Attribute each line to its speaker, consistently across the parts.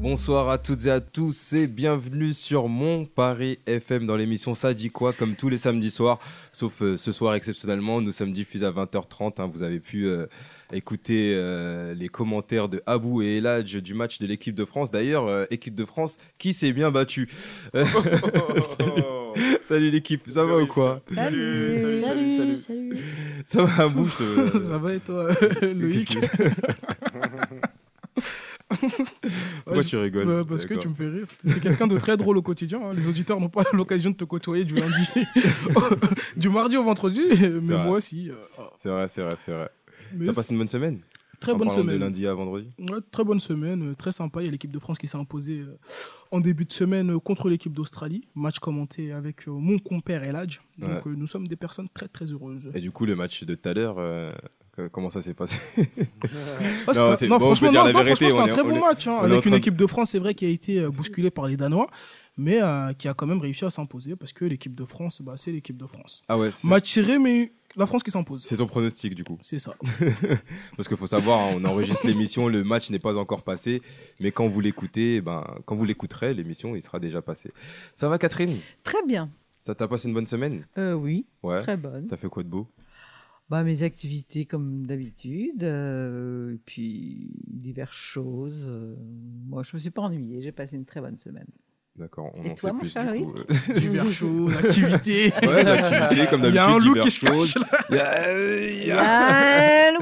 Speaker 1: Bonsoir à toutes et à tous et bienvenue sur Mon Paris FM dans l'émission Ça dit quoi comme tous les samedis soirs, sauf euh, ce soir exceptionnellement, nous sommes diffusés à 20h30, hein, vous avez pu euh, écouter euh, les commentaires de Abou et Eladj du match de l'équipe de France, d'ailleurs euh, équipe de France qui s'est bien battue. Euh, salut- salut l'équipe, ça va ou quoi
Speaker 2: Salut, salut, salut, salut.
Speaker 1: Ça va Abou, je te...
Speaker 2: Ça va et toi,
Speaker 1: Qu'est-ce
Speaker 2: Loïc
Speaker 1: qui- Pourquoi
Speaker 2: Ouais,
Speaker 1: tu rigoles
Speaker 2: Bah, Parce que
Speaker 1: D'accord.
Speaker 2: tu me fais rire. T'es quelqu'un de très drôle au quotidien. hein. Les auditeurs n'ont pas l'occasion de te côtoyer du lundi, au- du mardi au vendredi, mais
Speaker 1: vrai.
Speaker 2: moi aussi. euh, ah.
Speaker 1: C'est vrai, c'est vrai, c'est vrai.
Speaker 2: Mais
Speaker 1: T'as passé une bonne semaine
Speaker 2: très
Speaker 1: En
Speaker 2: bonne
Speaker 1: parlant
Speaker 2: semaine.
Speaker 1: De lundi à vendredi
Speaker 2: Ouais, très bonne semaine, euh, très sympa. Il y a l'équipe de France qui s'est imposée euh, en début de semaine euh, contre l'équipe d'Australie. Match commenté avec euh, mon compère Eladj. Donc
Speaker 1: Ouais.
Speaker 2: euh, nous sommes des personnes très très heureuses.
Speaker 1: Et du coup, le match de tout à l'heure, euh, que- comment ça s'est passé
Speaker 2: Ah, c'était-
Speaker 1: Non, c'est-
Speaker 2: non,
Speaker 1: bon, on peut
Speaker 2: franchement,
Speaker 1: dire
Speaker 2: non,
Speaker 1: la
Speaker 2: non, franchement,
Speaker 1: vérité, on
Speaker 2: c'était
Speaker 1: est-
Speaker 2: un très
Speaker 1: on
Speaker 2: bon
Speaker 1: est-
Speaker 2: match hein,
Speaker 1: on est en
Speaker 2: avec
Speaker 1: train
Speaker 2: une
Speaker 1: de-
Speaker 2: équipe de France, c'est vrai, qui a été euh, bousculée par les Danois, mais euh, qui a quand même réussi à s'imposer parce que l'équipe de France, bah, c'est l'équipe de France.
Speaker 1: Ah ouais, c'est-
Speaker 2: Match serré, mais la France qui s'impose.
Speaker 1: c'est ton pronostic du coup.
Speaker 2: C'est ça.
Speaker 1: Parce qu'il faut savoir, hein, on enregistre l'émission, le match n'est pas encore passé, mais quand vous l'écoutez, ben, quand vous l'écouterez, l'émission, il sera déjà passé. Ça va Catherine
Speaker 3: Très bien.
Speaker 1: Ça t'a passé une bonne semaine
Speaker 3: Euh, oui,
Speaker 1: Ouais.
Speaker 3: très bonne.
Speaker 1: T'as fait quoi de beau
Speaker 3: Bah, mes activités comme d'habitude, euh, et puis diverses choses. euh, moi, je me suis pas ennuyée, j'ai passé une très bonne semaine.
Speaker 1: D'accord, on
Speaker 3: Et
Speaker 1: en
Speaker 3: toi,
Speaker 1: sait
Speaker 3: mon
Speaker 1: plus
Speaker 3: cher
Speaker 1: du
Speaker 3: Loïc
Speaker 1: coup.
Speaker 2: Divers choses, activités.
Speaker 1: Ouais, l'activité, comme d'habitude,
Speaker 2: Il y a un loup
Speaker 1: diverses
Speaker 2: qui se cache
Speaker 1: choses.
Speaker 2: là.
Speaker 1: Il y a- Ah, il y a-
Speaker 3: Allô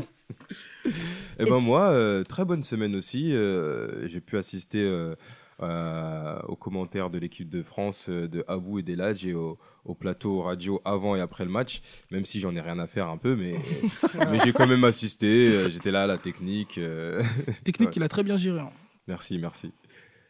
Speaker 1: Eh ben moi, euh, très bonne semaine aussi. Euh, J'ai pu assister euh, à- aux commentaires de l'équipe de France euh, de Abou et d'Eladj et au, au plateau radio avant et après le match, même si j'en ai rien à faire un peu, mais, mais j'ai quand même assisté. Euh, J'étais là à la technique. euh,
Speaker 2: Technique,
Speaker 1: Ouais.
Speaker 2: il a très bien géré. hein.
Speaker 1: merci, merci.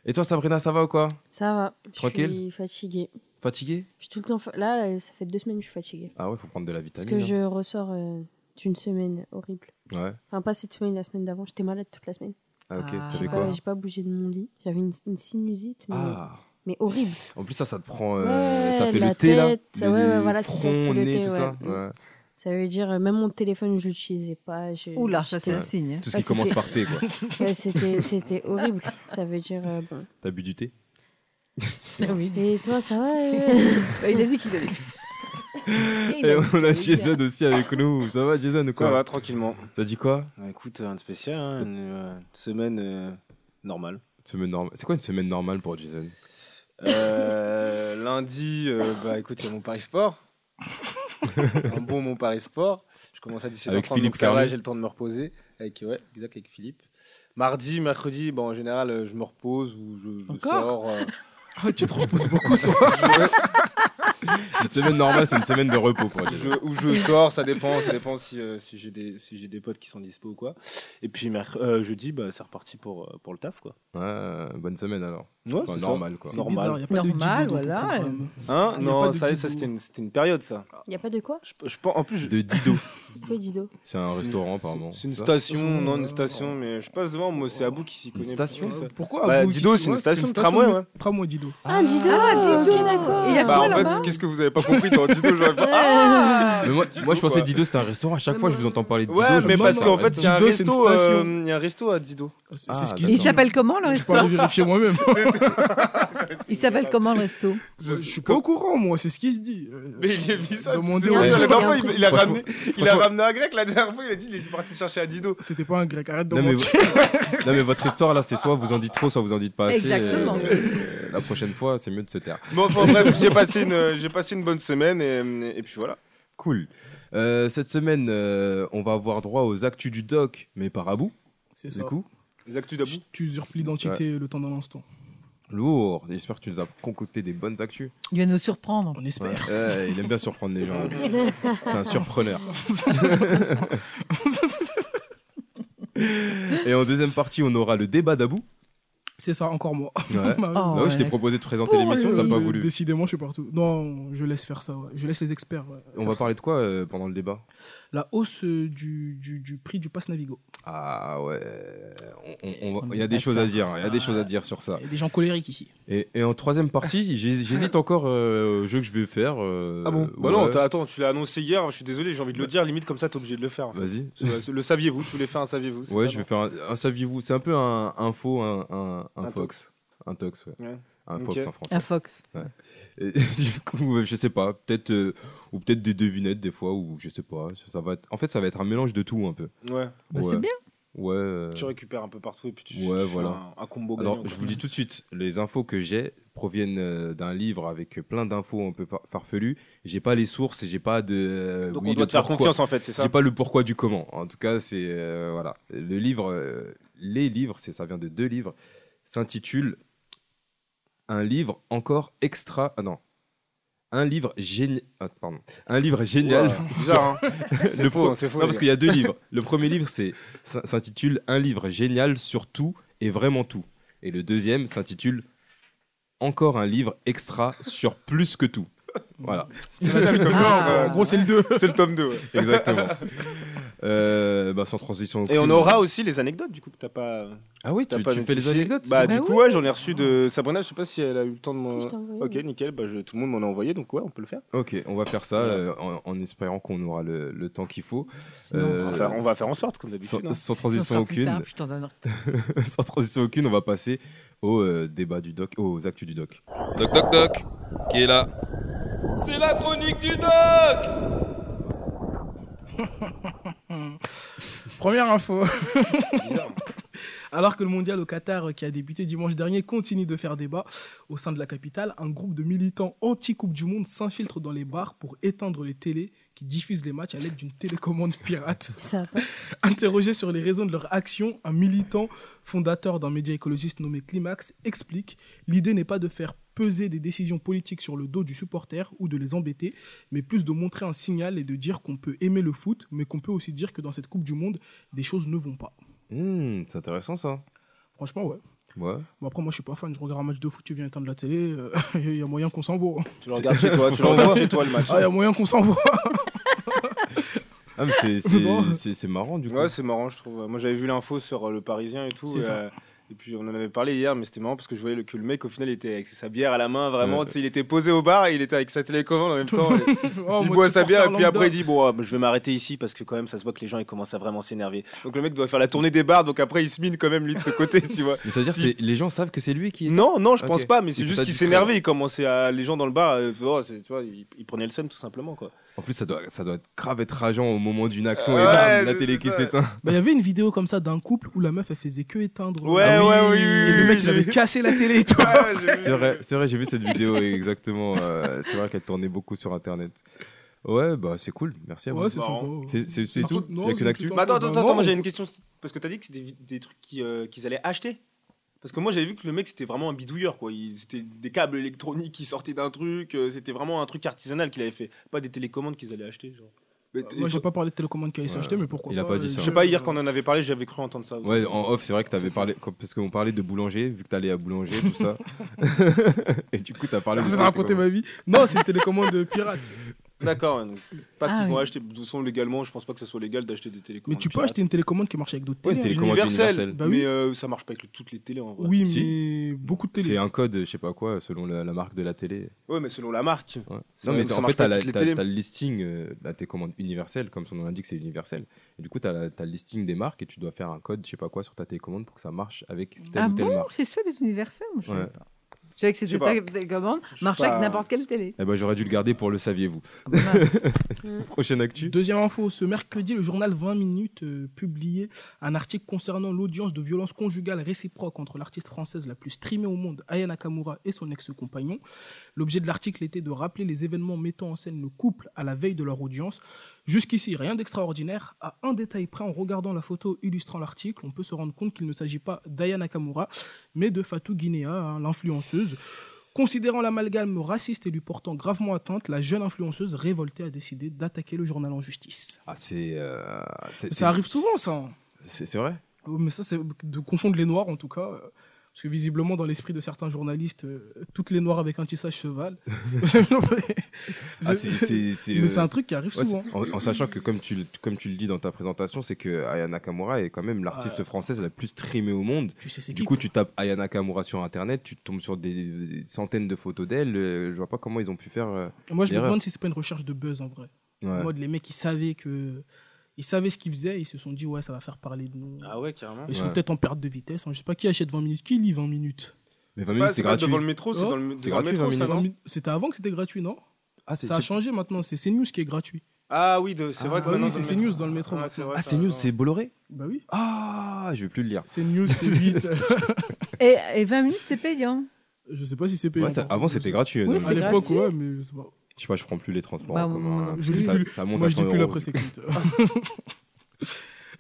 Speaker 1: Et toi, Sabrina, ça va ou quoi
Speaker 4: Ça va.
Speaker 1: Tranquille
Speaker 4: Je suis fatiguée.
Speaker 1: Fatiguée
Speaker 4: Je suis tout le temps. fa- Là, euh, ça fait deux semaines que je suis fatiguée.
Speaker 1: Ah ouais, faut prendre de la
Speaker 4: Parce
Speaker 1: vitamine.
Speaker 4: que je ressors euh, d'une semaine horrible.
Speaker 1: hein. Ouais.
Speaker 4: Enfin, pas cette semaine, la semaine d'avant. J'étais malade toute la semaine.
Speaker 1: Ah ok.
Speaker 3: Ah.
Speaker 1: T'avais
Speaker 4: J'ai
Speaker 1: quoi
Speaker 4: pas, j'ai pas bougé de mon lit. J'avais une, une sinusite, mais,
Speaker 1: Ah.
Speaker 4: mais horrible.
Speaker 1: En plus ça, ça te prend, euh,
Speaker 4: Ouais,
Speaker 1: ça fait
Speaker 4: la
Speaker 1: le thé là,
Speaker 4: tête, ouais, ouais, voilà, c'est ça,
Speaker 1: front,
Speaker 4: c'est le
Speaker 1: nez,
Speaker 4: thé,
Speaker 1: tout
Speaker 4: ouais.
Speaker 1: ça.
Speaker 4: Mm.
Speaker 1: Ouais.
Speaker 4: Ça veut dire, euh, même mon téléphone, je l'utilisais pas. Je,
Speaker 3: Oula, ça c'est un
Speaker 4: j'étais-
Speaker 3: signe. hein.
Speaker 1: Tout ce
Speaker 4: Ah,
Speaker 1: qui commence
Speaker 4: c'était-
Speaker 1: par thé, quoi.
Speaker 4: Ouais, C'était c'était horrible. Ça veut dire, euh, bon.
Speaker 1: T'as bu du thé
Speaker 3: Ah oui.
Speaker 4: Et toi, ça va euh
Speaker 3: Bah, il a dit qu'il allait. Il
Speaker 1: Et
Speaker 3: a dit
Speaker 1: on
Speaker 3: qu'il
Speaker 1: a
Speaker 3: allait faire.
Speaker 1: Jason aussi avec nous. Ça va, Jason ou
Speaker 5: Ça
Speaker 1: quoi
Speaker 5: va tranquillement.
Speaker 1: Ça dit quoi
Speaker 5: Bah, écoute, un spécial, hein, une euh, semaine euh, normale.
Speaker 1: Une semaine normale. C'est quoi une semaine normale pour Jason
Speaker 5: Euh, lundi, euh, bah écoute, il y a mon Paris Sport. un bon mon Paris Sport. Je commence à 17h30,
Speaker 1: Avec Philippe
Speaker 5: donc ça va,
Speaker 1: Carly.
Speaker 5: j'ai le temps de me reposer. Avec, ouais, exact, avec Philippe. Mardi, mercredi, bah, en général, euh, je me repose ou je, je
Speaker 3: Encore
Speaker 5: sors. euh,
Speaker 2: Ah, tu te reposes beaucoup, toi.
Speaker 1: Une semaine normale, c'est une semaine de repos pour
Speaker 5: je,
Speaker 1: Jason.
Speaker 5: ou je sors, ça dépend, ça dépend si, euh, si j'ai des, si j'ai des potes qui sont dispo ou quoi. Et puis merc- euh, jeudi, bah, c'est reparti pour, euh, pour le taf. quoi.
Speaker 1: Ouais, bonne semaine alors.
Speaker 5: Ouais,
Speaker 1: Enfin,
Speaker 5: c'est ça.
Speaker 1: normal quoi.
Speaker 2: C'est
Speaker 5: Normal.
Speaker 2: bizarre, il y a pas de
Speaker 3: Normal,
Speaker 2: guido dans ton
Speaker 3: voilà.
Speaker 2: programme.
Speaker 1: Ah,
Speaker 5: Hein
Speaker 2: Il y a pas
Speaker 5: non,
Speaker 2: de
Speaker 5: ça,
Speaker 2: guide
Speaker 5: ça c'était
Speaker 2: ou-
Speaker 5: une, c'était une période, ça.
Speaker 4: Il n'y a pas de quoi
Speaker 5: Je, je pense- en plus, je-
Speaker 1: De Dido.
Speaker 4: C'est quoi, Dido
Speaker 1: C'est un restaurant apparemment.
Speaker 5: C'est une
Speaker 1: ça
Speaker 5: station,
Speaker 2: Station,
Speaker 5: non,
Speaker 2: euh,
Speaker 5: une station, mais je passe devant, moi c'est Abou qui s'y connaît.
Speaker 1: station,
Speaker 5: plus,
Speaker 1: ça.
Speaker 5: ça.
Speaker 2: Pourquoi
Speaker 5: Bah,
Speaker 2: Abou,
Speaker 5: Dido,
Speaker 2: ici,
Speaker 5: c'est une
Speaker 2: ouais,
Speaker 5: station de tramway,
Speaker 2: mais-
Speaker 5: ouais.
Speaker 2: Tramway, Dido.
Speaker 4: Ah, Dido
Speaker 3: Ah, Dido.
Speaker 4: Ok, d'accord.
Speaker 3: Il y a
Speaker 5: Bah,
Speaker 3: quoi,
Speaker 5: en
Speaker 3: là-bas
Speaker 5: fait, qu'est-ce que vous avez pas compris dans Dido je vois pas.
Speaker 3: Ah
Speaker 1: Mais moi,
Speaker 5: Dido,
Speaker 1: moi, je pensais
Speaker 5: quoi.
Speaker 1: que Dido c'était un restaurant. À chaque fois je vous entends parler de Dido.
Speaker 5: Ouais,
Speaker 1: je
Speaker 5: mais
Speaker 1: me dis,
Speaker 5: parce
Speaker 1: c'est
Speaker 5: qu'en
Speaker 1: un
Speaker 5: fait, il y a un
Speaker 2: Dido, c'est une
Speaker 5: resto,
Speaker 2: station.
Speaker 5: euh, il y a un resto à Dido.
Speaker 2: C'est c'est
Speaker 1: Ah,
Speaker 2: ce
Speaker 1: d'accord.
Speaker 2: qu'ils
Speaker 3: Il
Speaker 2: disent.
Speaker 3: s'appelle comment le
Speaker 2: Je suis
Speaker 3: resto
Speaker 2: pas allé vérifier moi-même.
Speaker 3: Il s'appelle comment le resto
Speaker 2: Je suis pas au courant, moi, c'est ce qui se dit. Euh,
Speaker 5: Mais il est bizarre.
Speaker 2: Demandez
Speaker 5: tu sais,
Speaker 2: aux-
Speaker 5: la
Speaker 1: il y a un
Speaker 5: dernière fois,
Speaker 4: truc.
Speaker 5: il- il a
Speaker 1: Franchement-
Speaker 5: ramené, il a ramené un grec la dernière fois, il a dit il est parti chercher à Dido.
Speaker 2: C'était pas un grec, arrête de
Speaker 1: Non mais,
Speaker 2: mentir.
Speaker 1: vo- non, mais votre histoire là, c'est soit vous en dites trop, soit vous en dites pas assez.
Speaker 3: Exactement.
Speaker 1: Euh, la prochaine fois, c'est mieux de se taire.
Speaker 5: Bon, enfin bref, j'ai passé une, j'ai passé une bonne semaine et, et puis voilà.
Speaker 1: Cool. Euh, cette semaine, euh, on va avoir droit aux actus du doc, mais par Abou,
Speaker 2: C'est
Speaker 1: du
Speaker 2: ça.
Speaker 1: coup.
Speaker 5: Les actus d'Abou.
Speaker 2: Tu usurpes l'identité le temps d'un instant.
Speaker 1: Lourd. J'espère que tu nous as concocté des bonnes actus.
Speaker 3: Il va nous surprendre.
Speaker 2: On espère.
Speaker 1: Euh, il aime bien surprendre les gens. C'est un surpreneur. Et en deuxième partie, on aura le débat d'Abou.
Speaker 2: C'est ça, encore moi.
Speaker 1: Ouais.
Speaker 2: Bah oui.
Speaker 3: Oh.
Speaker 1: Bah ouais, je t'ai
Speaker 3: ouais.
Speaker 1: proposé de présenter
Speaker 2: Oh,
Speaker 1: l'émission,
Speaker 2: je-
Speaker 1: t'as pas voulu.
Speaker 2: Décidément, je suis partout. Non, je laisse faire ça. ouais. Je laisse les experts. ouais,
Speaker 1: On
Speaker 2: faire
Speaker 1: va
Speaker 2: ça.
Speaker 1: parler de quoi euh, pendant le débat
Speaker 2: La hausse euh, du, du, du prix du pass Navigo.
Speaker 1: Ah ouais, on- on- on va-
Speaker 3: On
Speaker 1: il y a
Speaker 3: est
Speaker 1: des
Speaker 3: pas
Speaker 1: choses à dire, il y a des
Speaker 2: Ah.
Speaker 1: choses à dire sur ça.
Speaker 2: Il y a des gens colériques ici.
Speaker 1: Et, et en troisième partie, j'hés- j'hésite encore euh, au jeu que je vais faire. euh,
Speaker 5: Ah bon Bah
Speaker 1: ouais.
Speaker 5: non, t'as- attends, tu l'as annoncé hier, je suis désolé, j'ai envie de le dire, limite comme ça, t'es obligé de le faire. en fait.
Speaker 1: Vas-y.
Speaker 5: C'est- c'est- Le saviez-vous Tu voulais faire un saviez-vous c'est
Speaker 1: Ouais,
Speaker 5: ça,
Speaker 1: je
Speaker 5: non
Speaker 1: vais faire un, un saviez-vous. C'est un peu un, un faux, un, un, un
Speaker 5: Un
Speaker 1: fox. Un tox, ouais.
Speaker 5: Ouais.
Speaker 1: Un
Speaker 5: Ok.
Speaker 1: fox en français.
Speaker 3: Un fox.
Speaker 1: Et du coup, euh, je sais pas, peut-être euh, ou peut-être des devinettes des fois ou je sais pas. Ça, ça va être- en fait, ça va être un mélange de tout un peu.
Speaker 5: Ouais,
Speaker 3: Bah,
Speaker 1: Ouais.
Speaker 3: C'est bien.
Speaker 1: Ouais. euh,
Speaker 5: tu récupères un peu partout et puis tu,
Speaker 1: Ouais,
Speaker 5: tu fais
Speaker 1: voilà.
Speaker 5: un, un combo gagnant,
Speaker 1: Alors, je
Speaker 5: quoi.
Speaker 1: vous dis tout de suite, les infos que j'ai proviennent euh, d'un livre avec euh, plein d'infos un peu far- farfelues. J'ai pas les sources, et j'ai pas de. euh,
Speaker 5: Donc
Speaker 1: oui,
Speaker 5: on doit
Speaker 1: le
Speaker 5: te faire
Speaker 1: pourquoi.
Speaker 5: confiance en fait, c'est ça
Speaker 1: J'ai pas le pourquoi du comment. En tout cas, c'est euh, voilà. Le livre, euh, les livres, c'est ça vient de deux livres, s'intitule un livre encore extra. Ah non, un livre génial. pardon, un livre génial.
Speaker 5: Ouah,
Speaker 1: sur-
Speaker 5: bizarre, hein. C'est
Speaker 1: le
Speaker 5: faux,
Speaker 1: pro-
Speaker 5: hein, c'est faux.
Speaker 1: non,
Speaker 5: les
Speaker 1: parce
Speaker 5: gars.
Speaker 1: qu'il y a deux livres. Le premier livre c'est s- s'intitule Un livre génial sur tout et vraiment tout. Et le deuxième s'intitule Encore un livre extra sur plus que tout. Voilà,
Speaker 5: C'est la suite du
Speaker 4: Ah.
Speaker 5: livre, euh,
Speaker 2: En gros, c'est le 2.
Speaker 5: c'est le tome 2. ouais.
Speaker 1: exactement. Euh, bah, sans transition.
Speaker 5: Et on
Speaker 1: aucune.
Speaker 5: aura aussi les anecdotes du coup, que t'as pas.
Speaker 1: Ah oui,
Speaker 5: T'as
Speaker 1: tu,
Speaker 5: pas
Speaker 1: tu fais les
Speaker 5: notifié
Speaker 1: anecdotes
Speaker 5: Bah,
Speaker 3: Bah
Speaker 5: du
Speaker 3: oui.
Speaker 5: coup, ouais, j'en ai reçu de Sabrina, je sais pas si elle a eu le temps de m'en.
Speaker 4: Ah Si, je t'ai envoyé.
Speaker 5: Ok, nickel, bah, je- tout le monde m'en a envoyé, donc ouais, on peut le faire.
Speaker 1: Ok, on va faire ça euh, en, en espérant qu'on aura le, le temps qu'il faut.
Speaker 3: Sinon,
Speaker 1: Euh,
Speaker 5: On va faire, on va faire en sorte, comme
Speaker 1: Sans,
Speaker 5: d'habitude. hein.
Speaker 1: sans
Speaker 3: ça
Speaker 1: transition
Speaker 3: sera plus tard, bah,
Speaker 1: aucune,
Speaker 3: puis je t'en donne un.
Speaker 1: sans transition aucune, on va passer au euh, débat du doc, aux actus du doc.
Speaker 6: Doc Doc Doc, qui est là C'est la chronique du doc
Speaker 2: Première info.
Speaker 5: Bizarre.
Speaker 2: Alors que le mondial au Qatar, euh, qui a débuté dimanche dernier, continue de faire débat, au sein de la capitale, un groupe de militants anti-Coupe du Monde s'infiltre dans les bars pour éteindre les télés qui diffusent les matchs à l'aide d'une télécommande pirate.
Speaker 4: Ça va.
Speaker 2: Interrogé sur les raisons de leur action, un militant fondateur d'un média écologiste nommé Climax explique L'idée n'est pas de faire peser des décisions politiques sur le dos du supporter ou de les embêter, mais plus de montrer un signal et de dire qu'on peut aimer le foot, mais qu'on peut aussi dire que dans cette Coupe du Monde, des choses ne vont pas.
Speaker 1: Hmm, c'est intéressant ça.
Speaker 2: Franchement, ouais.
Speaker 1: Ouais.
Speaker 2: Bon, après, moi, je suis pas fan. Je regarde un match de foot, tu viens éteindre la télé. Il y a moyen qu'on s'envoie.
Speaker 5: Tu le regardes chez toi, tu le
Speaker 1: Faut
Speaker 5: regardes chez toi le match.
Speaker 2: Ah, il y a moyen qu'on s'envoie.
Speaker 1: Ah, mais c'est-
Speaker 2: Bon.
Speaker 1: c'est- c'est c'est marrant du coup.
Speaker 5: Ouais, c'est marrant, je trouve. Moi, j'avais vu l'info sur euh, le Parisien et tout.
Speaker 2: C'est
Speaker 5: et,
Speaker 2: ça.
Speaker 5: euh, et puis, on en avait parlé hier, mais c'était marrant parce que je voyais le, que le mec, au final, il était avec sa bière à la main, vraiment.
Speaker 1: Ouais.
Speaker 5: tu sais, Il était posé au bar et il était avec sa télécommande en même temps. Et-
Speaker 2: Oh,
Speaker 5: il
Speaker 2: moi,
Speaker 5: boit
Speaker 2: tu
Speaker 5: sa bière et
Speaker 2: portes
Speaker 5: puis
Speaker 2: lambda.
Speaker 5: après, il dit Bon, ah, bah, je vais m'arrêter ici parce que, quand même, ça se voit que les gens, ils commencent à vraiment s'énerver. Donc, le mec doit faire la tournée des bars, donc après, il se mine quand même, lui, de ce côté, tu vois.
Speaker 1: Mais ça veut dire que c'est- les gens savent que c'est lui qui.
Speaker 5: Non, non, je
Speaker 1: Ok.
Speaker 5: pense pas, mais
Speaker 1: Il
Speaker 5: c'est
Speaker 1: faut
Speaker 5: juste
Speaker 1: pas
Speaker 5: qu'il
Speaker 1: distraire.
Speaker 5: s'énervait. Il commençait à. Les gens dans le bar, euh, oh, c'est- tu vois, ils ils prenaient le seum tout simplement, quoi.
Speaker 1: En plus, ça doit, ça doit être grave être rageant au moment d'une action et
Speaker 5: Ouais,
Speaker 1: bam, la
Speaker 5: c'est-
Speaker 1: télé
Speaker 5: c'est
Speaker 1: qui
Speaker 5: ça.
Speaker 1: s'éteint.
Speaker 2: Bah, il y avait une vidéo comme ça d'un couple où la meuf, elle faisait que éteindre.
Speaker 5: Ouais,
Speaker 2: Ah
Speaker 5: ouais, oui, oui,
Speaker 2: Et
Speaker 5: oui,
Speaker 2: le mec,
Speaker 5: oui,
Speaker 2: il
Speaker 5: j'ai
Speaker 2: avait
Speaker 5: vu.
Speaker 2: cassé la télé et tout.
Speaker 1: C'est vrai, c'est vrai, j'ai vu cette vidéo exactement. euh, c'est vrai qu'elle tournait beaucoup sur internet. Ouais, bah c'est cool, merci à vous.
Speaker 2: Ouais, c'est sympa.
Speaker 5: marrant.
Speaker 1: C'est- C'est c'est tout Il
Speaker 2: Non,
Speaker 1: n'y a qu'une
Speaker 2: c'est
Speaker 1: actu
Speaker 2: tout
Speaker 5: Mais attends,
Speaker 2: Bah
Speaker 5: attends,
Speaker 2: non.
Speaker 5: attends, moi j'ai une question. Parce que t'as dit que c'était des, des trucs qui, euh, qu'ils allaient acheter. Parce que moi j'avais vu que le mec c'était vraiment un bidouilleur quoi. Il- C'était des câbles électroniques qui sortaient d'un truc. euh, c'était vraiment un truc artisanal qu'il avait fait. Pas des télécommandes qu'ils allaient acheter. Genre. Mais t-
Speaker 2: Bah, Moi, j'ai
Speaker 5: je
Speaker 2: pas parlé de télécommande qui allait
Speaker 1: Ouais.
Speaker 2: s'acheter, mais pourquoi euh,
Speaker 1: Il a pas dit ça.
Speaker 5: sais pas, hier quand on en avait parlé, j'avais cru entendre ça. aussi.
Speaker 1: Ouais, en off, c'est vrai que t'avais
Speaker 5: C'est ça.
Speaker 1: parlé, comme- parce qu'on parlait de boulanger, vu que t'allais à boulanger, tout ça. et du coup, t'as parlé.
Speaker 2: Vous
Speaker 1: de-
Speaker 2: êtes raconté ma vie. Non, c'est une télécommande pirate.
Speaker 5: D'accord, ouais, donc, pas
Speaker 3: Ah,
Speaker 5: qu'ils vont
Speaker 3: oui.
Speaker 5: acheter. De toute façon, légalement, je pense pas que ça soit légal d'acheter des télécommandes.
Speaker 2: Mais tu peux
Speaker 5: pirates.
Speaker 2: acheter une télécommande qui marche avec d'autres
Speaker 1: Ouais,
Speaker 2: télés.
Speaker 1: télé-
Speaker 2: hein.
Speaker 1: Télécommande
Speaker 5: universelle.
Speaker 1: universelle.
Speaker 2: Bah oui.
Speaker 5: Mais euh, ça marche pas avec le- toutes les télés en vrai.
Speaker 2: Oui,
Speaker 1: Si.
Speaker 2: mais beaucoup de
Speaker 1: C'est
Speaker 2: télé.
Speaker 1: un code, je sais pas quoi, selon la, la marque de la télé.
Speaker 5: Ouais, mais selon la marque.
Speaker 1: Ouais.
Speaker 5: Ça-
Speaker 1: Non, mais
Speaker 5: ça
Speaker 1: t'as- en
Speaker 5: marche
Speaker 1: fait,
Speaker 5: pas
Speaker 1: t'as la-
Speaker 5: toutes les
Speaker 1: t'as
Speaker 5: télés.
Speaker 1: t'as le listing, euh, là, tes commandes universelles, comme son nom l'indique, c'est universel. Et du coup, t'as la- t'as le listing des marques et tu dois faire un code, je sais pas quoi, sur ta télécommande pour que ça marche avec telle
Speaker 3: Ah
Speaker 1: ou telle
Speaker 3: bon,
Speaker 1: marque.
Speaker 3: c'est ça les universels Moi, Je savais
Speaker 1: Ouais.
Speaker 3: pas. Je savais que
Speaker 5: Je sais
Speaker 3: c'était
Speaker 5: pas.
Speaker 3: ta télécommande,
Speaker 5: Je sais
Speaker 3: marche
Speaker 5: pas.
Speaker 3: avec n'importe quelle télé.
Speaker 1: Eh ben, j'aurais dû le garder pour le saviez-vous.
Speaker 3: Ah bah, mince.
Speaker 1: Prochaine actu.
Speaker 2: Mm. Deuxième info, ce mercredi, le journal 20 minutes euh, publiait un article concernant l'audience de violence conjugale réciproque entre l'artiste française la plus streamée au monde, Aya Nakamura, et son ex-compagnon. L'objet de l'article était de rappeler les événements mettant en scène le couple à la veille de leur audience. Jusqu'ici, rien d'extraordinaire. À un détail près, en regardant la photo illustrant l'article, on peut se rendre compte qu'il ne s'agit pas d'Aya Nakamura, mais de Fatou Guinea, hein, l'influenceuse. Considérant l'amalgame raciste et lui portant gravement atteinte, la jeune influenceuse révoltée a décidé d'attaquer le journal en justice.
Speaker 1: Ah, c'est. euh, c'est-
Speaker 2: Ça arrive souvent, ça.
Speaker 1: C'est c'est vrai
Speaker 2: Oh, Mais ça, c'est de confondre les noirs, en tout cas. euh, Parce que visiblement, dans l'esprit de certains journalistes, euh, toutes les noires avec un tissage cheval.
Speaker 1: Ah, c'est- c'est- c'est,
Speaker 2: Mais c'est
Speaker 1: euh,
Speaker 2: un truc qui arrive
Speaker 1: ouais, c'est-
Speaker 2: souvent.
Speaker 1: en, en sachant que, comme tu, le- comme tu le dis dans ta présentation, c'est que Aya Nakamura est quand même l'artiste
Speaker 2: Ouais.
Speaker 1: française la plus streamée au monde.
Speaker 2: Tu sais, c'est
Speaker 1: Du
Speaker 2: qui
Speaker 1: coup, tu tapes Aya Nakamura sur internet, tu tombes sur des des centaines de photos d'elle. euh, Je vois pas comment ils ont pu faire. euh,
Speaker 2: Moi, je me
Speaker 1: l'erreur.
Speaker 2: demande si c'est pas une recherche de buzz en vrai.
Speaker 1: ouais.
Speaker 2: En mode, les mecs, ils savaient que. Ils savaient ce qu'ils faisaient, ils se sont dit, ouais, ça va faire parler de nous.
Speaker 5: Ah ouais, carrément.
Speaker 2: Ils sont
Speaker 1: Ouais.
Speaker 2: peut-être en perte de vitesse. hein. Je sais pas qui achète 20 minutes. Qui lit 20 minutes
Speaker 1: Mais
Speaker 5: C'est
Speaker 1: 20
Speaker 5: pas-
Speaker 1: minutes,
Speaker 5: c'est
Speaker 1: c'est
Speaker 5: pas
Speaker 1: gratuit.
Speaker 5: devant le métro, c'est
Speaker 2: Oh.
Speaker 5: dans le
Speaker 1: C'est
Speaker 5: c'est dans le
Speaker 1: gratuit,
Speaker 5: métro,
Speaker 1: 20
Speaker 5: ça, non
Speaker 1: minutes.
Speaker 2: C'était avant que c'était gratuit, non
Speaker 1: Ah, c'est
Speaker 2: Ça a
Speaker 1: c'est-
Speaker 2: changé maintenant. C'est CNews qui est gratuit.
Speaker 5: Ah oui, de- c'est vrai
Speaker 1: Ah
Speaker 5: que
Speaker 2: Bah
Speaker 5: maintenant,
Speaker 2: oui,
Speaker 5: dans
Speaker 2: c'est
Speaker 5: le
Speaker 2: CNews dans le métro.
Speaker 5: Ah, c'est vrai,
Speaker 1: Ah,
Speaker 5: t'as
Speaker 1: c'est news,
Speaker 5: raison.
Speaker 1: c'est Bolloré
Speaker 2: Bah oui.
Speaker 1: Ah, je vais plus le lire.
Speaker 2: CNews, c'est vite.
Speaker 3: Et, et 20 minutes, c'est payant.
Speaker 2: je sais pas si c'est payant.
Speaker 1: Ouais, ça-
Speaker 2: par
Speaker 1: avant,
Speaker 2: contre,
Speaker 1: c'était
Speaker 2: je-
Speaker 1: gratuit.
Speaker 3: Oui,
Speaker 1: non,
Speaker 2: À
Speaker 3: c'est
Speaker 1: mais-
Speaker 3: grave.
Speaker 2: l'époque,
Speaker 3: gratuit.
Speaker 2: ouais, mais je sais pas.
Speaker 1: Je sais pas, je prends plus les transports
Speaker 3: Bah,
Speaker 1: en commun.
Speaker 3: moi,
Speaker 1: hein,
Speaker 3: je
Speaker 1: parce
Speaker 2: dis
Speaker 1: que ça,
Speaker 2: plus.
Speaker 1: ça monte
Speaker 2: Moi,
Speaker 1: à
Speaker 2: je
Speaker 1: 100
Speaker 2: dis plus la
Speaker 1: euros.
Speaker 2: presse écrite.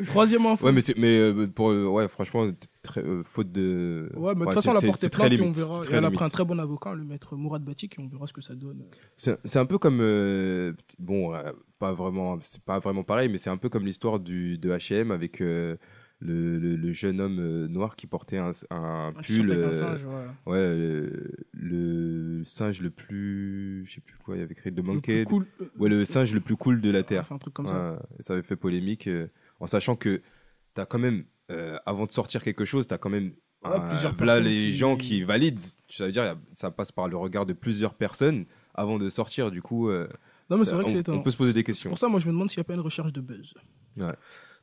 Speaker 2: Troisième info.
Speaker 1: Ouais, mais, c'est- mais euh, pour, euh, ouais, franchement, t- très, euh, faute de.
Speaker 2: Ouais, mais de toute
Speaker 1: Ouais,
Speaker 2: façon,
Speaker 1: c'est-
Speaker 2: elle a
Speaker 1: c'est-
Speaker 2: porté
Speaker 1: c'est très
Speaker 2: plainte et on
Speaker 1: limite,
Speaker 2: verra.
Speaker 1: c'est
Speaker 2: Et
Speaker 1: très
Speaker 2: elle a
Speaker 1: limite.
Speaker 2: pris un très bon avocat, le maître Mourad Batik, et on verra ce que ça donne.
Speaker 1: C'est c'est un peu comme. euh, petit- bon, euh, pas vraiment, c'est pas vraiment pareil, mais c'est un peu comme l'histoire du- de HM avec euh, le, le- le jeune homme euh, noir qui portait un, un
Speaker 2: Un t-shirt
Speaker 1: pull.
Speaker 2: avec un
Speaker 1: euh,
Speaker 2: singe, ouais.
Speaker 1: ouais, euh, le singe le plus. Je sais plus quoi, il y avait écrit The
Speaker 2: Le plus
Speaker 1: Monkey.
Speaker 2: cool, euh,
Speaker 1: Ouais, le singe le plus cool de la Terre.
Speaker 2: C'est un truc comme ça.
Speaker 1: Ouais, et ça avait fait polémique, euh, en sachant que t'as quand même, euh, avant de sortir quelque chose, t'as quand même
Speaker 2: Ouais,
Speaker 1: un-
Speaker 2: plusieurs
Speaker 1: voilà
Speaker 2: personnes
Speaker 1: les
Speaker 2: qui-
Speaker 1: gens qui valident. Ça veut dire y a- ça passe par le regard de plusieurs personnes avant de sortir. Du coup, euh,
Speaker 2: Non, mais
Speaker 1: ça-
Speaker 2: c'est vrai que
Speaker 1: on-
Speaker 2: c'est
Speaker 1: on,
Speaker 2: étonnant.
Speaker 1: peut se poser des
Speaker 2: C'est
Speaker 1: questions.
Speaker 2: Pour ça, Bah, moi, je me demande s'il n'y a pas une recherche de buzz.
Speaker 1: Ouais.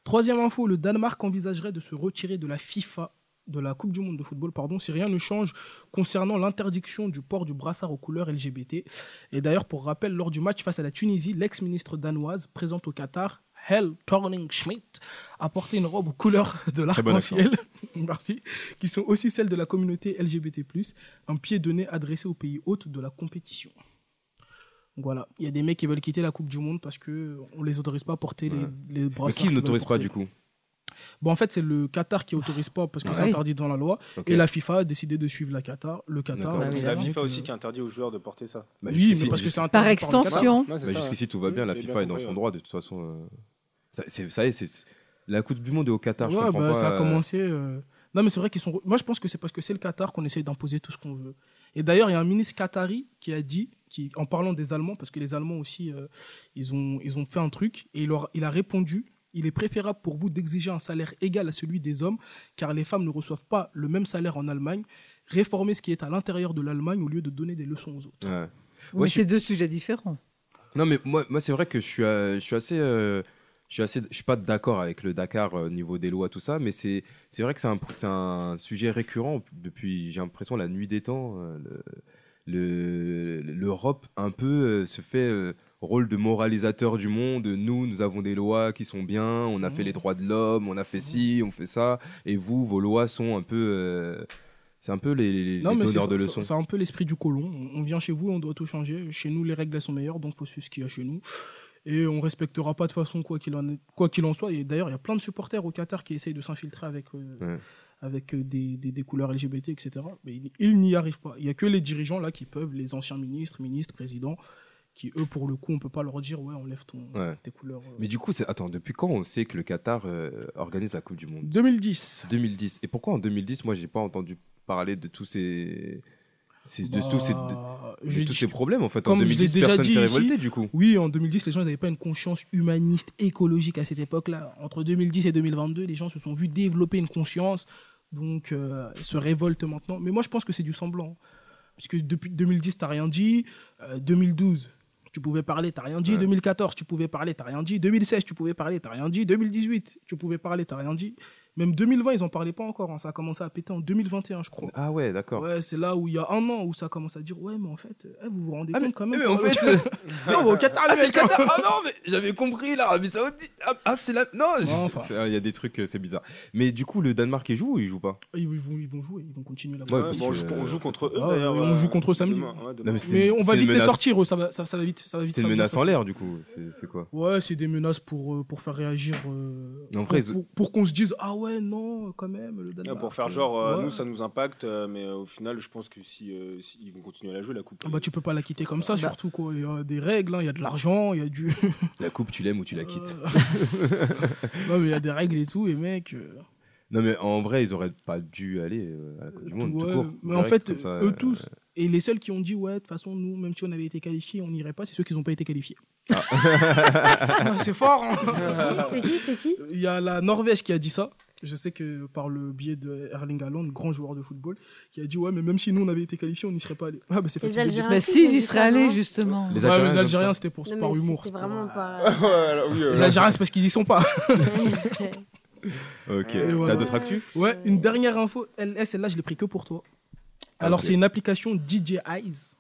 Speaker 2: Troisième info, le Danemark envisagerait de se retirer de la FIFA, de la Coupe du Monde de football, pardon, si rien ne change concernant l'interdiction du port du brassard aux couleurs LGBT. Et d'ailleurs, pour rappel, lors du match face à la Tunisie, l'ex-ministre danoise présente au Qatar, Hel Thorning-Schmidt, a porté une robe aux couleurs de
Speaker 1: bon
Speaker 2: l'arc-en-ciel, merci, qui sont aussi celles de la communauté LGBT+, un pied donné adressé aux pays hôtes de la compétition. Donc Voilà, il y a des mecs qui veulent quitter la Coupe du Monde parce que on les autorise pas à porter
Speaker 1: Ouais.
Speaker 2: les, les
Speaker 1: Mais
Speaker 2: brassards.
Speaker 1: qui
Speaker 2: qu'ils
Speaker 1: n'autorise
Speaker 2: veulent
Speaker 1: pas
Speaker 2: porter.
Speaker 1: du coup
Speaker 2: Bon, en fait, c'est le Qatar qui autorise pas parce que
Speaker 1: Ah
Speaker 2: c'est
Speaker 3: oui.
Speaker 2: interdit dans la loi.
Speaker 1: Ok.
Speaker 2: Et la FIFA a décidé de suivre la Qatar, le Qatar.
Speaker 1: D'accord.
Speaker 2: donc
Speaker 3: Ah oui,
Speaker 5: C'est
Speaker 2: c'est
Speaker 5: la
Speaker 2: vrai
Speaker 5: FIFA
Speaker 2: que-
Speaker 5: aussi qui interdit aux joueurs de porter ça.
Speaker 1: Bah,
Speaker 2: oui,
Speaker 1: jusqu'ici-
Speaker 2: mais parce que c'est
Speaker 3: Par
Speaker 2: interdit par le Qatar.
Speaker 3: extension.
Speaker 5: Ouais, c'est
Speaker 1: Bah,
Speaker 5: ça, ouais.
Speaker 1: jusqu'ici, tout va
Speaker 5: Oui,
Speaker 1: bien. La
Speaker 5: j'ai
Speaker 1: FIFA
Speaker 5: bien
Speaker 1: est dans
Speaker 5: compris,
Speaker 1: son
Speaker 5: ouais.
Speaker 1: droit. De toute façon, euh, ça, c'est- ça y est, c'est- c'est- la Coupe du Monde est au Qatar. je
Speaker 2: Ouais,
Speaker 1: comprends
Speaker 2: bah,
Speaker 1: pas,
Speaker 2: ça a
Speaker 1: euh,
Speaker 2: commencé. euh, Non, mais c'est vrai qu'ils sont. Moi, je pense que c'est parce que c'est le Qatar qu'on essaye d'imposer tout ce qu'on veut. Et d'ailleurs, il y a un ministre qatari qui a dit, qui, en parlant des Allemands, parce que les Allemands aussi, euh, ils, ont, ils ont fait un truc, et il, leur, il a répondu il est préférable pour vous d'exiger un salaire égal à celui des hommes, car les femmes ne reçoivent pas le même salaire en Allemagne. Réformer ce qui est à l'intérieur de l'Allemagne au lieu de donner des leçons aux autres.
Speaker 3: Oui,
Speaker 1: ouais. Ouais,
Speaker 3: mais
Speaker 1: je
Speaker 3: c'est deux sujets différents.
Speaker 1: Non, mais moi, moi c'est vrai que je suis, euh, je suis assez. euh, je suis, assez, je suis pas d'accord avec le Dakar euh, au niveau des lois, tout ça, mais c'est c'est vrai que c'est un, c'est un sujet récurrent depuis, j'ai l'impression, la nuit des temps. euh, le- le- L'Europe, un peu, euh, se fait euh, rôle de moralisateur du monde. Nous, nous avons des lois qui sont bien, on a fait
Speaker 2: Mhm.
Speaker 1: les droits de l'homme, on a fait ci, on fait ça, et vous, vos lois sont un peu. euh, c'est un peu les, les, les
Speaker 2: c'est
Speaker 1: donneurs de
Speaker 2: ça-
Speaker 1: leçons.
Speaker 2: c'est un peu l'esprit du colon. On- On vient chez vous, on doit tout changer. Chez nous, les règles elles sont meilleures, donc faut suivre ce qu'il y a chez nous. Et on respectera pas de façon quoi qu'il en, est- quoi qu'il en soit. Et d'ailleurs, il y a plein de supporters au Qatar qui essayent de s'infiltrer avec, euh,
Speaker 1: Ouais.
Speaker 2: avec euh, des, des- des couleurs LGBT, etc. Mais ils, ils n'y arrivent pas. Il y a que les dirigeants là qui peuvent, les anciens ministres, ministres, présidents, qui eux, pour le coup, on peut pas leur dire ouais, enlève ton,
Speaker 1: Ouais.
Speaker 2: tes couleurs. euh.
Speaker 1: Mais du coup, c'est- attends, depuis quand on sait que le Qatar euh, organise la Coupe du Monde
Speaker 2: 2010.
Speaker 1: 2010. Et pourquoi en 2010, moi, j'ai pas entendu parler de tous ces, ces- de
Speaker 2: Bah,
Speaker 1: tous ces, de
Speaker 2: je-
Speaker 1: tous ces problèmes en fait.
Speaker 2: comme
Speaker 1: en
Speaker 2: je l'ai
Speaker 1: 2010,
Speaker 2: déjà
Speaker 1: personne
Speaker 2: dit
Speaker 1: s'est
Speaker 2: ici,
Speaker 1: révolté du coup.
Speaker 2: Oui, en 2010, les gens n'avaient pas une conscience humaniste, écologique à cette époque-là. Entre 2010 et 2022, les gens se sont vus développer une conscience, donc euh, ils se révoltent maintenant. Mais moi, je pense que c'est du semblant. Parce que depuis 2010, t'as rien dit. Euh, 2012, tu pouvais parler, t'as rien dit.
Speaker 1: Ouais.
Speaker 2: 2014, tu pouvais parler, t'as rien dit. 2016, tu pouvais parler, t'as rien dit. 2018, tu pouvais parler, t'as rien dit. Même 2020, ils n'en parlaient pas encore. hein. Ça a commencé à péter en 2021, je crois.
Speaker 1: Ah ouais, d'accord.
Speaker 2: Ouais, c'est là où il y a un an où ça commence à dire Ouais, mais en fait, euh, eh, vous vous rendez
Speaker 1: Ah,
Speaker 2: compte quand même.
Speaker 1: mais en
Speaker 2: qu'on a-
Speaker 1: fait, euh,
Speaker 2: Non, on va au Qatar,
Speaker 1: ah
Speaker 2: les
Speaker 1: c'est le
Speaker 2: mecs.
Speaker 1: Qatar. Ah non, mais j'avais compris l'Arabie Saoudite. Ah, ah, c'est la. Non, c'est-
Speaker 2: enfin.
Speaker 1: c'est- il y a des trucs, euh, c'est bizarre. Mais du coup, le Danemark il joue ou il joue pas
Speaker 2: Ah, Ils ils vont, ils vont jouer, ils vont continuer la
Speaker 1: Ouais,
Speaker 2: bataille.
Speaker 1: parce
Speaker 5: bon,
Speaker 1: que-
Speaker 5: je- on joue contre eux
Speaker 2: Ah,
Speaker 5: d'ailleurs. euh,
Speaker 2: on joue contre eux samedi.
Speaker 5: demain, ouais, demain.
Speaker 1: Non, mais c'est-
Speaker 2: Mais on va
Speaker 1: une
Speaker 2: vite les
Speaker 1: menace-
Speaker 2: sortir, eux, ça va, ça, ça va vite. Ça va vite
Speaker 1: C'est une
Speaker 2: ça va
Speaker 1: menace
Speaker 2: vite
Speaker 1: en
Speaker 2: se passer.
Speaker 1: l'air du coup. C'est c'est quoi
Speaker 2: Ouais, c'est des menaces pour, euh, pour faire réagir. euh,
Speaker 1: Mais en vrai,
Speaker 2: pour
Speaker 1: ils-
Speaker 2: pour- pour qu'on se dise, ah ouais, non, quand même, le Danemark.
Speaker 5: Ouais, pour faire genre, euh,
Speaker 2: Ouais.
Speaker 5: nous ça nous impacte, euh, mais euh, au final, je pense que si, euh, si- ils vont continuer à la jouer la coupe.
Speaker 2: Ah bah, tu peux pas la quitter comme ça,
Speaker 3: Bah.
Speaker 2: surtout quoi. Il y a des règles, hein, il y a de l'argent, il y a du. Euh,
Speaker 1: La coupe, tu l'aimes ou tu la quittes
Speaker 2: non, mais il y a des règles et tout, et mec. euh,
Speaker 1: Non, mais en vrai, ils auraient pas dû aller euh, à la Coupe du Monde.
Speaker 2: Ouais,
Speaker 1: tout court,
Speaker 2: mais en
Speaker 1: direct,
Speaker 2: fait,
Speaker 1: comme ça,
Speaker 2: eux
Speaker 1: euh,
Speaker 2: tous, et les seuls qui ont dit, ouais, de toute façon, nous, même si on avait été qualifiés, on n'irait pas, c'est ceux qui n'ont pas été qualifiés.
Speaker 1: Ah.
Speaker 2: c'est fort hein.
Speaker 4: C'est qui C'est qui
Speaker 2: Il y a la Norvège qui a dit ça. Je sais que par le biais de Erling Haaland, grand joueur de football, qui a dit ouais mais même si nous on avait été qualifiés on n'y serait pas allé. Ah bah c'est
Speaker 4: Les
Speaker 2: facile. de dire.
Speaker 4: Algériens.
Speaker 3: Bah
Speaker 4: Ah,
Speaker 3: si,
Speaker 4: si,
Speaker 3: j'y
Speaker 4: c'est
Speaker 3: serais
Speaker 4: ça,
Speaker 3: allé
Speaker 4: non
Speaker 3: justement.
Speaker 1: Les
Speaker 2: Ouais,
Speaker 1: Algériens,
Speaker 2: les
Speaker 1: comme
Speaker 2: Algériens c'était pour,
Speaker 4: Non,
Speaker 2: par
Speaker 4: mais
Speaker 2: humour.
Speaker 4: C'était
Speaker 2: c'est pour-
Speaker 4: vraiment par.
Speaker 5: Voilà, oui, euh,
Speaker 2: Les Algériens c'est parce qu'ils y sont pas.
Speaker 1: Ok.
Speaker 5: Et
Speaker 2: voilà.
Speaker 1: T'as d'autres actus
Speaker 2: Ouais, une dernière info, LS, celle-là, je l'ai pris que pour toi. Alors,
Speaker 1: Ah, Ok.
Speaker 2: c'est une application DJ Eyes,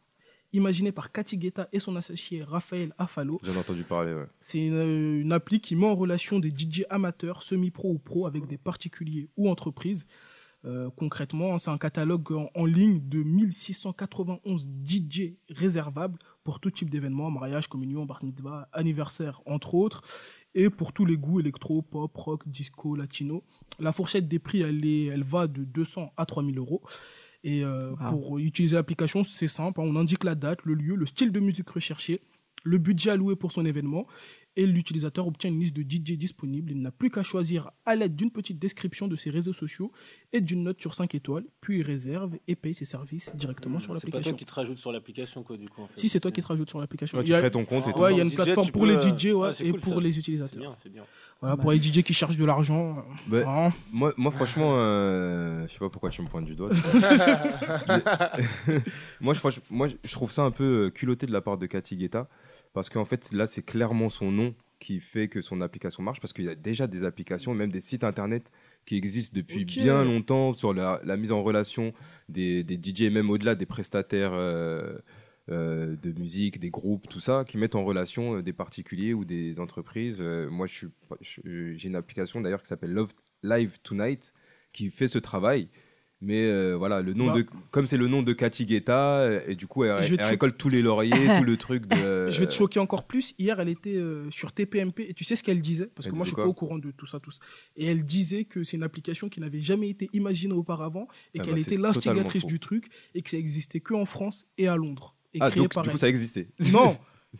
Speaker 2: imaginée par Cathy Guetta et son associé Raphaël Afalo.
Speaker 1: euh, J'en ai entendu parler, ouais.
Speaker 2: C'est une, euh, une appli qui met en relation des DJ amateurs, semi-pro ou pro, avec des particuliers ou entreprises. Euh, concrètement, c'est un catalogue en, en ligne de 1691 DJ réservables pour tout type d'événements, mariage, communion, bar mitzvah, anniversaire, entre autres, et pour tous les goûts électro, pop, rock, disco, latino. La fourchette des prix, elle, est- elle va de 200 à 3000 euros. Et euh,
Speaker 3: Wow.
Speaker 2: pour utiliser l'application, c'est simple. hein. on indique la date, le lieu, le style de musique recherché, le budget alloué pour son événement. Et l'utilisateur obtient une liste de DJ disponibles. Il n'a plus qu'à choisir à l'aide d'une petite description de ses réseaux sociaux et d'une note sur 5 étoiles. Puis il réserve et paye ses services directement sur
Speaker 7: Euh, C'est pas toi
Speaker 2: l'application.
Speaker 7: qui te rajoute sur l'application, quoi, du coup. en fait.
Speaker 2: Si c'est toi qui te rajoutes sur l'application.
Speaker 1: Ouais,
Speaker 2: Il
Speaker 1: tu
Speaker 2: y a-
Speaker 1: crées ton compte et tout.
Speaker 2: Ouais, il y a une
Speaker 7: DJ,
Speaker 2: plateforme
Speaker 7: tu
Speaker 2: pour
Speaker 7: peux,
Speaker 2: les
Speaker 7: euh,
Speaker 2: DJ ouais,
Speaker 7: ouais, c'est
Speaker 2: et
Speaker 7: cool,
Speaker 2: pour
Speaker 7: ça.
Speaker 2: les
Speaker 7: C'est
Speaker 2: utilisateurs.
Speaker 7: bien, c'est bien.
Speaker 2: Voilà, pour les DJ qui cherchent de l'argent.
Speaker 1: Bah,
Speaker 2: hein.
Speaker 1: Moi, moi, franchement, euh, je sais pas pourquoi tu me pointes du doigt. Mais- moi, je, franch- moi, je trouve ça un peu euh, culotté de la part de Cathy Guetta, parce qu'en fait, là, c'est clairement son nom qui fait que son application marche, parce qu'il y a déjà des applications, même des sites internet qui existent depuis
Speaker 7: Ok.
Speaker 1: bien longtemps sur la, la mise en relation des, des DJ, même au-delà des prestataires euh, euh, de musique, des groupes, tout ça, qui mettent en relation euh, des particuliers ou des entreprises. Euh, moi, je suis pas- je- j'ai une application d'ailleurs qui s'appelle Love Live Tonight qui fait ce travail. Mais euh, voilà, le nom
Speaker 2: Bah.
Speaker 1: de, comme c'est le nom de Cathy Guetta, euh, et du coup, elle,
Speaker 2: Je vais te
Speaker 1: elle
Speaker 2: cho-
Speaker 1: récolte tous les lauriers, tout le truc de.
Speaker 2: Je vais te choquer encore plus. Hier, elle était euh, sur TPMP et tu sais ce qu'elle disait Parce que
Speaker 1: Elle
Speaker 2: moi, je
Speaker 1: disait
Speaker 2: suis
Speaker 1: quoi
Speaker 2: pas au courant de tout ça, tous. Et elle disait que c'est une application qui n'avait jamais été imaginée auparavant et
Speaker 1: Ah
Speaker 2: qu'elle
Speaker 1: bah, c'est
Speaker 2: était
Speaker 1: totalement
Speaker 2: l'instigatrice
Speaker 1: faux.
Speaker 2: du truc et que ça existait que en France et à Londres. Et
Speaker 1: Ah,
Speaker 2: créé
Speaker 1: donc
Speaker 2: par
Speaker 1: du coup,
Speaker 2: elle.
Speaker 1: ça existait.
Speaker 2: Non,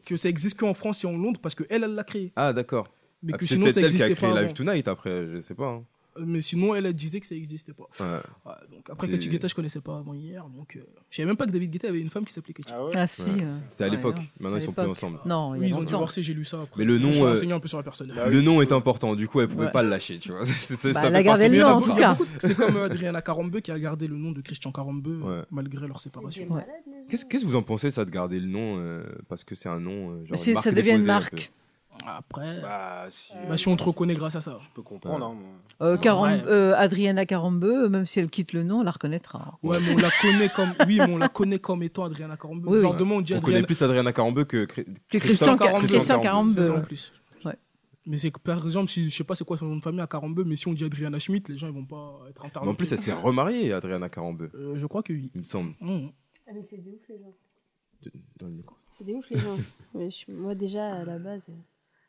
Speaker 2: que ça existe que en France et en Londres parce que elle, elle l'a créé.
Speaker 1: Ah, d'accord.
Speaker 2: Mais
Speaker 1: Ah,
Speaker 2: que
Speaker 1: c'est
Speaker 2: sinon,
Speaker 1: peut-être
Speaker 2: ça
Speaker 1: elle qui a
Speaker 2: existait
Speaker 1: créé
Speaker 2: pas.
Speaker 1: Live
Speaker 2: avant.
Speaker 1: Tonight après, je sais pas. hein.
Speaker 2: Euh, Mais sinon, elle, elle disait que ça existait pas.
Speaker 1: Ouais.
Speaker 2: Ah, donc après,
Speaker 1: C'est-
Speaker 2: Cathy Guetta, je connaissais pas avant hier. Donc, euh, je savais même pas que David Guetta avait une femme qui s'appelait Cathy.
Speaker 5: Ah ouais
Speaker 3: Ah si.
Speaker 1: Ouais.
Speaker 3: euh,
Speaker 1: C'était à
Speaker 3: ouais,
Speaker 1: l'époque.
Speaker 3: non.
Speaker 1: Maintenant,
Speaker 3: À
Speaker 1: ils sont plus
Speaker 3: l'époque.
Speaker 1: ensemble.
Speaker 3: Non, il y a
Speaker 2: oui, ils ont
Speaker 3: longtemps.
Speaker 2: divorcé, j'ai lu ça après.
Speaker 1: Mais le nom,
Speaker 2: Je me suis
Speaker 1: euh,
Speaker 2: renseigné un peu sur la personne. Ah
Speaker 5: Bah,
Speaker 1: Le nom est important. Du coup, elle pouvait
Speaker 3: Ouais.
Speaker 1: pas le lâcher, tu vois. C'est- c'est-
Speaker 3: Bah,
Speaker 1: ça
Speaker 3: elle
Speaker 1: fait
Speaker 3: a gardé
Speaker 1: partie
Speaker 3: le
Speaker 1: du-
Speaker 3: nom en
Speaker 2: Il y
Speaker 3: tout
Speaker 2: a
Speaker 3: cas.
Speaker 2: C'est comme euh, Adriana Carambeu qui a gardé le nom de Christian Carambeu euh,
Speaker 1: Ouais.
Speaker 2: malgré leur séparation.
Speaker 3: Ouais.
Speaker 1: Qu'est-ce qu'est-ce que vous en pensez ça de garder le nom euh, parce que c'est un nom euh, genre
Speaker 3: C'est-
Speaker 1: une marque
Speaker 3: Ça devient une
Speaker 1: déposée un peu.
Speaker 3: marque.
Speaker 2: Après, bah,
Speaker 5: Bah, si.
Speaker 2: si on te reconnaît grâce à ça.
Speaker 5: Je peux comprendre. hein, moi.
Speaker 3: Euh,
Speaker 5: C'est
Speaker 3: Caram-
Speaker 2: Ouais.
Speaker 3: euh, Adriana Carambeu, même si elle quitte le nom, on la reconnaîtra.
Speaker 2: Ouais, mais on la connaît comme, oui, mais on la connaît comme étant Adriana Carambeu.
Speaker 3: Oui,
Speaker 2: Genre
Speaker 1: oui.
Speaker 2: demain on dit
Speaker 1: On connaît
Speaker 2: Adriana
Speaker 1: plus Adriana Carambeu que Cri-
Speaker 3: Que Christian, Car-
Speaker 2: Carambeu.
Speaker 3: Christian
Speaker 2: C'est
Speaker 3: Carambeu.
Speaker 2: ça en plus.
Speaker 3: Ouais.
Speaker 2: Mais c'est que par exemple, si, je sais pas c'est quoi son nom de famille à Carambeu, mais si on dit Adriana Schmidt, les gens ils vont pas être
Speaker 1: Mais
Speaker 2: interloqués.
Speaker 1: en plus, elle s'est remariée, Adriana Carambeu,
Speaker 2: Euh, je crois que oui.
Speaker 1: il me semble.
Speaker 2: Mmh.
Speaker 4: Ah, mais c'est des ouf les gens.
Speaker 1: Dans le micro.
Speaker 4: C'est des ouf les gens. Mais je- moi déjà à la base, euh,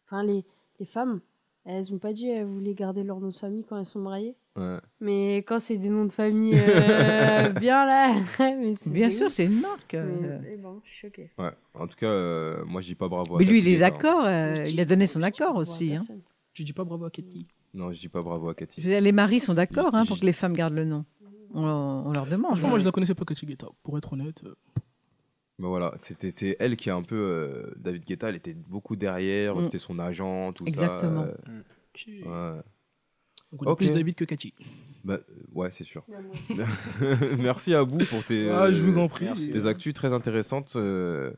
Speaker 4: enfin les, les femmes, elles ont pas dit elles voulaient garder leur nom de famille quand elles sont mariées.
Speaker 1: Ouais.
Speaker 4: Mais quand c'est des noms de famille euh, bien là, mais c'est
Speaker 3: Bien
Speaker 4: des
Speaker 3: sûr,
Speaker 4: ouf.
Speaker 3: c'est une marque. euh.
Speaker 4: Mais, eh ben, je suis choquée.
Speaker 1: Ouais. En tout cas, euh, moi, je dis pas bravo à
Speaker 3: Mais lui, il
Speaker 1: Cathy
Speaker 3: est
Speaker 1: Guetta.
Speaker 3: d'accord. euh,
Speaker 4: Je
Speaker 3: il
Speaker 4: dis-
Speaker 3: a donné
Speaker 4: je
Speaker 3: son
Speaker 4: dis
Speaker 3: accord
Speaker 4: bravo à
Speaker 3: aussi. hein.
Speaker 4: personne.
Speaker 2: Tu dis pas bravo à Katie.
Speaker 1: Non, je dis pas bravo à
Speaker 3: Je
Speaker 1: Cathy.
Speaker 3: veux dire, Les maris sont d'accord hein, pour
Speaker 1: Je-
Speaker 3: que les femmes gardent le nom. On, leur- on leur demande. hein.
Speaker 2: Franchement, moi je la connaissais pas Katie Guetta, pour être honnête. euh.
Speaker 1: Mais voilà, c'était c'est elle qui a un peu euh, David Guetta, elle était beaucoup derrière,
Speaker 3: Mm.
Speaker 1: c'était son agent, tout
Speaker 3: Exactement.
Speaker 1: ça.
Speaker 2: Ok.
Speaker 1: Exactement. Ouais,
Speaker 2: On connaît
Speaker 1: Ok.
Speaker 2: Mm. plus David que Katie.
Speaker 1: Bah, euh, ouais c'est sûr. Merci à vous pour tes euh,
Speaker 2: Ah, je vous en prie.
Speaker 5: merci.
Speaker 1: des actus très intéressantes. Euh,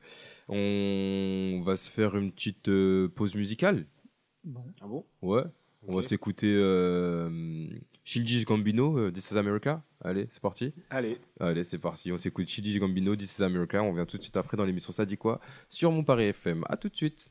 Speaker 1: on va se faire une petite euh, pause musicale.
Speaker 5: Ah bon
Speaker 1: Ouais. On va
Speaker 5: Ok.
Speaker 1: s'écouter euh, Childish Gambino, euh, This is America. Allez, c'est parti.
Speaker 5: Allez.
Speaker 1: Allez, c'est parti. On s'écoute Childish Gambino, This is America. On vient tout de suite après dans l'émission Ça dit quoi sur Mon Paris FM. À tout de suite.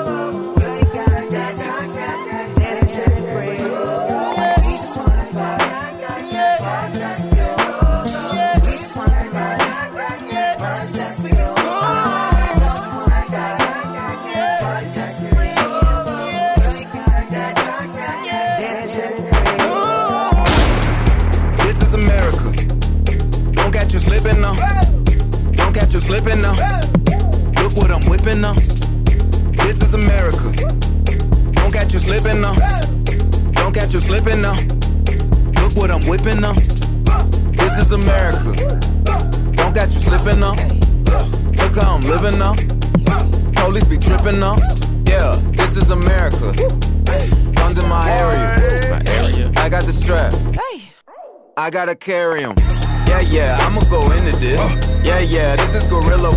Speaker 8: Dance and shake the bread. We just wanna party. Party, just go. don't catch you slipping now. Look what I'm whipping now. This is America. Don't catch you slipping now. Don't catch you slipping now. Look what I'm whipping now. This is America. Don't catch you slipping now. Look how I'm living now. Police be tripping now. Yeah, this is America. Guns in my area. I got the strap. I gotta carry 'em. Yeah, yeah, I'ma go into this. Yeah, yeah, this is gorilla.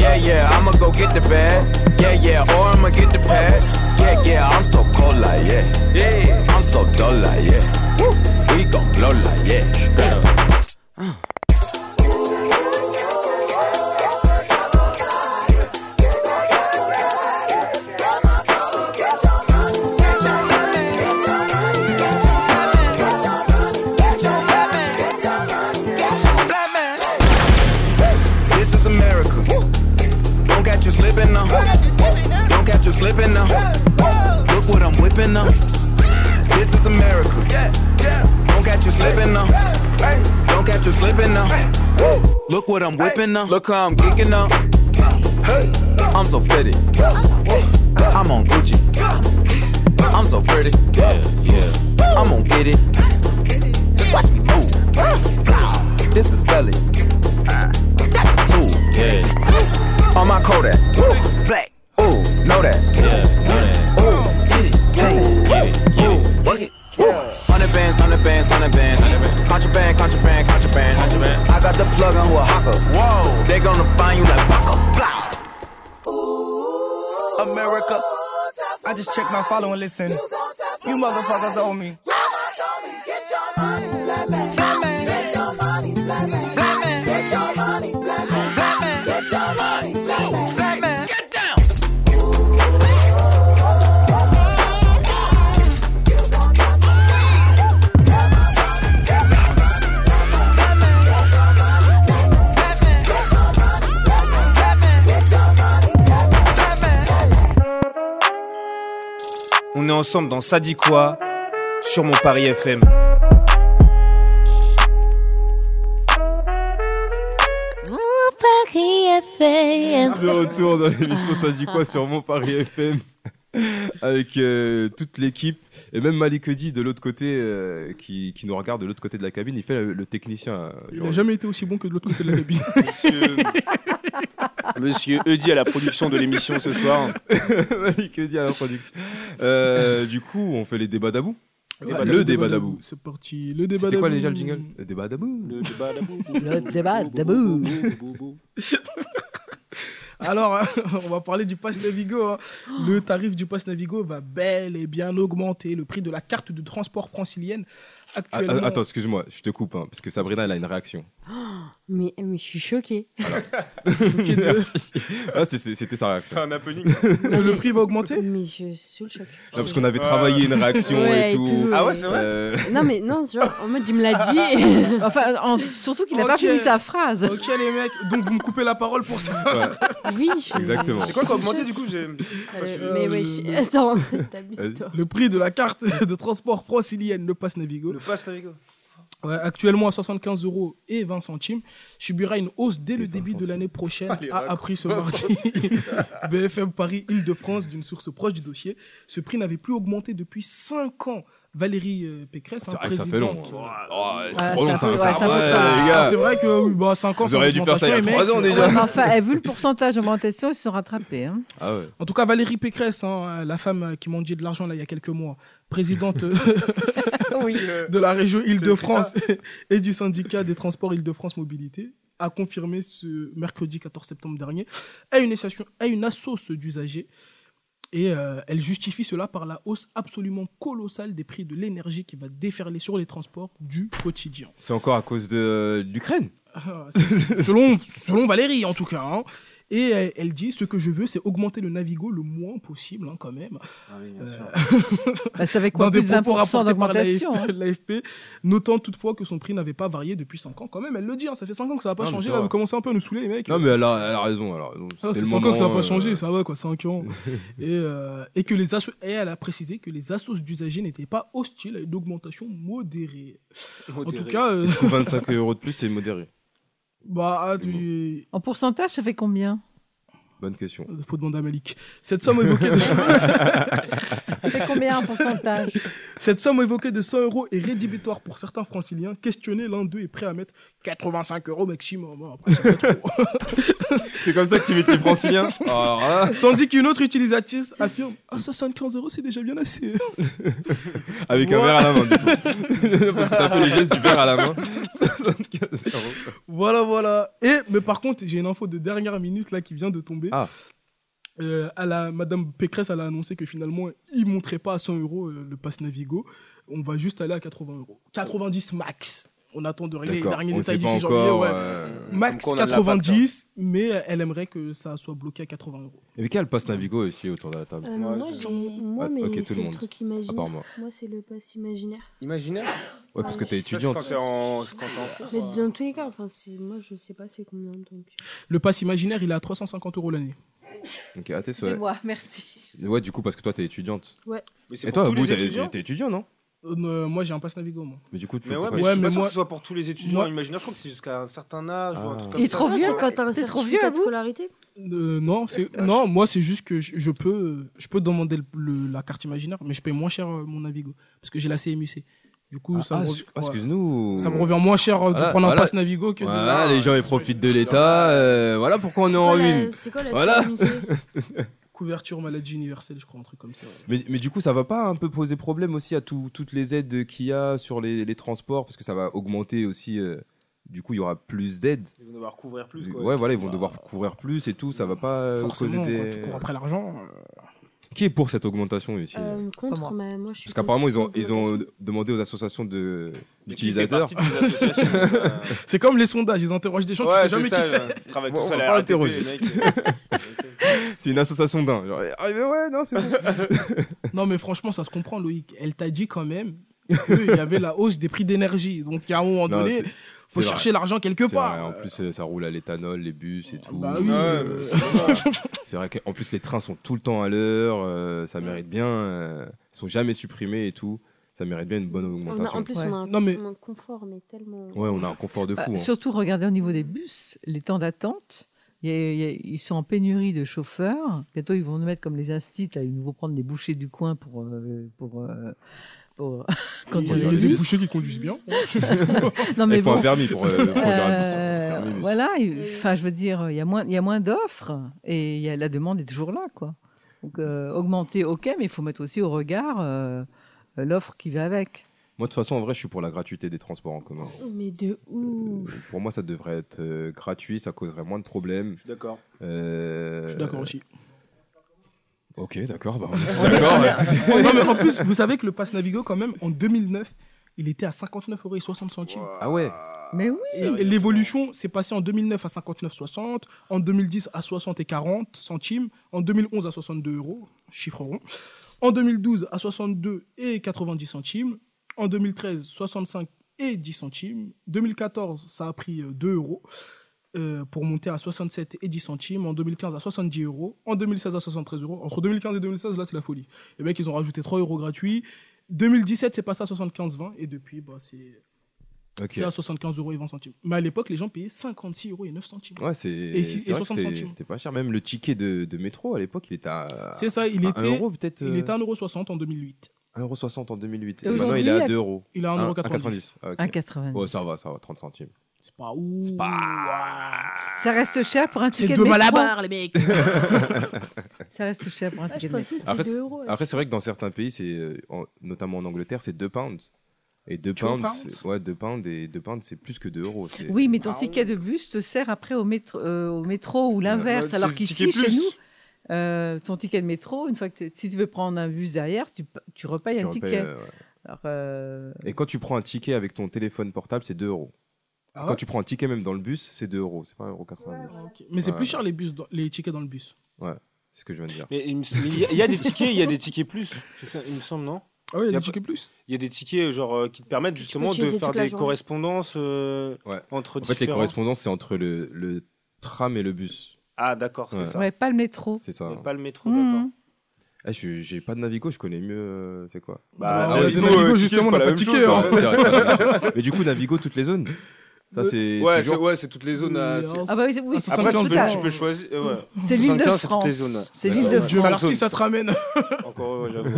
Speaker 8: Yeah, yeah, I'ma go get the bag. Yeah, yeah, or I'ma get the pad. Yeah, yeah, I'm so cold like yeah. Yeah, I'm so dull like yeah. We gon' blow like yeah. This is America. Don't catch you slipping now. Don't catch you slipping now. Look what I'm whipping now. This is America. Don't catch you slipping now. Don't catch you slipping now. Look what I'm whipping now. Look how I'm geeking up. I'm so fitted. I'm on Gucci. I'm so pretty. I'm gonna get it. Watch me move. This is selling. That's a tool. On my Kodak. Black. Ooh, know that. Ooh, get it. Ooh, work it. Hundred bands, hundred bands, hundred bands. Contraband, contraband, contraband. I got the plug on who a hawker. Whoa, they gonna find you like Baka. Blah.
Speaker 9: America. I just checked my follow and listen. You motherfuckers owe me.
Speaker 8: On est ensemble dans Ça dit quoi sur mon Paris FM.
Speaker 10: Paris FM.
Speaker 1: De retour dans l'émission Ça dit quoi sur mon Paris FM avec euh, toute l'équipe et même Malik Eddy de l'autre côté euh, qui, qui nous regarde de l'autre côté de la cabine. Il fait le, le technicien. euh,
Speaker 2: Il
Speaker 1: durant-
Speaker 2: n'a jamais été aussi bon que de l'autre côté de la cabine.
Speaker 5: Monsieur, Monsieur Eudy à la production de l'émission ce soir.
Speaker 1: Malik Eddy à la production. Euh, du coup, on fait les débats d'Abou.
Speaker 2: Ouais,
Speaker 1: Le débat d'Abou.
Speaker 2: C'est parti. Le débat
Speaker 1: C'était quoi
Speaker 2: d'Abou.
Speaker 1: déjà le jingle Le débat d'Abou.
Speaker 5: Le débat d'abou.
Speaker 3: Le débat d'abou.
Speaker 2: Alors, euh, on va parler du pass Navigo. hein. Le tarif du pass Navigo va bel et bien augmenter. Le prix de la carte de transport francilienne
Speaker 1: Ah,
Speaker 2: actuellement.
Speaker 1: ah, attends, excuse-moi, je te coupe hein, parce que Sabrina elle a une réaction.
Speaker 4: Mais, mais je suis choquée.
Speaker 1: Merci. Ah, c'est- c'est- C'était sa réaction.
Speaker 5: C'est un happening.
Speaker 2: Le prix va augmenter
Speaker 4: Mais je suis sous le choc.
Speaker 1: Non, parce qu'on avait travaillé une réaction
Speaker 4: Ouais,
Speaker 1: et tout.
Speaker 5: Ah ouais, c'est vrai
Speaker 1: Euh,
Speaker 4: Non, mais non, genre, en mode, il me l'a dit.
Speaker 3: Enfin, en- surtout qu'il n'a pas
Speaker 2: Ok.
Speaker 3: fini sa phrase.
Speaker 2: Ok les mecs, donc vous me coupez la parole pour ça.
Speaker 1: ouais.
Speaker 4: et- Oui, je
Speaker 1: Exactement.
Speaker 5: C'est quoi qui a augmenté du coup j'ai-
Speaker 4: Euh, mais
Speaker 2: Euh,
Speaker 4: ouais,
Speaker 2: le- euh,
Speaker 4: je- attends, t'abuses
Speaker 1: Vas-y.
Speaker 4: toi.
Speaker 2: Le prix de la carte de transport francilienne, le pass Navigo,
Speaker 5: Le pass Navigo.
Speaker 2: ouais, actuellement à 75 euros et 20 centimes, subira une hausse dès le début de l'année prochaine,
Speaker 5: les
Speaker 2: a appris ce mardi BFM Paris Île-de-France d'une source proche du dossier. Ce prix n'avait plus augmenté depuis 5 ans. Valérie euh, Pécresse,
Speaker 1: C'est
Speaker 2: hein,
Speaker 1: vrai que ça fait long.
Speaker 2: présidente.
Speaker 1: Oh, c'est
Speaker 3: Ouais,
Speaker 1: trop long
Speaker 3: ça
Speaker 1: ça.
Speaker 3: peut- ouais, ça peut faire-
Speaker 1: Ah, les
Speaker 2: Ah,
Speaker 1: gars.
Speaker 2: c'est vrai que oui, bah, 5 ans.
Speaker 1: Vous
Speaker 2: c'est
Speaker 1: auriez dû faire ça il y a
Speaker 2: augmentation, mais-
Speaker 1: 3 ans
Speaker 3: Ouais,
Speaker 1: déjà.
Speaker 3: mais enfin, eh, vu le pourcentage d'augmentation, ils se sont rattrapés. hein.
Speaker 1: Ah ouais.
Speaker 2: En tout cas, Valérie Pécresse, hein, la femme euh, qui mendiait de l'argent là, il y a quelques mois, présidente euh,
Speaker 5: Oui.
Speaker 2: de la région Île-de-France et du syndicat des transports Île-de-France Mobilité a confirmé ce mercredi 14 septembre dernier à une association, à une assoce d'usagers. Et euh, elle justifie cela par la hausse absolument colossale des prix de l'énergie qui va déferler sur les transports du quotidien.
Speaker 1: C'est encore à cause de euh, de l'Ukraine.
Speaker 2: Ah, c'est- selon, selon Valérie, en tout cas. hein. Et elle, elle dit ce que je veux, c'est augmenter le Navigo le moins possible, hein, quand même. Euh,
Speaker 7: Ah oui, bien sûr.
Speaker 3: Bah, ça fait
Speaker 2: Dans
Speaker 3: quoi
Speaker 2: des
Speaker 3: plus de
Speaker 2: propos
Speaker 3: 20%
Speaker 2: rapportés par
Speaker 3: d'augmentation hein.
Speaker 2: l'AFP, notant toutefois que son prix n'avait pas varié depuis 5 ans. Quand même, elle le dit, hein, ça fait 5 ans que ça n'a pas
Speaker 1: Non, mais
Speaker 2: changé.
Speaker 1: c'est
Speaker 2: Là,
Speaker 1: vrai.
Speaker 2: vous commencez un peu à nous saouler, les mecs.
Speaker 1: Non mais elle a, elle a raison alors. Donc,
Speaker 2: Ah,
Speaker 1: c'était
Speaker 2: c'est
Speaker 1: le
Speaker 2: 5 ans que ça n'a
Speaker 1: moment,
Speaker 2: pas changé,
Speaker 1: euh,
Speaker 2: ça va quoi, 5 ans. et, euh, et, que les asso- et elle a précisé que les assos d'usagers n'étaient pas hostiles à une augmentation modérée. En tout cas, euh,
Speaker 1: pour 25 euros de plus, c'est modéré.
Speaker 2: Bah, tu...
Speaker 3: En pourcentage, ça fait combien
Speaker 1: Bonne question.
Speaker 2: Euh, Faut demander à Malik. Cette somme évoquée de...
Speaker 3: C'est combien en pourcentage
Speaker 2: Cette somme évoquée de 100 euros est rédhibitoire pour certains franciliens. Questionné, l'un d'eux est prêt à mettre 85 euros maximum. Bon, après, ça peut être trop.
Speaker 1: C'est comme ça que tu mets tes franciliens Alors hein. là,
Speaker 2: Tandis qu'une autre utilisatrice affirme Ah, 75 euros, c'est déjà bien assez.
Speaker 1: avec un
Speaker 2: Ouais.
Speaker 1: verre à la main, du coup. Parce que t'as fait les gestes du verre à la main. 75 euros.
Speaker 2: Voilà, voilà. Et, mais par contre, j'ai une info de dernière minute là qui vient de tomber.
Speaker 1: Ah.
Speaker 2: Euh, elle a- Madame Pécresse, elle a annoncé que finalement, ils ne monteraient pas à 100 euros euh, le pass Navigo. On va juste aller à 80 euros. 90 max. On attend de régler les
Speaker 1: D'accord,
Speaker 2: derniers
Speaker 1: on
Speaker 2: détails
Speaker 1: sait pas
Speaker 2: d'ici janvier.
Speaker 1: encore.
Speaker 2: ouais.
Speaker 1: euh,
Speaker 2: Max
Speaker 5: Comme quoi, on a de l'impact,
Speaker 2: 90, mais elle aimerait que ça soit bloqué à 80 euros.
Speaker 1: Et quel passe Navigo aussi autour de la table
Speaker 4: Euh, moi, j'ai- moi,
Speaker 1: Ah,
Speaker 4: mais
Speaker 1: ok, tout
Speaker 4: c'est
Speaker 1: le
Speaker 4: le,
Speaker 1: monde.
Speaker 4: truc
Speaker 1: À part
Speaker 4: imaginaire.
Speaker 1: moi.
Speaker 4: Moi, c'est le pass imaginaire.
Speaker 7: Imaginaire
Speaker 1: Ouais, parce que t'es
Speaker 5: Ça, c'est
Speaker 1: étudiante.
Speaker 5: quand t'es en c'est quand t'es en cours.
Speaker 4: Mais dans tous les cas, enfin, c'est- moi, je sais pas c'est combien. Donc...
Speaker 2: Le pass imaginaire, il est à 350 euros l'année.
Speaker 1: Ok, ah, t'es
Speaker 3: C'est
Speaker 1: ouais.
Speaker 3: moi, merci.
Speaker 1: ouais, du coup, parce que toi, t'es étudiante.
Speaker 5: Mais c'est
Speaker 1: Et
Speaker 5: pour
Speaker 1: toi,
Speaker 5: tous
Speaker 1: vous,
Speaker 5: les
Speaker 1: t'es
Speaker 5: étudiants.
Speaker 1: t'es étudiant, non
Speaker 2: Euh, euh, moi, j'ai un pass Navigo, moi.
Speaker 1: Mais du coup, tu
Speaker 5: Mais
Speaker 1: fais
Speaker 5: ouais,
Speaker 1: pas
Speaker 5: mais
Speaker 2: Ouais,
Speaker 5: je suis
Speaker 2: mais
Speaker 5: pas sûr
Speaker 2: moi-
Speaker 5: que ce soit pour tous les étudiants.
Speaker 2: moi-
Speaker 5: Imaginaire, je crois que c'est jusqu'à un certain âge ou un truc
Speaker 1: Ah.
Speaker 5: comme
Speaker 3: Il est
Speaker 5: ça.
Speaker 3: trop
Speaker 4: Ah,
Speaker 3: vieux.
Speaker 4: c'est quand t'as un
Speaker 3: T'es trop
Speaker 4: certificat
Speaker 3: vieux,
Speaker 4: de
Speaker 3: vous
Speaker 4: scolarité
Speaker 2: Euh, non, c'est
Speaker 1: bah,
Speaker 5: vache.
Speaker 2: non, moi c'est juste que je, je peux je peux demander le- le- la carte imaginaire, mais je paye moins cher euh, mon Navigo parce que j'ai la CMUC. Du coup,
Speaker 1: Ah,
Speaker 2: ça,
Speaker 1: ah,
Speaker 2: me
Speaker 1: su-
Speaker 2: rev-
Speaker 1: ah,
Speaker 2: ouais.
Speaker 1: excuse-nous.
Speaker 2: ça me revient moins cher euh, de
Speaker 1: Voilà,
Speaker 2: prendre un
Speaker 1: voilà.
Speaker 2: pass Navigo que euh, de-
Speaker 1: Voilà, les gens ils profitent de l'État. euh, voilà pourquoi on est
Speaker 4: C'est
Speaker 1: en
Speaker 4: quoi la-
Speaker 1: ruine.
Speaker 4: C'est quoi la
Speaker 1: Voilà.
Speaker 4: CMUC
Speaker 1: Euh,
Speaker 2: couverture maladie universelle, je crois un truc comme ça. ouais.
Speaker 1: Mais, mais du coup, ça va pas un peu poser problème aussi à tout- toutes les aides qu'il y a sur les, les transports parce que ça va augmenter aussi. euh, du coup, il y aura plus d'aides.
Speaker 5: Ils vont devoir couvrir plus quoi.
Speaker 1: Ouais, voilà, ils vont devoir couvrir plus et tout. Ça va pas euh, causer
Speaker 2: Forcément,
Speaker 1: des.
Speaker 2: quand tu cours après l'argent. euh,
Speaker 1: Qui est pour cette augmentation aussi
Speaker 4: Euh, Contre,
Speaker 3: moi.
Speaker 4: mais moi, je suis
Speaker 1: Parce qu'apparemment, ils ont,
Speaker 4: contre
Speaker 1: ils ont
Speaker 4: l'augmentation.
Speaker 1: demandé aux associations de-
Speaker 5: Mais qui fait
Speaker 1: d'utilisateurs.
Speaker 5: partie de ces associations, euh,
Speaker 2: C'est comme les sondages, ils interrogent des gens, tu
Speaker 5: Ouais,
Speaker 2: sais jamais
Speaker 5: c'est
Speaker 2: qui c'est.
Speaker 5: ça. Ils travaillent
Speaker 1: Bon, on
Speaker 5: tous à
Speaker 1: va
Speaker 5: la
Speaker 1: pas
Speaker 5: RATP,
Speaker 1: interroger.
Speaker 5: les mecs, euh,
Speaker 1: C'est une association d'un. Genre, ah, mais ouais, non, c'est bon.
Speaker 2: Non, mais franchement, ça se comprend, Loïc. Elle t'a dit quand même qu'il y avait la hausse des prix d'énergie. Donc, à un moment
Speaker 1: Non,
Speaker 2: donné,
Speaker 1: c'est- c'est
Speaker 2: faut
Speaker 1: vrai.
Speaker 2: chercher l'argent quelque
Speaker 1: C'est vrai,
Speaker 2: part.
Speaker 1: En plus, euh, ça roule à l'éthanol, les bus et tout.
Speaker 2: Bah oui,
Speaker 5: Ouais,
Speaker 2: euh,
Speaker 5: mais c'est bon.
Speaker 1: C'est vrai qu'en plus, les trains sont tout le temps à l'heure, euh, ça mérite bien. euh, ils sont jamais supprimés et tout. Ça mérite bien une bonne
Speaker 4: On a-
Speaker 1: augmentation.
Speaker 4: en plus, on a un,
Speaker 2: Non, mais-
Speaker 4: un confort, mais tellement.
Speaker 1: Ouais, on a un confort de
Speaker 3: Bah,
Speaker 1: fou. hein.
Speaker 3: Surtout, regardez au niveau des bus, les temps d'attente. il y a- il y a- ils sont en pénurie de chauffeurs. Bientôt, ils vont nous mettre comme les instits. Là, ils nous vont prendre des bouchers du coin pour. euh, pour, euh, pour-
Speaker 2: il y
Speaker 3: conduire
Speaker 2: a-
Speaker 3: les
Speaker 2: il y a des
Speaker 3: bus.
Speaker 2: bouchers qui conduisent bien.
Speaker 3: Non,
Speaker 1: Il
Speaker 3: mais
Speaker 1: faut
Speaker 3: bon.
Speaker 1: un permis pour euh, conduire un bus.
Speaker 3: Euh,
Speaker 1: Un permis bus.
Speaker 3: voilà, il-
Speaker 4: Et-
Speaker 3: enfin, je veux dire, il y a moins, il y a moins d'offres et il y a, la demande est toujours là, quoi. Donc, euh, augmenter, ok, mais il faut mettre aussi au regard euh, l'offre qui va avec.
Speaker 1: Moi, de toute façon, en vrai, je suis pour la gratuité des transports en commun.
Speaker 4: Mais de ouf
Speaker 1: Euh, Pour moi, ça devrait être euh, gratuit, ça causerait moins de problèmes.
Speaker 5: D'accord.
Speaker 1: Euh,
Speaker 2: Je suis d'accord aussi.
Speaker 1: Ok, d'accord. bah, on est d'accord.
Speaker 2: non, mais en plus, vous savez que le pass Navigo, quand même, en 2009, il était à 59,60 centimes.
Speaker 1: Ah ouais.
Speaker 3: Mais oui.
Speaker 2: Et L'évolution s'est passée en 2009 à 59,60, en 2010 à 60 et 40 centimes, en 2011 à 62 euros, chiffre rond, en 2012 à 62 et 90 centimes, en 2013 65 et 10 centimes, 2014 ça a pris euh, 2 euros euh, pour monter à 67 et 10 centimes, en 2015 à 70 euros, en 2016 à 73 euros. Entre 2015 et 2016, là c'est la folie. Les mecs ils ont rajouté 3 euros gratuits. 2017 c'est passé à 75,20 et depuis bah, c'est
Speaker 1: Ok.
Speaker 2: c'est à 75 euros et 20 centimes. Mais à l'époque, les gens payaient 56 euros et 9 centimes.
Speaker 1: Ouais, c'est.
Speaker 2: Et si-
Speaker 1: c'est
Speaker 2: et
Speaker 1: vrai que
Speaker 2: 60
Speaker 1: c'était-
Speaker 2: centimes.
Speaker 1: C'était pas cher. Même le ticket de, de métro à l'époque, il était à.
Speaker 2: C'est ça, il
Speaker 1: à
Speaker 2: était,
Speaker 1: 1 euro peut-être.
Speaker 2: il
Speaker 1: euh,
Speaker 2: était à 1,60€ en 2008.
Speaker 1: 1,60€ en 2008.
Speaker 3: Et
Speaker 1: Et maintenant, il
Speaker 3: aujourd'hui,
Speaker 1: est à
Speaker 3: à-
Speaker 1: 2 euros.
Speaker 2: Il est à 1,90€.
Speaker 1: Ah, ok.
Speaker 3: 1,80.
Speaker 1: Ouais, ça va, ça va, 30 centimes.
Speaker 2: C'est pas ouf.
Speaker 1: C'est pas-
Speaker 3: Ça reste cher pour un
Speaker 2: C'est
Speaker 3: ticket de
Speaker 2: deux balles à
Speaker 3: métro.
Speaker 2: barre, les mecs.
Speaker 3: Ça reste cher pour un
Speaker 4: Ah, je
Speaker 3: ticket de métro.
Speaker 4: pensais que c'était
Speaker 1: Après,
Speaker 4: 2 euros.
Speaker 1: Après, c'est vrai que dans certains pays, c'est euh, en- notamment en Angleterre, c'est 2 pounds. Et 2
Speaker 2: Two
Speaker 1: pounds,
Speaker 2: pounds
Speaker 1: c'est- ouais, 2 pounds et 2 pounds, c'est plus que 2 euros. c'est- Ah
Speaker 3: Ah Oui, mais ton ticket de bus te sert après au métro, euh, au métro ou l'inverse.
Speaker 5: c'est
Speaker 3: alors
Speaker 5: le ticket
Speaker 3: qu'ici, chez
Speaker 5: plus.
Speaker 3: nous, euh, ton ticket de métro, une fois que t'es- si tu veux prendre un bus derrière, tu, pa- tu repayes
Speaker 1: tu
Speaker 3: un
Speaker 1: repayes,
Speaker 3: ticket.
Speaker 1: euh, ouais.
Speaker 3: Alors, euh,
Speaker 1: Et quand tu prends un ticket avec ton téléphone portable, c'est 2 euros.
Speaker 2: Ah
Speaker 1: Quand
Speaker 2: ouais
Speaker 1: tu prends un ticket même dans le bus, c'est 2 euros. C'est pas 1,90€.
Speaker 2: Ok. Mais c'est
Speaker 1: Ouais.
Speaker 2: plus cher les, bus dans- les tickets dans le bus.
Speaker 1: C'est ce que je viens de dire.
Speaker 5: Mais il me- mais il y a- il y a des tickets, il y a des tickets plus. C'est ça, Il me semble non
Speaker 2: Ah oui,
Speaker 5: Y
Speaker 2: il y a
Speaker 5: a
Speaker 2: des
Speaker 5: pas-
Speaker 2: tickets plus.
Speaker 5: Il y a des tickets genre euh, qui te permettent justement de
Speaker 4: utiliser
Speaker 5: faire
Speaker 4: toute la
Speaker 5: des
Speaker 4: journée.
Speaker 5: correspondances euh,
Speaker 1: Ouais.
Speaker 5: entre
Speaker 1: En fait, les
Speaker 5: différents.
Speaker 1: correspondances, c'est entre le, le tram et le bus.
Speaker 5: ah d'accord,
Speaker 1: Ouais.
Speaker 5: c'est ça.
Speaker 3: ouais, pas le métro.
Speaker 1: C'est ça.
Speaker 5: Mais Pas le métro, d'accord.
Speaker 3: Mmh.
Speaker 1: Ah, je- j'ai pas de Navigo, je connais mieux. euh, c'est quoi
Speaker 2: Bah,
Speaker 1: ouais,
Speaker 2: Navigo,
Speaker 5: euh,
Speaker 2: justement,
Speaker 5: ticket,
Speaker 2: on n'a
Speaker 5: c'est
Speaker 2: pas
Speaker 5: la
Speaker 2: de
Speaker 5: même
Speaker 2: ticket,
Speaker 5: chose,
Speaker 2: hein.
Speaker 5: hein.
Speaker 1: C'est vrai, c'est pas la même chose. Mais du coup, Navigo, toutes les zones. Ça, c'est
Speaker 5: Ouais, c'est
Speaker 1: toujours-
Speaker 5: ouais, c'est toutes les zones. à- c'est-
Speaker 3: Ah bah oui, c'est- oui, c'est-
Speaker 5: Après, tu
Speaker 3: tout
Speaker 5: peux,
Speaker 3: à-
Speaker 5: tu peux choisir. euh, Ouais.
Speaker 3: C'est l'île de
Speaker 5: 75, c'est
Speaker 3: France.
Speaker 5: toutes les zones.
Speaker 3: C'est
Speaker 5: Ouais.
Speaker 3: l'île de
Speaker 5: Ouais.
Speaker 3: France.
Speaker 5: Cinq
Speaker 2: si
Speaker 5: zones.
Speaker 2: ça te ramène.
Speaker 5: Encore, ouais, j'avoue.
Speaker 1: Non,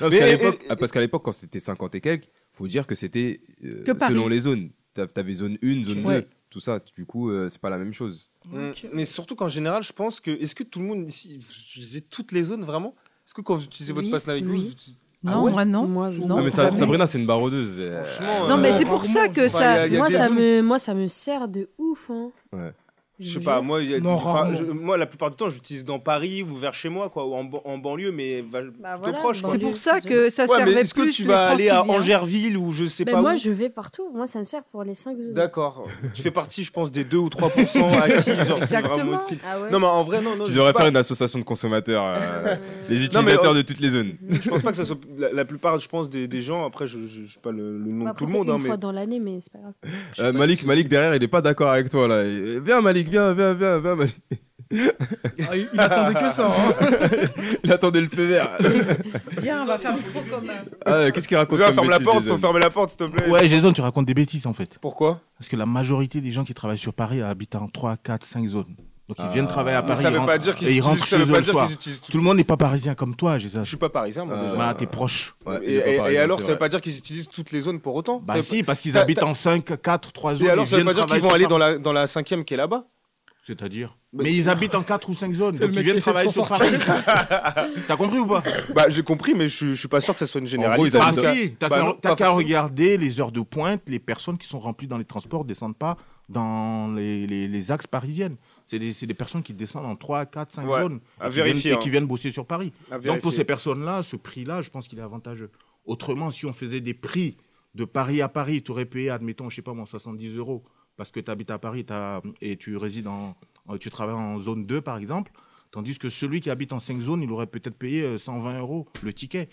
Speaker 1: parce
Speaker 5: Mais-
Speaker 1: qu'à l'époque-
Speaker 5: et-
Speaker 1: ah, parce qu'à l'époque, quand c'était 50 et quelques, faut dire que c'était euh,
Speaker 3: Que Paris.
Speaker 1: selon les zones. T'av- T'avais zone 1, zone 2,
Speaker 3: Ouais.
Speaker 1: tout ça. Du coup, euh, c'est pas la même chose.
Speaker 5: Mm.
Speaker 3: euh,
Speaker 2: Ok.
Speaker 5: Mais surtout qu'en général, je pense que. Est-ce que tout le monde ici. Vous utilisez toutes les zones vraiment Est-ce que quand vous utilisez votre
Speaker 4: Oui,
Speaker 5: passe Navigo
Speaker 4: oui.
Speaker 5: vous utilisez-
Speaker 3: Non,
Speaker 5: Ah ouais
Speaker 3: moi non.
Speaker 4: Moi, oui.
Speaker 3: Non,
Speaker 1: Ah, mais ça-
Speaker 3: vraiment.
Speaker 1: Sabrina, c'est une barodeuse. euh,
Speaker 5: Franchement,
Speaker 3: Non, mais
Speaker 5: euh,
Speaker 3: c'est pour ça que
Speaker 5: Enfin, il y a-
Speaker 3: ça.
Speaker 5: il y a
Speaker 4: moi,
Speaker 5: des
Speaker 4: ça
Speaker 5: zones-
Speaker 4: me, moi, ça me sert de ouf. Hein.
Speaker 1: Ouais.
Speaker 5: Je sais pas, moi, il y a des-
Speaker 2: Non,
Speaker 5: enfin,
Speaker 2: rarement.
Speaker 5: je- moi, la plupart du temps, j'utilise dans Paris ou vers chez moi, quoi, ou en, ban- en banlieue, mais
Speaker 3: Bah
Speaker 5: va- plutôt
Speaker 4: voilà,
Speaker 5: proche.
Speaker 4: dans
Speaker 5: quoi.
Speaker 3: C'est pour ça que ça
Speaker 5: Ouais, mais
Speaker 3: servait
Speaker 5: est-ce
Speaker 3: plus
Speaker 5: que tu
Speaker 3: les
Speaker 5: vas aller à
Speaker 3: Franciliens.
Speaker 5: Angerville ou je sais
Speaker 4: Ben,
Speaker 5: pas
Speaker 4: moi,
Speaker 5: où
Speaker 4: je vais partout. Moi, ça me sert pour les 5 zones.
Speaker 5: D'accord. tu fais partie, je pense, des 2 ou 3% à qui genre, c'est vraiment
Speaker 3: Exactement.
Speaker 5: utile.
Speaker 4: Ah ouais.
Speaker 5: Non, mais en vrai, non, non.
Speaker 1: Tu
Speaker 5: je
Speaker 1: devrais
Speaker 5: sais pas.
Speaker 1: faire une association de consommateurs, euh, les
Speaker 5: Non, mais,
Speaker 1: utilisateurs de toutes les zones.
Speaker 5: Je pense pas que ça soit la, la plupart, je pense, des, des gens. Après, je, je, je sais pas le, le nom de
Speaker 4: Bon,
Speaker 5: tout
Speaker 4: après,
Speaker 5: le
Speaker 4: Bah, c'est
Speaker 5: monde,
Speaker 4: une
Speaker 5: hein, mais
Speaker 4: fois dans l'année, mais c'est pas grave.
Speaker 1: Euh, Malik, Malik derrière, il est pas d'accord avec toi là. Il- Viens Malik, viens, viens, viens, viens Malik.
Speaker 2: Ah, il il attendait que ça. hein.
Speaker 1: Il attendait le feu vert.
Speaker 3: Viens, on va faire micro commun.
Speaker 1: Ah, Qu'est-ce qu'il raconte
Speaker 5: Déjà,
Speaker 1: comme
Speaker 5: ferme la
Speaker 1: bêtise,
Speaker 5: porte,
Speaker 1: les
Speaker 5: faut
Speaker 1: hommes
Speaker 5: fermer la porte, s'il te plaît.
Speaker 11: Ouais, Jason, tu racontes des bêtises en fait.
Speaker 5: Pourquoi
Speaker 11: Parce que la majorité des gens qui travaillent sur Paris habitent en 3, 4, 5 zones. Donc ils
Speaker 1: Ah.
Speaker 11: viennent travailler à
Speaker 5: Mais
Speaker 11: Paris.
Speaker 5: ça
Speaker 11: ils
Speaker 5: veut
Speaker 11: rentrent-
Speaker 5: pas dire qu'ils
Speaker 11: et ils rentrent
Speaker 5: utilisent, ça
Speaker 11: chez
Speaker 5: veut
Speaker 11: eux
Speaker 5: pas
Speaker 11: le
Speaker 5: dire
Speaker 11: soir.
Speaker 5: qu'ils utilisent
Speaker 11: Tout le monde n'est pas parisien comme toi, Jason.
Speaker 5: Je suis pas parisien, moi.
Speaker 1: Euh,
Speaker 5: déjà.
Speaker 11: Bah, t'es proche.
Speaker 1: Ouais,
Speaker 5: et,
Speaker 1: il est pas
Speaker 5: et- et
Speaker 1: parisien,
Speaker 5: alors,
Speaker 1: c'est
Speaker 5: ça veut
Speaker 1: vrai.
Speaker 5: pas dire qu'ils utilisent toutes les zones pour autant
Speaker 11: Bah
Speaker 5: Ça veut-
Speaker 11: si, parce qu'ils
Speaker 5: t'as-
Speaker 11: habitent en 5, 4, 3 zones.
Speaker 5: Et alors,
Speaker 11: ils
Speaker 5: ça veut
Speaker 11: viennent
Speaker 5: pas dire qu'ils
Speaker 11: travailler
Speaker 5: vont
Speaker 11: sur
Speaker 5: aller
Speaker 11: Paris.
Speaker 5: dans la, dans la cinquième qui est là-bas
Speaker 11: C'est-à-dire
Speaker 5: Bah,
Speaker 11: Mais
Speaker 5: c'est-
Speaker 11: ils habitent en 4 ou 5 zones,
Speaker 2: C'est le
Speaker 11: donc ils
Speaker 2: mec
Speaker 11: viennent
Speaker 2: qui essaie de
Speaker 11: travailler
Speaker 2: s'en
Speaker 11: sur Paris. T'as compris ou pas
Speaker 5: Bah, j'ai compris, mais je, je suis pas sûr que ça soit une généralité.
Speaker 1: ils
Speaker 11: Ah
Speaker 1: habitent-
Speaker 5: tout cas.
Speaker 11: si, t'as
Speaker 5: Bah
Speaker 11: qu'à-
Speaker 5: non,
Speaker 11: t'as
Speaker 5: pas
Speaker 11: qu'à
Speaker 5: forcément.
Speaker 11: regarder les heures de pointe, les personnes qui sont remplies dans les transports descendent pas dans les, les- les axes parisiennes. C'est des, c'est des personnes qui descendent en 3, 4, 5
Speaker 5: Ouais,
Speaker 11: zones
Speaker 5: à
Speaker 11: et, qui
Speaker 5: vérifier,
Speaker 11: viennent, et
Speaker 5: hein.
Speaker 11: qui viennent bosser sur Paris.
Speaker 5: À
Speaker 11: Donc pour
Speaker 5: vérifier.
Speaker 11: ces personnes-là, ce prix-là, je pense qu'il est avantageux. Autrement, si on faisait des prix de Paris à Paris, tu aurais payé, admettons, je sais pas moi, 70 euros parce que tu habites à Paris t'as- et tu résides en, en- tu travailles en zone 2 par exemple, tandis que celui qui habite en 5 zones, il aurait peut-être payé euh, 120 euros le ticket.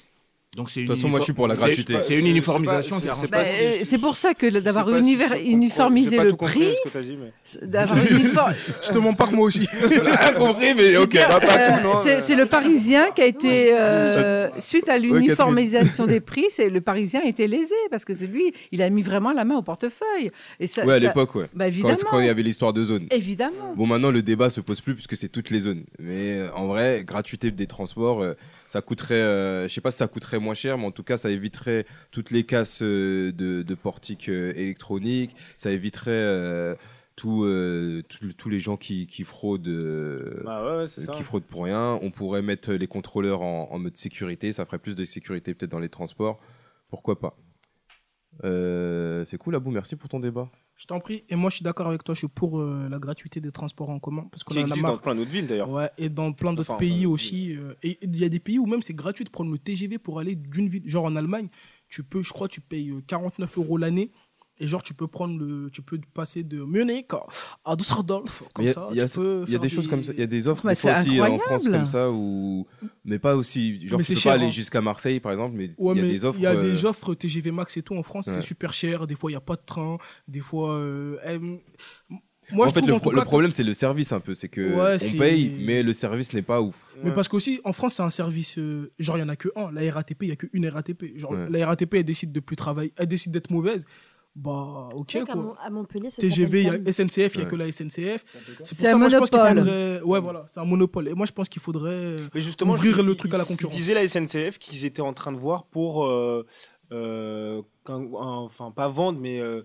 Speaker 11: Donc c'est
Speaker 1: De
Speaker 11: une
Speaker 1: toute façon, moi,
Speaker 11: unifor-
Speaker 1: je suis pour la
Speaker 11: c'est-
Speaker 1: gratuité.
Speaker 11: C'est une
Speaker 5: C'est-
Speaker 11: uniformisation
Speaker 5: c'est
Speaker 11: qui
Speaker 5: pas-
Speaker 11: arrange
Speaker 5: c'est pas-
Speaker 11: pas.
Speaker 3: Bah,
Speaker 5: si-
Speaker 3: euh, c'est pour ça que le- d'avoir
Speaker 5: Je sais pas si je
Speaker 3: univer-
Speaker 5: comprends- j'ai
Speaker 3: uniformisé
Speaker 5: pas
Speaker 3: le
Speaker 5: tout compris
Speaker 3: prix,
Speaker 5: ce que t'as dit, mais-
Speaker 3: c'est- d'avoir unifor-
Speaker 2: Je te mens pas que moi aussi.
Speaker 1: J'ai compris, mais
Speaker 3: Je veux
Speaker 1: ok.
Speaker 3: dire,
Speaker 5: bah, pas
Speaker 3: euh,
Speaker 5: tout, non,
Speaker 3: c'est-
Speaker 5: euh.
Speaker 3: C'est le Parisien qui a été euh, suite à l'uniformisation des prix, c'est le Parisien a été lésé parce que c'est lui, il a mis vraiment la main au portefeuille. Et ça,
Speaker 1: Ouais, à
Speaker 3: ça-
Speaker 1: l'époque, ouais.
Speaker 3: bah,
Speaker 1: Quand
Speaker 3: évidemment,
Speaker 1: quand il y avait l'histoire de zones.
Speaker 5: Mm.
Speaker 3: évidemment.
Speaker 1: Bon, maintenant, le débat se pose plus puisque c'est toutes les zones. Mais euh, en vrai, gratuité des transports, euh, ça coûterait, euh, je sais pas si ça coûterait moins cher, mais en tout cas, ça éviterait toutes les casses euh, de, de portiques euh, électroniques, ça éviterait euh, tout, euh, tout- tous les gens qui, qui fraudent. euh,
Speaker 5: Bah ouais, ouais, c'est
Speaker 1: euh,
Speaker 5: ça.
Speaker 1: qui fraudent pour rien. On pourrait mettre les contrôleurs en, en mode sécurité. Ça ferait plus de sécurité peut-être dans les transports. Pourquoi pas Euh, C'est cool, Abou. Merci pour ton débat.
Speaker 2: Je t'en prie. Et moi, je suis d'accord avec toi. Je suis pour euh, la gratuité des transports en commun parce qu'on
Speaker 5: Qui
Speaker 2: en a
Speaker 5: existe dans
Speaker 2: marre.
Speaker 5: plein d'autres villes d'ailleurs.
Speaker 2: Ouais, et dans plein d'autres
Speaker 5: Enfin,
Speaker 2: pays
Speaker 5: euh,
Speaker 2: aussi. euh, et il y a des pays où même c'est gratuit de prendre le TGV pour aller d'une ville. Genre en Allemagne, tu peux, je crois, tu payes euh, 49 euros l'année. Et genre, tu peux prendre le, tu peux passer de Munich à Düsseldorf. Comme
Speaker 1: Mais
Speaker 2: ça,
Speaker 1: il y a,
Speaker 2: tu peux
Speaker 1: il y
Speaker 2: faire
Speaker 1: a des choses comme ça, il y a des offres
Speaker 3: Bah,
Speaker 1: des fois
Speaker 3: c'est
Speaker 1: aussi euh, en
Speaker 3: incroyable.
Speaker 1: France comme ça où mais pas aussi genre
Speaker 2: Mais
Speaker 1: tu
Speaker 2: c'est
Speaker 1: peux
Speaker 2: cher,
Speaker 1: pas aller
Speaker 2: hein.
Speaker 1: jusqu'à Marseille par exemple mais il
Speaker 2: Ouais,
Speaker 1: y a
Speaker 2: mais
Speaker 1: des offres
Speaker 2: Il y a
Speaker 1: euh,
Speaker 2: des offres TGV Max et tout en France,
Speaker 1: ouais.
Speaker 2: c'est super cher. Des fois, il n'y a pas de train. Des fois. euh, eh, m- moi,
Speaker 1: en
Speaker 2: je
Speaker 1: fait
Speaker 2: trouve
Speaker 1: le,
Speaker 2: en
Speaker 1: pro-
Speaker 2: tout
Speaker 1: le
Speaker 2: cas que-
Speaker 1: problème c'est le service un peu c'est que
Speaker 2: Ouais,
Speaker 1: on
Speaker 2: c'est-
Speaker 1: paye mais le service n'est pas ouf.
Speaker 2: Mais parce qu'aussi, en France, c'est un service. euh, genre, il n'y en a que un. La RATP, il n'y a qu'une RATP. Genre,
Speaker 1: Ouais.
Speaker 2: la RATP, elle décide de plus travailler. Elle décide d'être mauvaise. Bah,
Speaker 4: Tu
Speaker 2: ok,
Speaker 4: sais qu'à Mon-
Speaker 2: quoi.
Speaker 4: à Montpellier, ça
Speaker 2: TGV, il y
Speaker 4: s'appelle
Speaker 2: a SNCF, il n'y a
Speaker 1: Ouais.
Speaker 2: que la SNCF. C'est pour
Speaker 3: C'est
Speaker 2: ça
Speaker 3: un
Speaker 2: moi, je pense qu'il
Speaker 3: monopole.
Speaker 2: faudrait. Ouais, voilà, c'est un monopole. Et moi, je pense qu'il faudrait.
Speaker 5: Mais justement,
Speaker 2: Ouvrir
Speaker 5: je-
Speaker 2: le
Speaker 5: il-
Speaker 2: truc à la
Speaker 5: il-
Speaker 2: concurrence.
Speaker 5: Il disait la SNCF qu'ils étaient en train de voir pour, euh, euh, qu'un- un- enfin pas vendre, mais euh,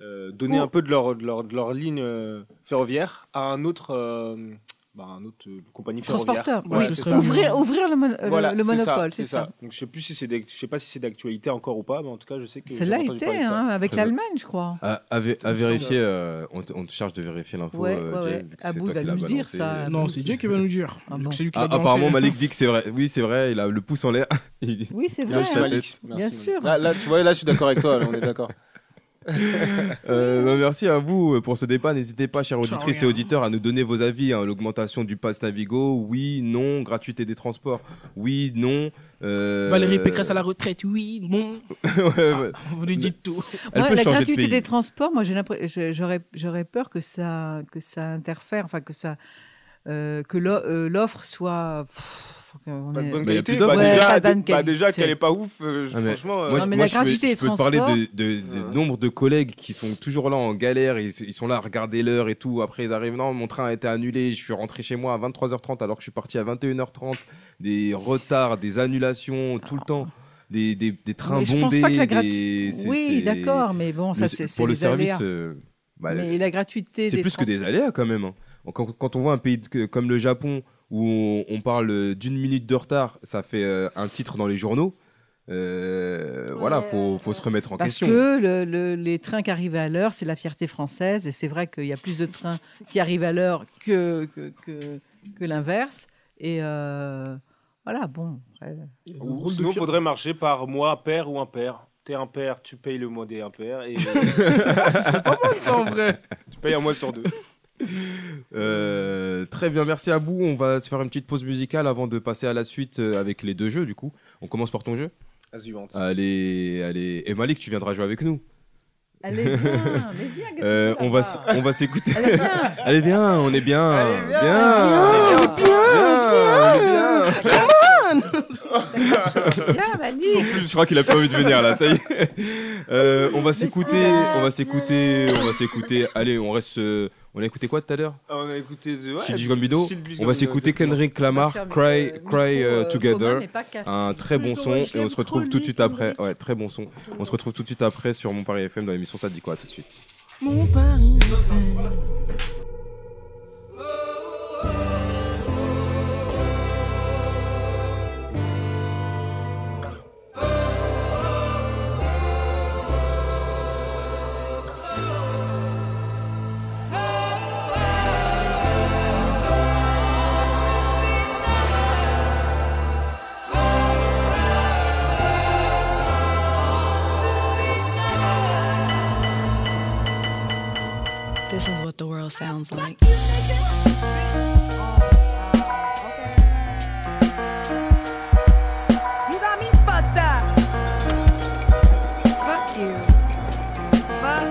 Speaker 5: euh, donner un peu de leur, de leur, de leur ligne euh, ferroviaire à un autre, euh, bah, un autre euh, compagnie ferroviaire.
Speaker 3: Transporteur,
Speaker 2: Ouais,
Speaker 3: oui.
Speaker 2: ce
Speaker 5: c'est
Speaker 2: serait
Speaker 5: ça.
Speaker 3: Ouvrir, ouvrir le, mon- euh,
Speaker 5: Voilà,
Speaker 3: le
Speaker 5: c'est ça,
Speaker 3: monopole, c'est ça.
Speaker 5: Donc je sais plus si c'est d'ac- je sais pas si c'est d'actualité encore ou pas, mais en tout cas je sais que.
Speaker 3: Celle-là
Speaker 5: j'ai entendu
Speaker 3: était
Speaker 5: parler de ça.
Speaker 3: hein, avec
Speaker 1: Très bien.
Speaker 3: l'Allemagne, je crois.
Speaker 1: À, à vé- à
Speaker 2: me semble.
Speaker 1: vérifier euh, on, te, on te charge de vérifier l'info
Speaker 3: Ouais,
Speaker 1: euh,
Speaker 3: ouais,
Speaker 1: Jay,
Speaker 3: ouais.
Speaker 1: vu que
Speaker 3: Abou
Speaker 1: c'est toi
Speaker 3: va
Speaker 1: qui l'as
Speaker 3: nous le dire,
Speaker 1: balancé.
Speaker 3: ça.
Speaker 1: Ah,
Speaker 2: Non, c'est Dieu qui va nous le dire.
Speaker 3: Ah bon.
Speaker 2: C'est lui qui l'a balancé.
Speaker 1: apparemment Malik dit que c'est vrai. Oui, c'est vrai, il a le pouce en l'air. Il-
Speaker 3: Oui, c'est vrai.
Speaker 1: Merci,
Speaker 5: Merci,
Speaker 1: Malik.
Speaker 5: Malik. Merci,
Speaker 3: Bien
Speaker 5: Malik.
Speaker 3: sûr.
Speaker 5: Là, là, tu vois, là je suis d'accord avec toi, là, on est d'accord.
Speaker 1: Euh, bah, merci à vous pour ce débat. N'hésitez pas, chers auditrices et
Speaker 2: rien.
Speaker 1: auditeurs, à nous donner vos avis. hein. L'augmentation du pass Navigo, oui, non. Gratuité des transports, oui, non. Euh,
Speaker 2: Valérie Pécresse à la retraite, oui, bon,
Speaker 1: Ouais, ouais.
Speaker 2: vous lui dites tout.
Speaker 1: Elle
Speaker 3: Moi,
Speaker 1: peut
Speaker 3: la
Speaker 1: changer de
Speaker 3: gratuité
Speaker 1: pays.
Speaker 3: des transports, moi, j'ai l'impression- je- j'aurais, j'aurais peur que ça, que ça interfère, enfin que ça, euh, que l'o- euh, l'offre soit pff, faut qu'on
Speaker 5: Pas de
Speaker 3: ait-
Speaker 5: bonne
Speaker 1: Mais il y a
Speaker 5: qualité.
Speaker 1: plus d'offres.
Speaker 5: Bah,
Speaker 1: Ouais,
Speaker 5: déjà,
Speaker 3: pas de bonne
Speaker 5: bah, déjà
Speaker 3: qualité.
Speaker 5: qu'elle est pas ouf. euh, je-
Speaker 1: Ah, mais
Speaker 5: franchement, euh,
Speaker 1: moi, je-
Speaker 3: mais
Speaker 1: moi,
Speaker 3: la
Speaker 1: je, peux,
Speaker 3: gratuité
Speaker 1: je
Speaker 3: des
Speaker 1: peux te parler
Speaker 3: transports.
Speaker 1: de, de- de nombre de collègues qui sont toujours là en galère, ils, ils sont là à regarder l'heure et tout. Après, ils arrivent, non, mon train a été annulé, je suis rentré chez moi à 23h30 alors que je suis parti à 21h30. Des retards, des annulations, tout le temps. Des, des, des trains
Speaker 3: Mais je pense
Speaker 1: bondés.
Speaker 3: pas que la grat-
Speaker 1: des- c'est-
Speaker 3: Oui,
Speaker 1: c'est-
Speaker 3: d'accord, mais bon, ça,
Speaker 1: le-
Speaker 3: c'est- c'est
Speaker 1: Pour le
Speaker 3: les
Speaker 1: service,
Speaker 3: aléas.
Speaker 1: euh, bah,
Speaker 3: Mais la gratuité.
Speaker 1: c'est
Speaker 3: des
Speaker 1: plus que des
Speaker 3: transports-
Speaker 1: aléas quand même. hein. Quand, quand on voit un pays que- comme le Japon où on, on parle euh, d'une minute de retard, ça fait euh, un titre dans les journaux. Euh, voilà, faut, faut se remettre en
Speaker 3: Parce
Speaker 1: question.
Speaker 3: que le- le- les trains qui arrivent à l'heure, c'est la fierté française. Et c'est vrai qu'il y a plus de trains qui arrivent à l'heure que, que, que, que l'inverse. Et euh, voilà, bon. après, euh.
Speaker 5: Ou sinon, faudrait marcher par mois pair ou impair. T'es impair, tu payes le mois des impairs. Et... Ah, Ce serait pas mal ça en vrai. Tu payes un mois sur deux.
Speaker 1: Euh, très bien, merci à vous. On va se faire une petite pause musicale avant de passer à la suite euh, avec les deux jeux. Du coup, on commence par ton jeu.
Speaker 5: La suivante.
Speaker 1: Allez, allez. Et Malik, tu viendras jouer avec nous.
Speaker 3: Allez, viens, mais viens, que tu
Speaker 1: Euh,
Speaker 3: vas
Speaker 1: on va,
Speaker 3: voir.
Speaker 1: s- on va s'écouter.
Speaker 3: Allez, viens.
Speaker 1: Allez, viens, on est bien. bien,
Speaker 3: viens,
Speaker 1: bien, bien.
Speaker 3: Viens, Malik
Speaker 1: Je crois qu'il a pas envie de venir là, ça y est. Euh, on va
Speaker 3: si,
Speaker 1: s'écouter, on va s'écouter, on va s'écouter. Allez, on reste. euh, on a écouté quoi tout à l'heure
Speaker 5: Ah, on a écouté The
Speaker 1: Childish Gambino. On va s'écouter Kendrick Lamar,
Speaker 3: Sur le
Speaker 1: Cry,
Speaker 3: micro,
Speaker 1: Cry euh,
Speaker 3: euh, commun,
Speaker 1: Together.
Speaker 3: mais pas cassé.
Speaker 1: Un très bon son et on se retrouve tout de suite après. Ouais, très bon son. On se retrouve tout de suite après sur Mon Paris FM dans l'émission. Ça te dit quoi tout de suite
Speaker 9: Mon pari est fait.
Speaker 12: This is what the world sounds like.
Speaker 13: You got me fucked up. Fuck you. Fuck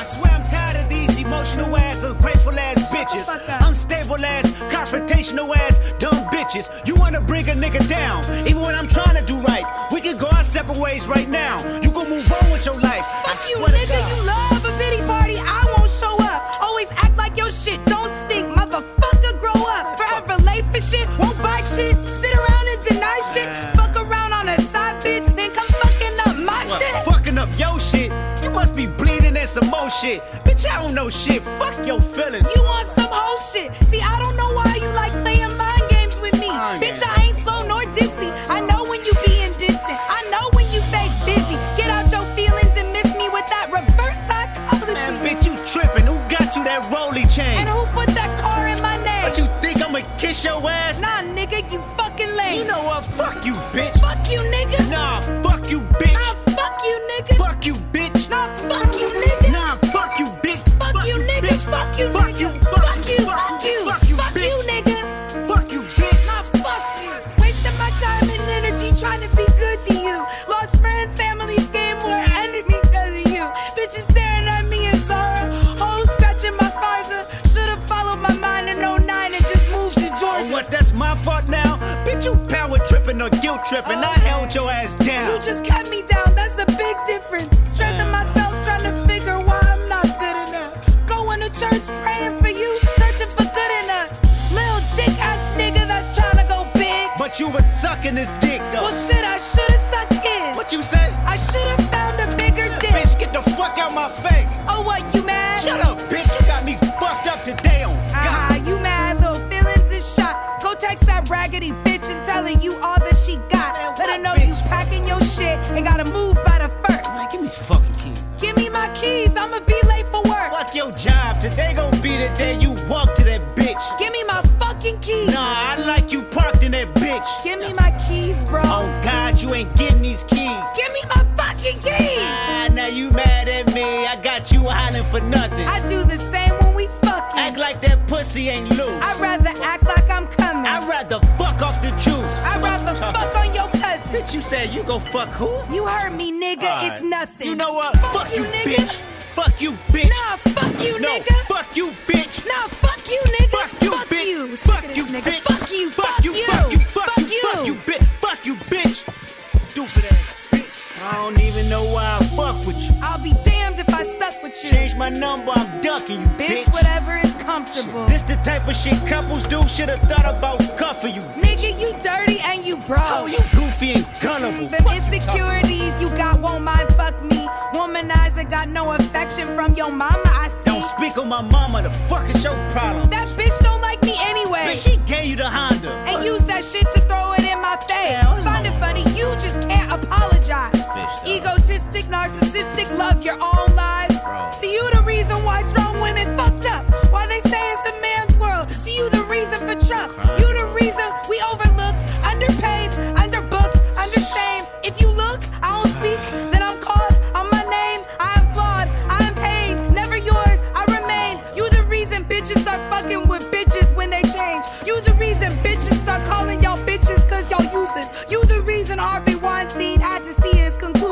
Speaker 14: I swear I'm tired of these emotional ass, ungrateful ass bitches. Unstable ass, confrontational ass, dumb bitches. You wanna bring a nigga down, even when I'm trying to do right. We can go our separate ways right now. You gon' move on with your life. I
Speaker 13: Fuck you,
Speaker 14: swear to
Speaker 13: nigga.
Speaker 14: God.
Speaker 13: You love a pity party. I won't show up. Always act like your shit don't stink. Motherfucker, grow up. Forever late for shit. Won't buy shit. Sit around and deny shit. Fuck around on a side bitch. Then come fucking up my
Speaker 14: Well,
Speaker 13: shit.
Speaker 14: Fucking up your shit. You must be bleeding and some more shit. Bitch, I don't know shit. Fuck your feelings.
Speaker 13: You on some whole shit. See, I don't know why you like playing mind games with me. Bitch, I ain't slow nor dizzy. I know when you being distant. I know when you fake busy. Get out your feelings and miss me with that reverse psychology.
Speaker 14: bitch, you tripping. Who got you that rolly chain?
Speaker 13: And who put that car in my name?
Speaker 14: But you think I'ma kiss your ass?
Speaker 13: Nah, nigga, you fucking lame.
Speaker 14: You know what? Fuck you, bitch.
Speaker 13: Fuck you, nigga.
Speaker 14: Nah, fuck you, bitch.
Speaker 13: Nah, fuck you, nigga.
Speaker 14: Fuck you, bitch.
Speaker 13: Nah, fuck you, nigga.
Speaker 14: Nah, fuck you, bitch.
Speaker 13: Fuck, you, nigga. Fuck you,
Speaker 14: Fuck
Speaker 13: nigga.
Speaker 14: you,
Speaker 13: Fuck you, fuck you, fuck you, nigga.
Speaker 14: Fuck you, bitch.
Speaker 13: Nah, fuck you. Wasting my time and energy trying to be good to you. Lost friends, families, game more enemies because of you. Bitches staring at me in sorrow. Hoes scratching my visor. Should've followed my mind in 09 and just moved to Georgia.
Speaker 14: Oh, what? That's my fault now? Bitch, you power tripping or guilt tripping. I held your ass down.
Speaker 13: You just cut me down, that's a big difference. Stressing myself, trying to figure why I'm not good enough. Going to church, praying for you, searching for good in us. Little dick ass nigga that's trying to go big.
Speaker 14: But you was sucking this dick, though.
Speaker 13: Well, shit, I should've sucked his.
Speaker 14: What you say?
Speaker 13: I should've found a bigger dick.
Speaker 14: Bitch, get the fuck out my face.
Speaker 13: Oh, what, you mad?
Speaker 14: Shut up, bitch. You got me fucked up today Oh, on
Speaker 13: Ah, you mad, little feelings is shot. Go text that raggedy bitch and tell her you all that she got. Let her know you packing your shit and gotta move by the first.
Speaker 14: Man, give me some fucking key.
Speaker 13: Give me my keys, I'ma be late for work.
Speaker 14: Fuck your job. Today gon' be the day you walk to that bitch.
Speaker 13: Give me my fucking keys.
Speaker 14: Nah, I like you parked in that bitch.
Speaker 13: Give me my keys, bro.
Speaker 14: Oh God, you ain't getting these keys.
Speaker 13: Give me my fucking keys.
Speaker 14: Ah, now you mad at me. I got you hollering for nothing.
Speaker 13: I do the same when we fucking.
Speaker 14: Act like that pussy ain't loose.
Speaker 13: I'd rather act like I'm coming.
Speaker 14: I'd rather fuck off the juice.
Speaker 13: I'd rather fuck on your cousin.
Speaker 14: Bitch, you said you gon' fuck who?
Speaker 13: You heard me, nigga.
Speaker 14: All
Speaker 13: It's
Speaker 14: right.
Speaker 13: nothing.
Speaker 14: You know what? Fuck, you,
Speaker 13: nigga.
Speaker 14: bitch. Fuck you, bitch.
Speaker 13: Nah, fuck you,
Speaker 14: no,
Speaker 13: nigga.
Speaker 14: Fuck you, bitch.
Speaker 13: Nah, fuck you, nigga.
Speaker 14: Fuck you, bitch. Fuck you, bitch.
Speaker 13: Fuck you,
Speaker 14: Fuck you,
Speaker 13: comfortable.
Speaker 14: This the type of shit couples do. Should've thought about cuffing you.
Speaker 13: Nigga, you dirty and you broke. Mm,
Speaker 14: Oh, you goofy and gunnable.
Speaker 13: The insecurities you got won't mind fuck me. Womanizer got no affection from your mama. I see.
Speaker 14: Don't speak on my mama. The fuck is your problem?
Speaker 13: That bitch don't like me anyway.
Speaker 14: Bitch, she gave you the Honda.
Speaker 13: and use that shit to throw it in my face. Find it funny, you just can't apologize. Egotistic, narcissistic, love your own lies. See you the reason why strong women fucked up. Why they say it's a man's world. See you the reason for Trump. You the reason we overlooked, underpaid, underbooked, understained. If you look, I don't speak, then I'm called on my name. I am flawed, I am paid, never yours. I remain. You the reason bitches start fucking with bitches when they change. You the reason bitches start calling y'all bitches cause y'all useless. You the reason Harvey Weinstein had to see his conclusion.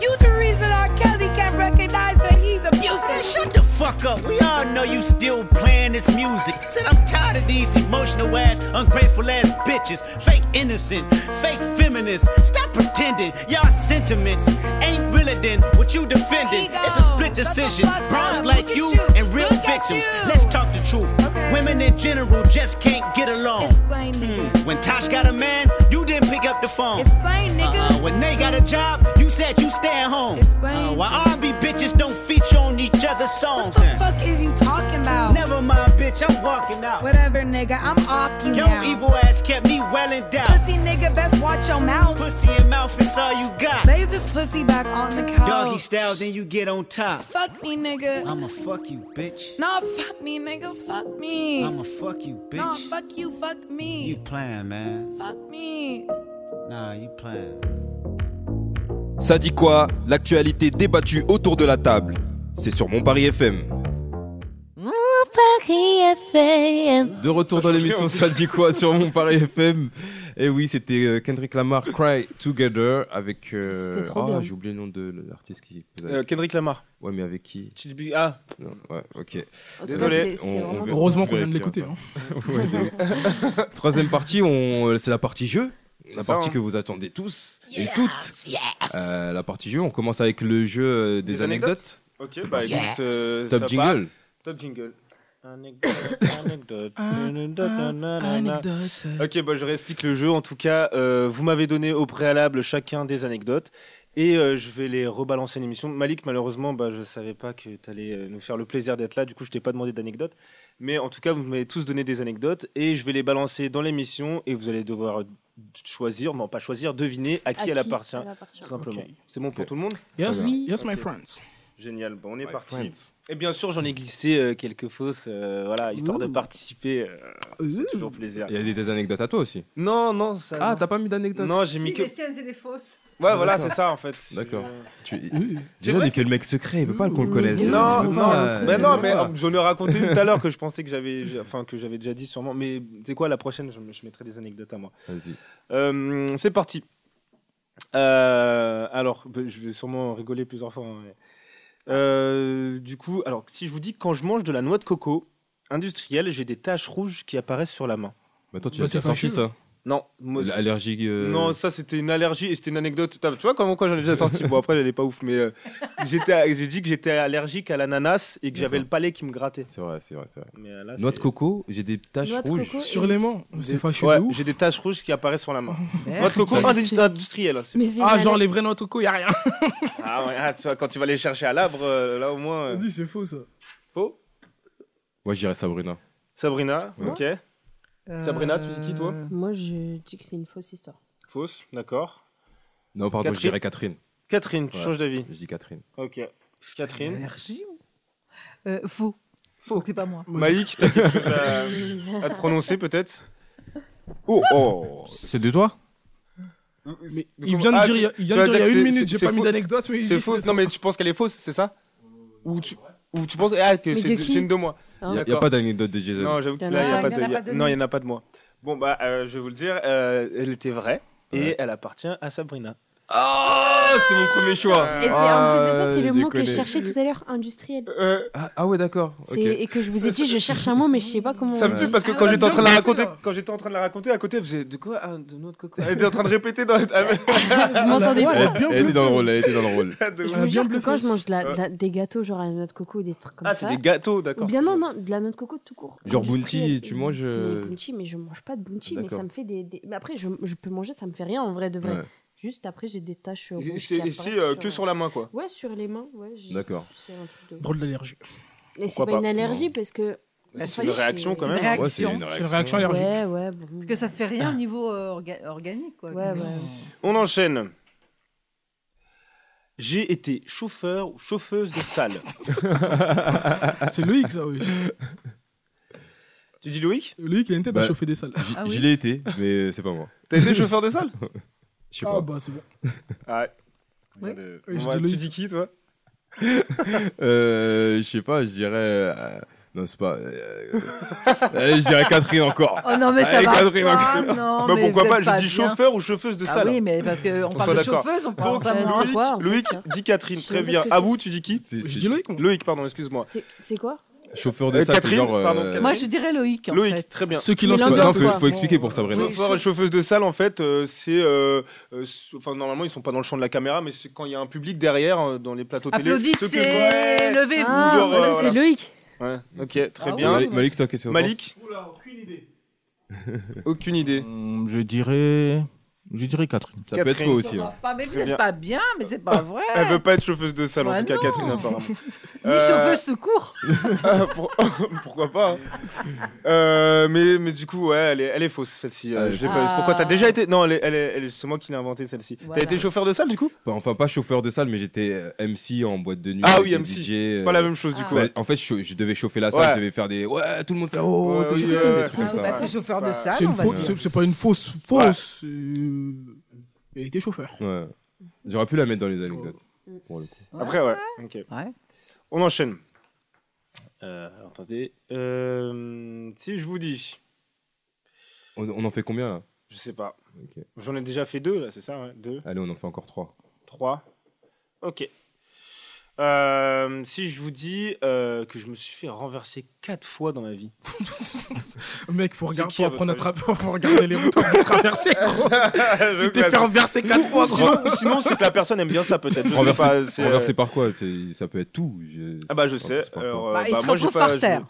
Speaker 13: You the reason R. Kelly can't recognize that he's abusive.
Speaker 14: Shut the fuck up. We all know you still playing this music. Said I'm tired of these emotional ass, ungrateful ass bitches. Fake innocent, fake feminist. Stop pretending y'all sentiments ain't realer than what you defending. It's a split decision. Bronze like you and real victims. Let's talk the truth. Women in general just can't get along. Hmm.
Speaker 13: Explain, nigga.
Speaker 14: When Tosh got a man, you didn't pick up the phone.
Speaker 13: Explain, nigga.
Speaker 14: Uh-uh. When they got a job, you said you stay at home.
Speaker 13: Explain.
Speaker 14: Uh, while R&B bitches don't feature on each other's songs. What the
Speaker 13: fuck is you talking about?
Speaker 14: Never mind, bitch. I'm walking out.
Speaker 13: Whatever, nigga, I'm off you
Speaker 14: Your
Speaker 13: now.
Speaker 14: evil ass kept me well in doubt.
Speaker 13: Pussy nigga, best watch your mouth.
Speaker 14: Pussy and mouth is all you got.
Speaker 13: Lay this pussy back on the couch.
Speaker 14: Doggy style, then you get on top.
Speaker 13: Fuck me, nigga.
Speaker 14: I'ma fuck you, bitch.
Speaker 13: Nah, fuck me, nigga. Fuck me.
Speaker 14: I'ma fuck you, bitch.
Speaker 13: Nah, fuck you, fuck me.
Speaker 14: You playing, man.
Speaker 13: Fuck me.
Speaker 14: Nah, you playing.
Speaker 6: Ça dit quoi L'actualité débattue autour de la table. C'est sur Mon Paris FM.
Speaker 10: Mon Paris FM.
Speaker 1: De retour dans l'émission Ça dit quoi sur mon Paris FM Et oui, c'était euh, Kendrick Lamar Cry Together avec. euh,
Speaker 5: C'était trop
Speaker 1: ah,
Speaker 5: bien.
Speaker 1: j'ai oublié le nom de l'artiste qui.
Speaker 5: Euh, Kendrick Lamar.
Speaker 1: Ouais, mais avec qui
Speaker 5: Chill B- Ah
Speaker 1: Non, Ouais, ok.
Speaker 5: En tout Oh, Désolé. cas, c'est- c'était vraiment drôle. Heureusement qu'on vient de l'écouter, hein.
Speaker 1: Ouais, de ouf. Troisième partie, on, euh, c'est la partie jeu. La
Speaker 5: C'est ça,
Speaker 1: partie
Speaker 5: hein.
Speaker 1: que vous attendez tous et
Speaker 5: Yes,
Speaker 1: toutes.
Speaker 5: yes.
Speaker 1: Euh, la partie jeu, on commence avec le jeu euh, des,
Speaker 5: Des
Speaker 1: anecdotes.
Speaker 5: anecdotes Ok, bah
Speaker 1: parti.
Speaker 5: écoute, euh, ça
Speaker 1: Top jingle.
Speaker 5: part. Top jingle.
Speaker 7: Anecdote, anecdote, anecdote,
Speaker 5: Anecdote. Ok, bah, je réexplique le jeu. En tout cas, euh, vous m'avez donné au préalable chacun des anecdotes. Et euh, je vais les rebalancer à l'émission. Malik, malheureusement, bah, je ne savais pas que tu allais nous faire le plaisir d'être là. Du coup, je t'ai pas demandé d'anecdotes. Mais en tout cas, vous m'avez tous donné des anecdotes. Et je vais les balancer dans l'émission. Et vous allez devoir choisir, non pas choisir, deviner à qui, elle, appartient, Tout simplement.
Speaker 2: Ok.
Speaker 5: C'est bon pour tout le monde
Speaker 2: Yes,
Speaker 5: Très bien.
Speaker 2: yes, my
Speaker 5: Ok.
Speaker 2: friends.
Speaker 5: Génial, bon, on est parti.
Speaker 2: friends.
Speaker 5: Et bien sûr, j'en ai glissé euh, quelques fausses, euh, voilà, histoire de participer. euh, c'est toujours plaisir.
Speaker 1: Il y a des, des anecdotes à toi aussi.
Speaker 5: Non, non, ça.
Speaker 1: Ah, t'as pas mis d'anecdote
Speaker 5: Non, j'ai mis que. Ouais,
Speaker 3: siennes, c'est des fausses.
Speaker 5: voilà,
Speaker 1: d'accord.
Speaker 5: c'est ça en fait. Euh,
Speaker 1: D'accord. Tu...
Speaker 5: C'est
Speaker 1: Déjà,
Speaker 5: vrai Mmh,
Speaker 1: il fait le mec secret, il veut pas qu'on le connaisse.
Speaker 5: Non,
Speaker 1: Il veut
Speaker 5: non,
Speaker 1: pas,
Speaker 5: mais
Speaker 1: euh,
Speaker 5: non,
Speaker 1: il
Speaker 5: mais
Speaker 1: veut
Speaker 5: euh,
Speaker 1: pas.
Speaker 5: j'en ai raconté une tout à l'heure que je pensais que j'avais, j'ai- enfin que j'avais déjà dit sûrement. Mais c'est quoi la prochaine je, je mettrai des anecdotes à moi.
Speaker 1: Vas-y.
Speaker 5: Euh, c'est parti. Euh, alors, bah, je vais sûrement rigoler plusieurs fois. hein, mais- Euh, du coup, alors si je vous dis quand je mange de la noix de coco industrielle, j'ai des taches rouges qui apparaissent sur la main.
Speaker 1: Mais attends, tu Bah, l'as c'est déjà pas sorti, chill. ça
Speaker 5: Non, moi, c'est-
Speaker 1: L'allergie, euh,
Speaker 5: Non, ça c'était une allergie et c'était une anecdote. Putain, Tu vois comment quoi j'en ai déjà sorti. Bon après elle est pas ouf, mais euh, j'étais, à- j'ai dit que j'étais allergique à l'ananas et que j'avais le palais qui me grattait.
Speaker 1: C'est vrai, c'est vrai, c'est vrai.
Speaker 5: Mais euh, là,
Speaker 1: Noix de
Speaker 5: c'est-
Speaker 1: coco, j'ai des taches
Speaker 5: Noix de
Speaker 1: rouges.
Speaker 5: coco Sur et- les mains, c'est Des- fâcheux de ouais, ouf. j'ai des taches rouges qui apparaissent sur la main. Noix de coco
Speaker 1: Putain.
Speaker 5: industri- industrielle. c'est-
Speaker 2: Ah, genre les vrais noix de coco, y a rien.
Speaker 5: Ah ouais, ah, tu vois, quand tu vas les chercher à l'arbre, euh, là au moins.
Speaker 2: Vas-y, c'est faux ça.
Speaker 5: Faux
Speaker 1: Moi, je dirais Sabrina.
Speaker 5: Sabrina,
Speaker 1: Ouais.
Speaker 5: ok. Sabrina, tu dis qui toi
Speaker 4: Moi, je dis que c'est une fausse histoire.
Speaker 5: Fausse, d'accord.
Speaker 1: Non, pardon, je
Speaker 5: Catherine
Speaker 1: dirais Catherine.
Speaker 5: Catherine, tu
Speaker 1: Ouais,
Speaker 5: changes d'avis.
Speaker 1: Je dis Catherine.
Speaker 5: Ok. Catherine.
Speaker 3: Allergie euh, Faux. Faux. c'est pas moi.
Speaker 5: Malik, t'as quelque chose à, à te prononcer peut-être Oh, oh
Speaker 11: C'est de toi
Speaker 2: il vient de
Speaker 5: Ah,
Speaker 2: dire il y a- il vient de dire il y a une minute, j'ai pas mis d'anecdote, mais il
Speaker 5: C'est
Speaker 2: dit
Speaker 5: fausse,
Speaker 2: c'est
Speaker 5: non mais tu penses qu'elle est fausse, c'est ça Ou tu, ou tu penses ah, que
Speaker 2: Mais
Speaker 5: c'est
Speaker 2: de
Speaker 5: de-
Speaker 2: qui
Speaker 5: c'est une de moi
Speaker 4: Hein
Speaker 1: Il n'y a,
Speaker 5: D'accord.
Speaker 1: pas d'anecdote de Jason.
Speaker 5: Non, j'avoue que
Speaker 1: Il y en
Speaker 5: là,
Speaker 1: a
Speaker 5: il n'y a
Speaker 1: pas,
Speaker 5: pas
Speaker 1: il y en a pas
Speaker 5: de.
Speaker 1: de
Speaker 5: Non, il n'y en
Speaker 1: nous.
Speaker 5: a pas de moi. Bon, bah, euh, je vais vous le dire, euh, elle était vraie et elle appartient à Sabrina. Euh,
Speaker 1: Ah, c'était mon premier choix.
Speaker 4: Et c'est en plus de ça, c'est le
Speaker 1: Ah,
Speaker 4: mot que je
Speaker 1: déconner.
Speaker 4: cherchais tout à l'heure, industriel.
Speaker 5: Euh,
Speaker 1: Ah, ah ouais, d'accord.
Speaker 4: C'est-
Speaker 1: ok.
Speaker 4: Et que je vous ai dit, je cherche un mot, mais je sais pas comment.
Speaker 5: Ça
Speaker 4: on
Speaker 5: me
Speaker 4: dit. Ah
Speaker 5: tue parce que quand j'étais en train de la raconter, quand j'étais en train de la raconter à côté, elle faisait de quoi Ah, de notre coco. Elle était en train de répéter dans. Vous
Speaker 4: m'entendez pas.
Speaker 1: Elle, elle était dans le rôle, elle était dans le rôle.
Speaker 4: Je vous jure que quand je mange de la- de la- des gâteaux, genre à la noix de coco ou des trucs comme
Speaker 5: Ah, c'est
Speaker 4: ça.
Speaker 5: des gâteaux, d'accord,
Speaker 4: Ou bien non, non, de la noix de coco tout court.
Speaker 1: Genre
Speaker 4: industrielle.
Speaker 1: Bounty, tu manges, euh,
Speaker 4: Mais Bounty, mais je mange pas de Bounty, mais
Speaker 1: D'accord.
Speaker 4: ça me fait des. des- Mais après, je, je peux manger, ça me fait rien en vrai de vrai.
Speaker 1: Ouais.
Speaker 4: Juste après, j'ai des taches.
Speaker 5: Et
Speaker 4: rouges
Speaker 5: c'est-
Speaker 4: qui
Speaker 5: et c'est,
Speaker 4: apparaissent
Speaker 5: euh, que sur la main, quoi.
Speaker 4: Ouais, sur les mains, ouais. j'ai-
Speaker 1: D'accord.
Speaker 4: c'est un truc de-
Speaker 2: Drôle d'allergie.
Speaker 4: Et c'est
Speaker 2: Pourquoi
Speaker 4: pas une
Speaker 2: pas, c'est
Speaker 4: allergie parce que.
Speaker 5: Bah, c'est
Speaker 4: Enfin,
Speaker 5: une
Speaker 4: je-
Speaker 5: réaction, quand même.
Speaker 3: réaction.
Speaker 5: Ouais, c'est une
Speaker 2: C'est une réaction allergique.
Speaker 4: Ouais, ouais. bon.
Speaker 3: Parce que ça ne fait rien au niveau euh, orga- organique. Quoi.
Speaker 4: Ouais, ouais.
Speaker 5: On enchaîne. J'ai été chauffeur ou chauffeuse de salle.
Speaker 2: C'est Loïc, ça, oui.
Speaker 5: tu dis Loïc
Speaker 2: Loïc, il a une tête à
Speaker 1: Bah,
Speaker 2: chauffer des salles.
Speaker 1: J- J'y l'ai été, mais euh, c'est pas moi.
Speaker 5: T'as été chauffeur de salle
Speaker 1: Je sais
Speaker 2: Ah,
Speaker 1: pas.
Speaker 2: bah, c'est bon.
Speaker 5: Ah ouais.
Speaker 3: Oui.
Speaker 5: Regardez,
Speaker 2: Oui,
Speaker 5: on
Speaker 2: je
Speaker 5: va- tu
Speaker 2: dis Loïc.
Speaker 5: dis qui, toi
Speaker 2: Ah,
Speaker 1: Euh, je sais pas, je dirais. euh, non, c'est pas. euh, allez, je dirais Catherine encore.
Speaker 3: Oh
Speaker 5: Ah,
Speaker 3: non, mais ça
Speaker 1: Allez,
Speaker 3: va
Speaker 1: Catherine,
Speaker 3: pas,
Speaker 1: encore.
Speaker 3: non,
Speaker 5: Bah,
Speaker 3: mais
Speaker 5: pourquoi
Speaker 3: vous
Speaker 5: pas,
Speaker 3: êtes
Speaker 5: j'ai dit
Speaker 3: bien.
Speaker 5: chauffeur ou chauffeuse de
Speaker 3: Ah
Speaker 5: salle.
Speaker 3: oui, mais parce qu'on
Speaker 5: On
Speaker 3: parle
Speaker 5: soit
Speaker 3: de
Speaker 5: d'accord.
Speaker 3: chauffeuse, on parle
Speaker 5: Donc,
Speaker 3: de
Speaker 5: Loïc,
Speaker 3: quoi en fait,
Speaker 5: Loïc
Speaker 3: hein.
Speaker 5: dit Catherine,
Speaker 4: Je sais
Speaker 5: très
Speaker 4: même pas
Speaker 5: bien.
Speaker 4: ce que
Speaker 5: À
Speaker 4: c'est.
Speaker 5: vous, tu dis qui
Speaker 1: C'est-
Speaker 2: Je
Speaker 1: c'est-
Speaker 2: dis Loïc, moi.
Speaker 5: Loïc, pardon, excuse-moi.
Speaker 4: C'est- C'est quoi
Speaker 1: Chauffeur de
Speaker 5: Euh,
Speaker 1: salle, c'est
Speaker 5: Catherine,
Speaker 1: genre. euh,
Speaker 5: pardon, Catherine.
Speaker 3: Moi, je dirais Loïc. En
Speaker 5: Loïc,
Speaker 3: fait.
Speaker 5: très bien.
Speaker 2: Ceux qui
Speaker 4: C'est
Speaker 2: lancent
Speaker 4: l'un
Speaker 2: le
Speaker 4: des
Speaker 1: Non,
Speaker 2: dard.
Speaker 4: quoi.
Speaker 1: faut, faut expliquer pour Sabrina.
Speaker 3: Oui.
Speaker 5: Chauffeur et chauffeuse de salle, en fait, euh, c'est. euh, euh, s- Enfin, normalement, ils sont pas dans le champ de la caméra, mais c'est quand il y a un public derrière, euh, dans les plateaux télé.
Speaker 3: Applaudissez,
Speaker 5: ceux que- Ouais.
Speaker 3: levez-vous.
Speaker 4: Ah,
Speaker 5: Genre,
Speaker 4: bah,
Speaker 5: euh,
Speaker 4: ça,
Speaker 5: voilà.
Speaker 4: c'est Loïc.
Speaker 5: Ouais, ok, très
Speaker 3: Ah
Speaker 5: bien.
Speaker 3: oui.
Speaker 1: Malik, Malik, toi, qu'est-ce que
Speaker 5: Malik, aucune idée.
Speaker 11: Hum, Je dirais. Je dirais Catherine.
Speaker 1: Ça peut être
Speaker 5: Catherine.
Speaker 1: faux aussi. hein.
Speaker 3: Pas, mais
Speaker 5: Très
Speaker 3: vous n'êtes
Speaker 5: bien.
Speaker 3: pas bien, mais c'est pas vrai.
Speaker 5: Elle veut pas être chauffeuse de salle, en
Speaker 3: Bah
Speaker 5: tout cas,
Speaker 3: non.
Speaker 5: Catherine, apparemment.
Speaker 3: Ni
Speaker 5: Euh,
Speaker 3: chauffeuse secours.
Speaker 5: Ah, pour- Pourquoi pas hein. Euh, mais, mais du coup, ouais, elle est, elle est fausse celle-ci. euh,
Speaker 1: Elle est
Speaker 5: je l'ai
Speaker 3: fausse.
Speaker 5: pas- Pourquoi t'as
Speaker 3: Ah.
Speaker 5: déjà été Non, elle est- elle est- elle est- c'est moi qui l'ai inventée celle-ci.
Speaker 3: Voilà.
Speaker 5: T'as été chauffeur de salle du coup
Speaker 1: Bah, Enfin, pas chauffeur de salle, mais j'étais euh, MC en boîte de nuit.
Speaker 5: Ah
Speaker 1: avec
Speaker 5: oui,
Speaker 1: des
Speaker 5: MC.
Speaker 1: DJ,
Speaker 5: C'est pas la
Speaker 1: euh,
Speaker 5: même chose du
Speaker 3: Ah.
Speaker 5: coup.
Speaker 1: bah,
Speaker 5: ouais.
Speaker 1: en fait, je, je devais chauffer la salle,
Speaker 5: Ouais.
Speaker 1: je devais faire des. Ouais, tout le monde fait. Oh,
Speaker 5: Ouais,
Speaker 1: tout
Speaker 5: oui,
Speaker 1: le monde fait
Speaker 5: ouais,
Speaker 1: des
Speaker 5: ouais,
Speaker 1: trucs comme
Speaker 3: Ah,
Speaker 1: ça.
Speaker 3: bah, c'est chauffeur de
Speaker 5: pas-
Speaker 3: salle.
Speaker 2: C'est
Speaker 3: on
Speaker 2: une
Speaker 3: va
Speaker 2: fausse-
Speaker 3: dire.
Speaker 2: c'est- c'est pas une fausse. Fausse. euh, Il a été chauffeur.
Speaker 1: Ouais. J'aurais pu la mettre dans les anecdotes.
Speaker 3: Oh.
Speaker 1: Pour le coup.
Speaker 5: Après, ouais. Ok.
Speaker 3: Ouais.
Speaker 5: On enchaîne. Euh, alors, attendez. Euh, si je vous dis,
Speaker 1: On, on en fait combien là
Speaker 5: je sais pas.
Speaker 1: Ok.
Speaker 5: J'en ai déjà fait deux là, c'est ça hein Deux,
Speaker 1: Allez, on en fait encore trois.
Speaker 5: trois. Ok. Euh, si je vous dis euh, que je me suis fait renverser quatre fois dans ma vie.
Speaker 2: Mec, faut, regarder,
Speaker 5: C'est qui,
Speaker 2: faut
Speaker 5: à
Speaker 2: apprendre à
Speaker 5: votre
Speaker 2: tra- faut regarder les routes avant de traverser, gros. Tu t'es fait renverser quatre fois,
Speaker 5: Ou
Speaker 2: gros.
Speaker 5: sinon, ou sinon, c'est que la personne aime bien ça peut-être. Je sais
Speaker 1: Renversé,
Speaker 5: pas, c'est, euh,
Speaker 1: renversé par quoi C'est- Ça peut être tout. je-
Speaker 5: Ah bah je sais.
Speaker 1: Renversé par quoi.
Speaker 5: Alors, euh,
Speaker 3: Bah, il se
Speaker 5: moi, j'ai
Speaker 3: retrouve par
Speaker 5: je-
Speaker 3: terre.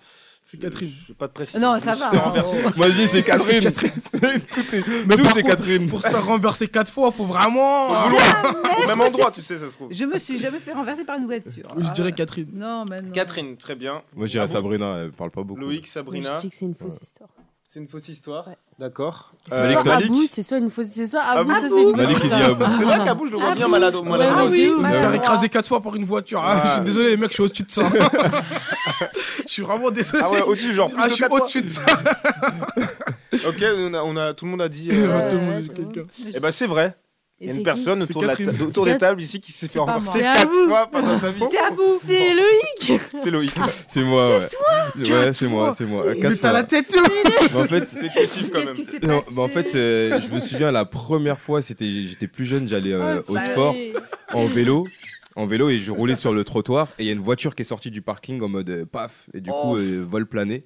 Speaker 2: C'est Catherine.
Speaker 5: Je pas de précision.
Speaker 3: Euh, Non,
Speaker 5: Je
Speaker 3: ça
Speaker 5: me suis
Speaker 3: va. hein. Oh.
Speaker 5: fait renverser.
Speaker 1: Moi je dis c'est Catherine. Tout est-
Speaker 2: Mais
Speaker 1: tout
Speaker 2: par
Speaker 1: c'est
Speaker 2: contre,
Speaker 1: Catherine.
Speaker 2: Pour se faire renverser quatre fois, faut vraiment. hein.
Speaker 3: Ah,
Speaker 5: Au même endroit, tu sais, ça se trouve.
Speaker 3: Je me suis jamais fait renverser par une voiture.
Speaker 2: Je dirais
Speaker 3: Ah,
Speaker 2: Catherine.
Speaker 3: Non, mais non.
Speaker 5: Catherine, très bien.
Speaker 1: Moi j'irais
Speaker 5: Ah bon
Speaker 1: Sabrina, elle parle pas beaucoup.
Speaker 5: Loïc,
Speaker 4: Je
Speaker 5: Sabrina.
Speaker 4: dis que c'est une fausse histoire.
Speaker 5: C'est une fausse histoire.
Speaker 4: Ouais.
Speaker 5: D'accord.
Speaker 1: Euh,
Speaker 5: Euh,
Speaker 4: C'est soit Abou, c'est soit une fausse, c'est soit Abou,
Speaker 5: Abou.
Speaker 4: ça c'est une
Speaker 1: Malik
Speaker 4: fausse
Speaker 1: il dit
Speaker 4: histoire.
Speaker 1: ah bon.
Speaker 5: C'est vrai qu'Abou, je le vois bien malade au
Speaker 4: Ouais,
Speaker 2: Ah
Speaker 5: malade.
Speaker 2: oui,
Speaker 4: oui,
Speaker 2: me faire
Speaker 4: ouais.
Speaker 2: écraser quatre fois par une voiture. hein.
Speaker 5: Ouais.
Speaker 2: Je suis désolé, les mecs, je suis au-dessus de ça. Je suis vraiment désolé.
Speaker 5: Ah ouais, au-dessus, genre plus
Speaker 2: Ah, je
Speaker 5: de
Speaker 2: suis
Speaker 5: quatre fois.
Speaker 2: au-dessus de ça.
Speaker 5: Ok, on a, on a- tout le monde a dit.
Speaker 2: Tout
Speaker 5: euh,
Speaker 4: Ouais.
Speaker 2: le monde dit
Speaker 4: ouais,
Speaker 2: quelqu'un.
Speaker 5: Eh ben c'est vrai.
Speaker 4: Et
Speaker 5: Il y a
Speaker 4: c'est
Speaker 5: une
Speaker 4: qui
Speaker 5: personne
Speaker 2: C'est
Speaker 5: autour, de la
Speaker 2: Catherine.
Speaker 5: ta- autour des
Speaker 4: C'est
Speaker 5: tables ici qui s'est fait
Speaker 3: pas moi.
Speaker 5: renverser
Speaker 3: C'est
Speaker 5: quatre
Speaker 3: Abou.
Speaker 5: fois pendant sa vie.
Speaker 3: C'est à vous.
Speaker 4: C'est Loïc
Speaker 5: C'est Loïc.
Speaker 1: C'est moi, ouais. Ouais, c'est moi,
Speaker 2: fois.
Speaker 1: c'est moi. Euh,
Speaker 2: Il
Speaker 1: quatre
Speaker 2: est à la
Speaker 1: fois.
Speaker 2: tête. là.
Speaker 1: Mais En fait,
Speaker 5: C'est excessif quand
Speaker 3: Qu'est-ce
Speaker 5: même.
Speaker 3: qui s'est
Speaker 1: non,
Speaker 3: passé
Speaker 1: mais en fait, euh, je me souviens la première fois, c'était j'étais plus jeune, j'allais euh,
Speaker 3: Oh,
Speaker 1: au
Speaker 3: bah
Speaker 1: sport
Speaker 3: oui.
Speaker 1: en vélo, en vélo et je roulais sur le trottoir et il y a une voiture qui est sortie du parking en mode euh, paf et du
Speaker 5: Oh.
Speaker 1: coup euh, vol plané.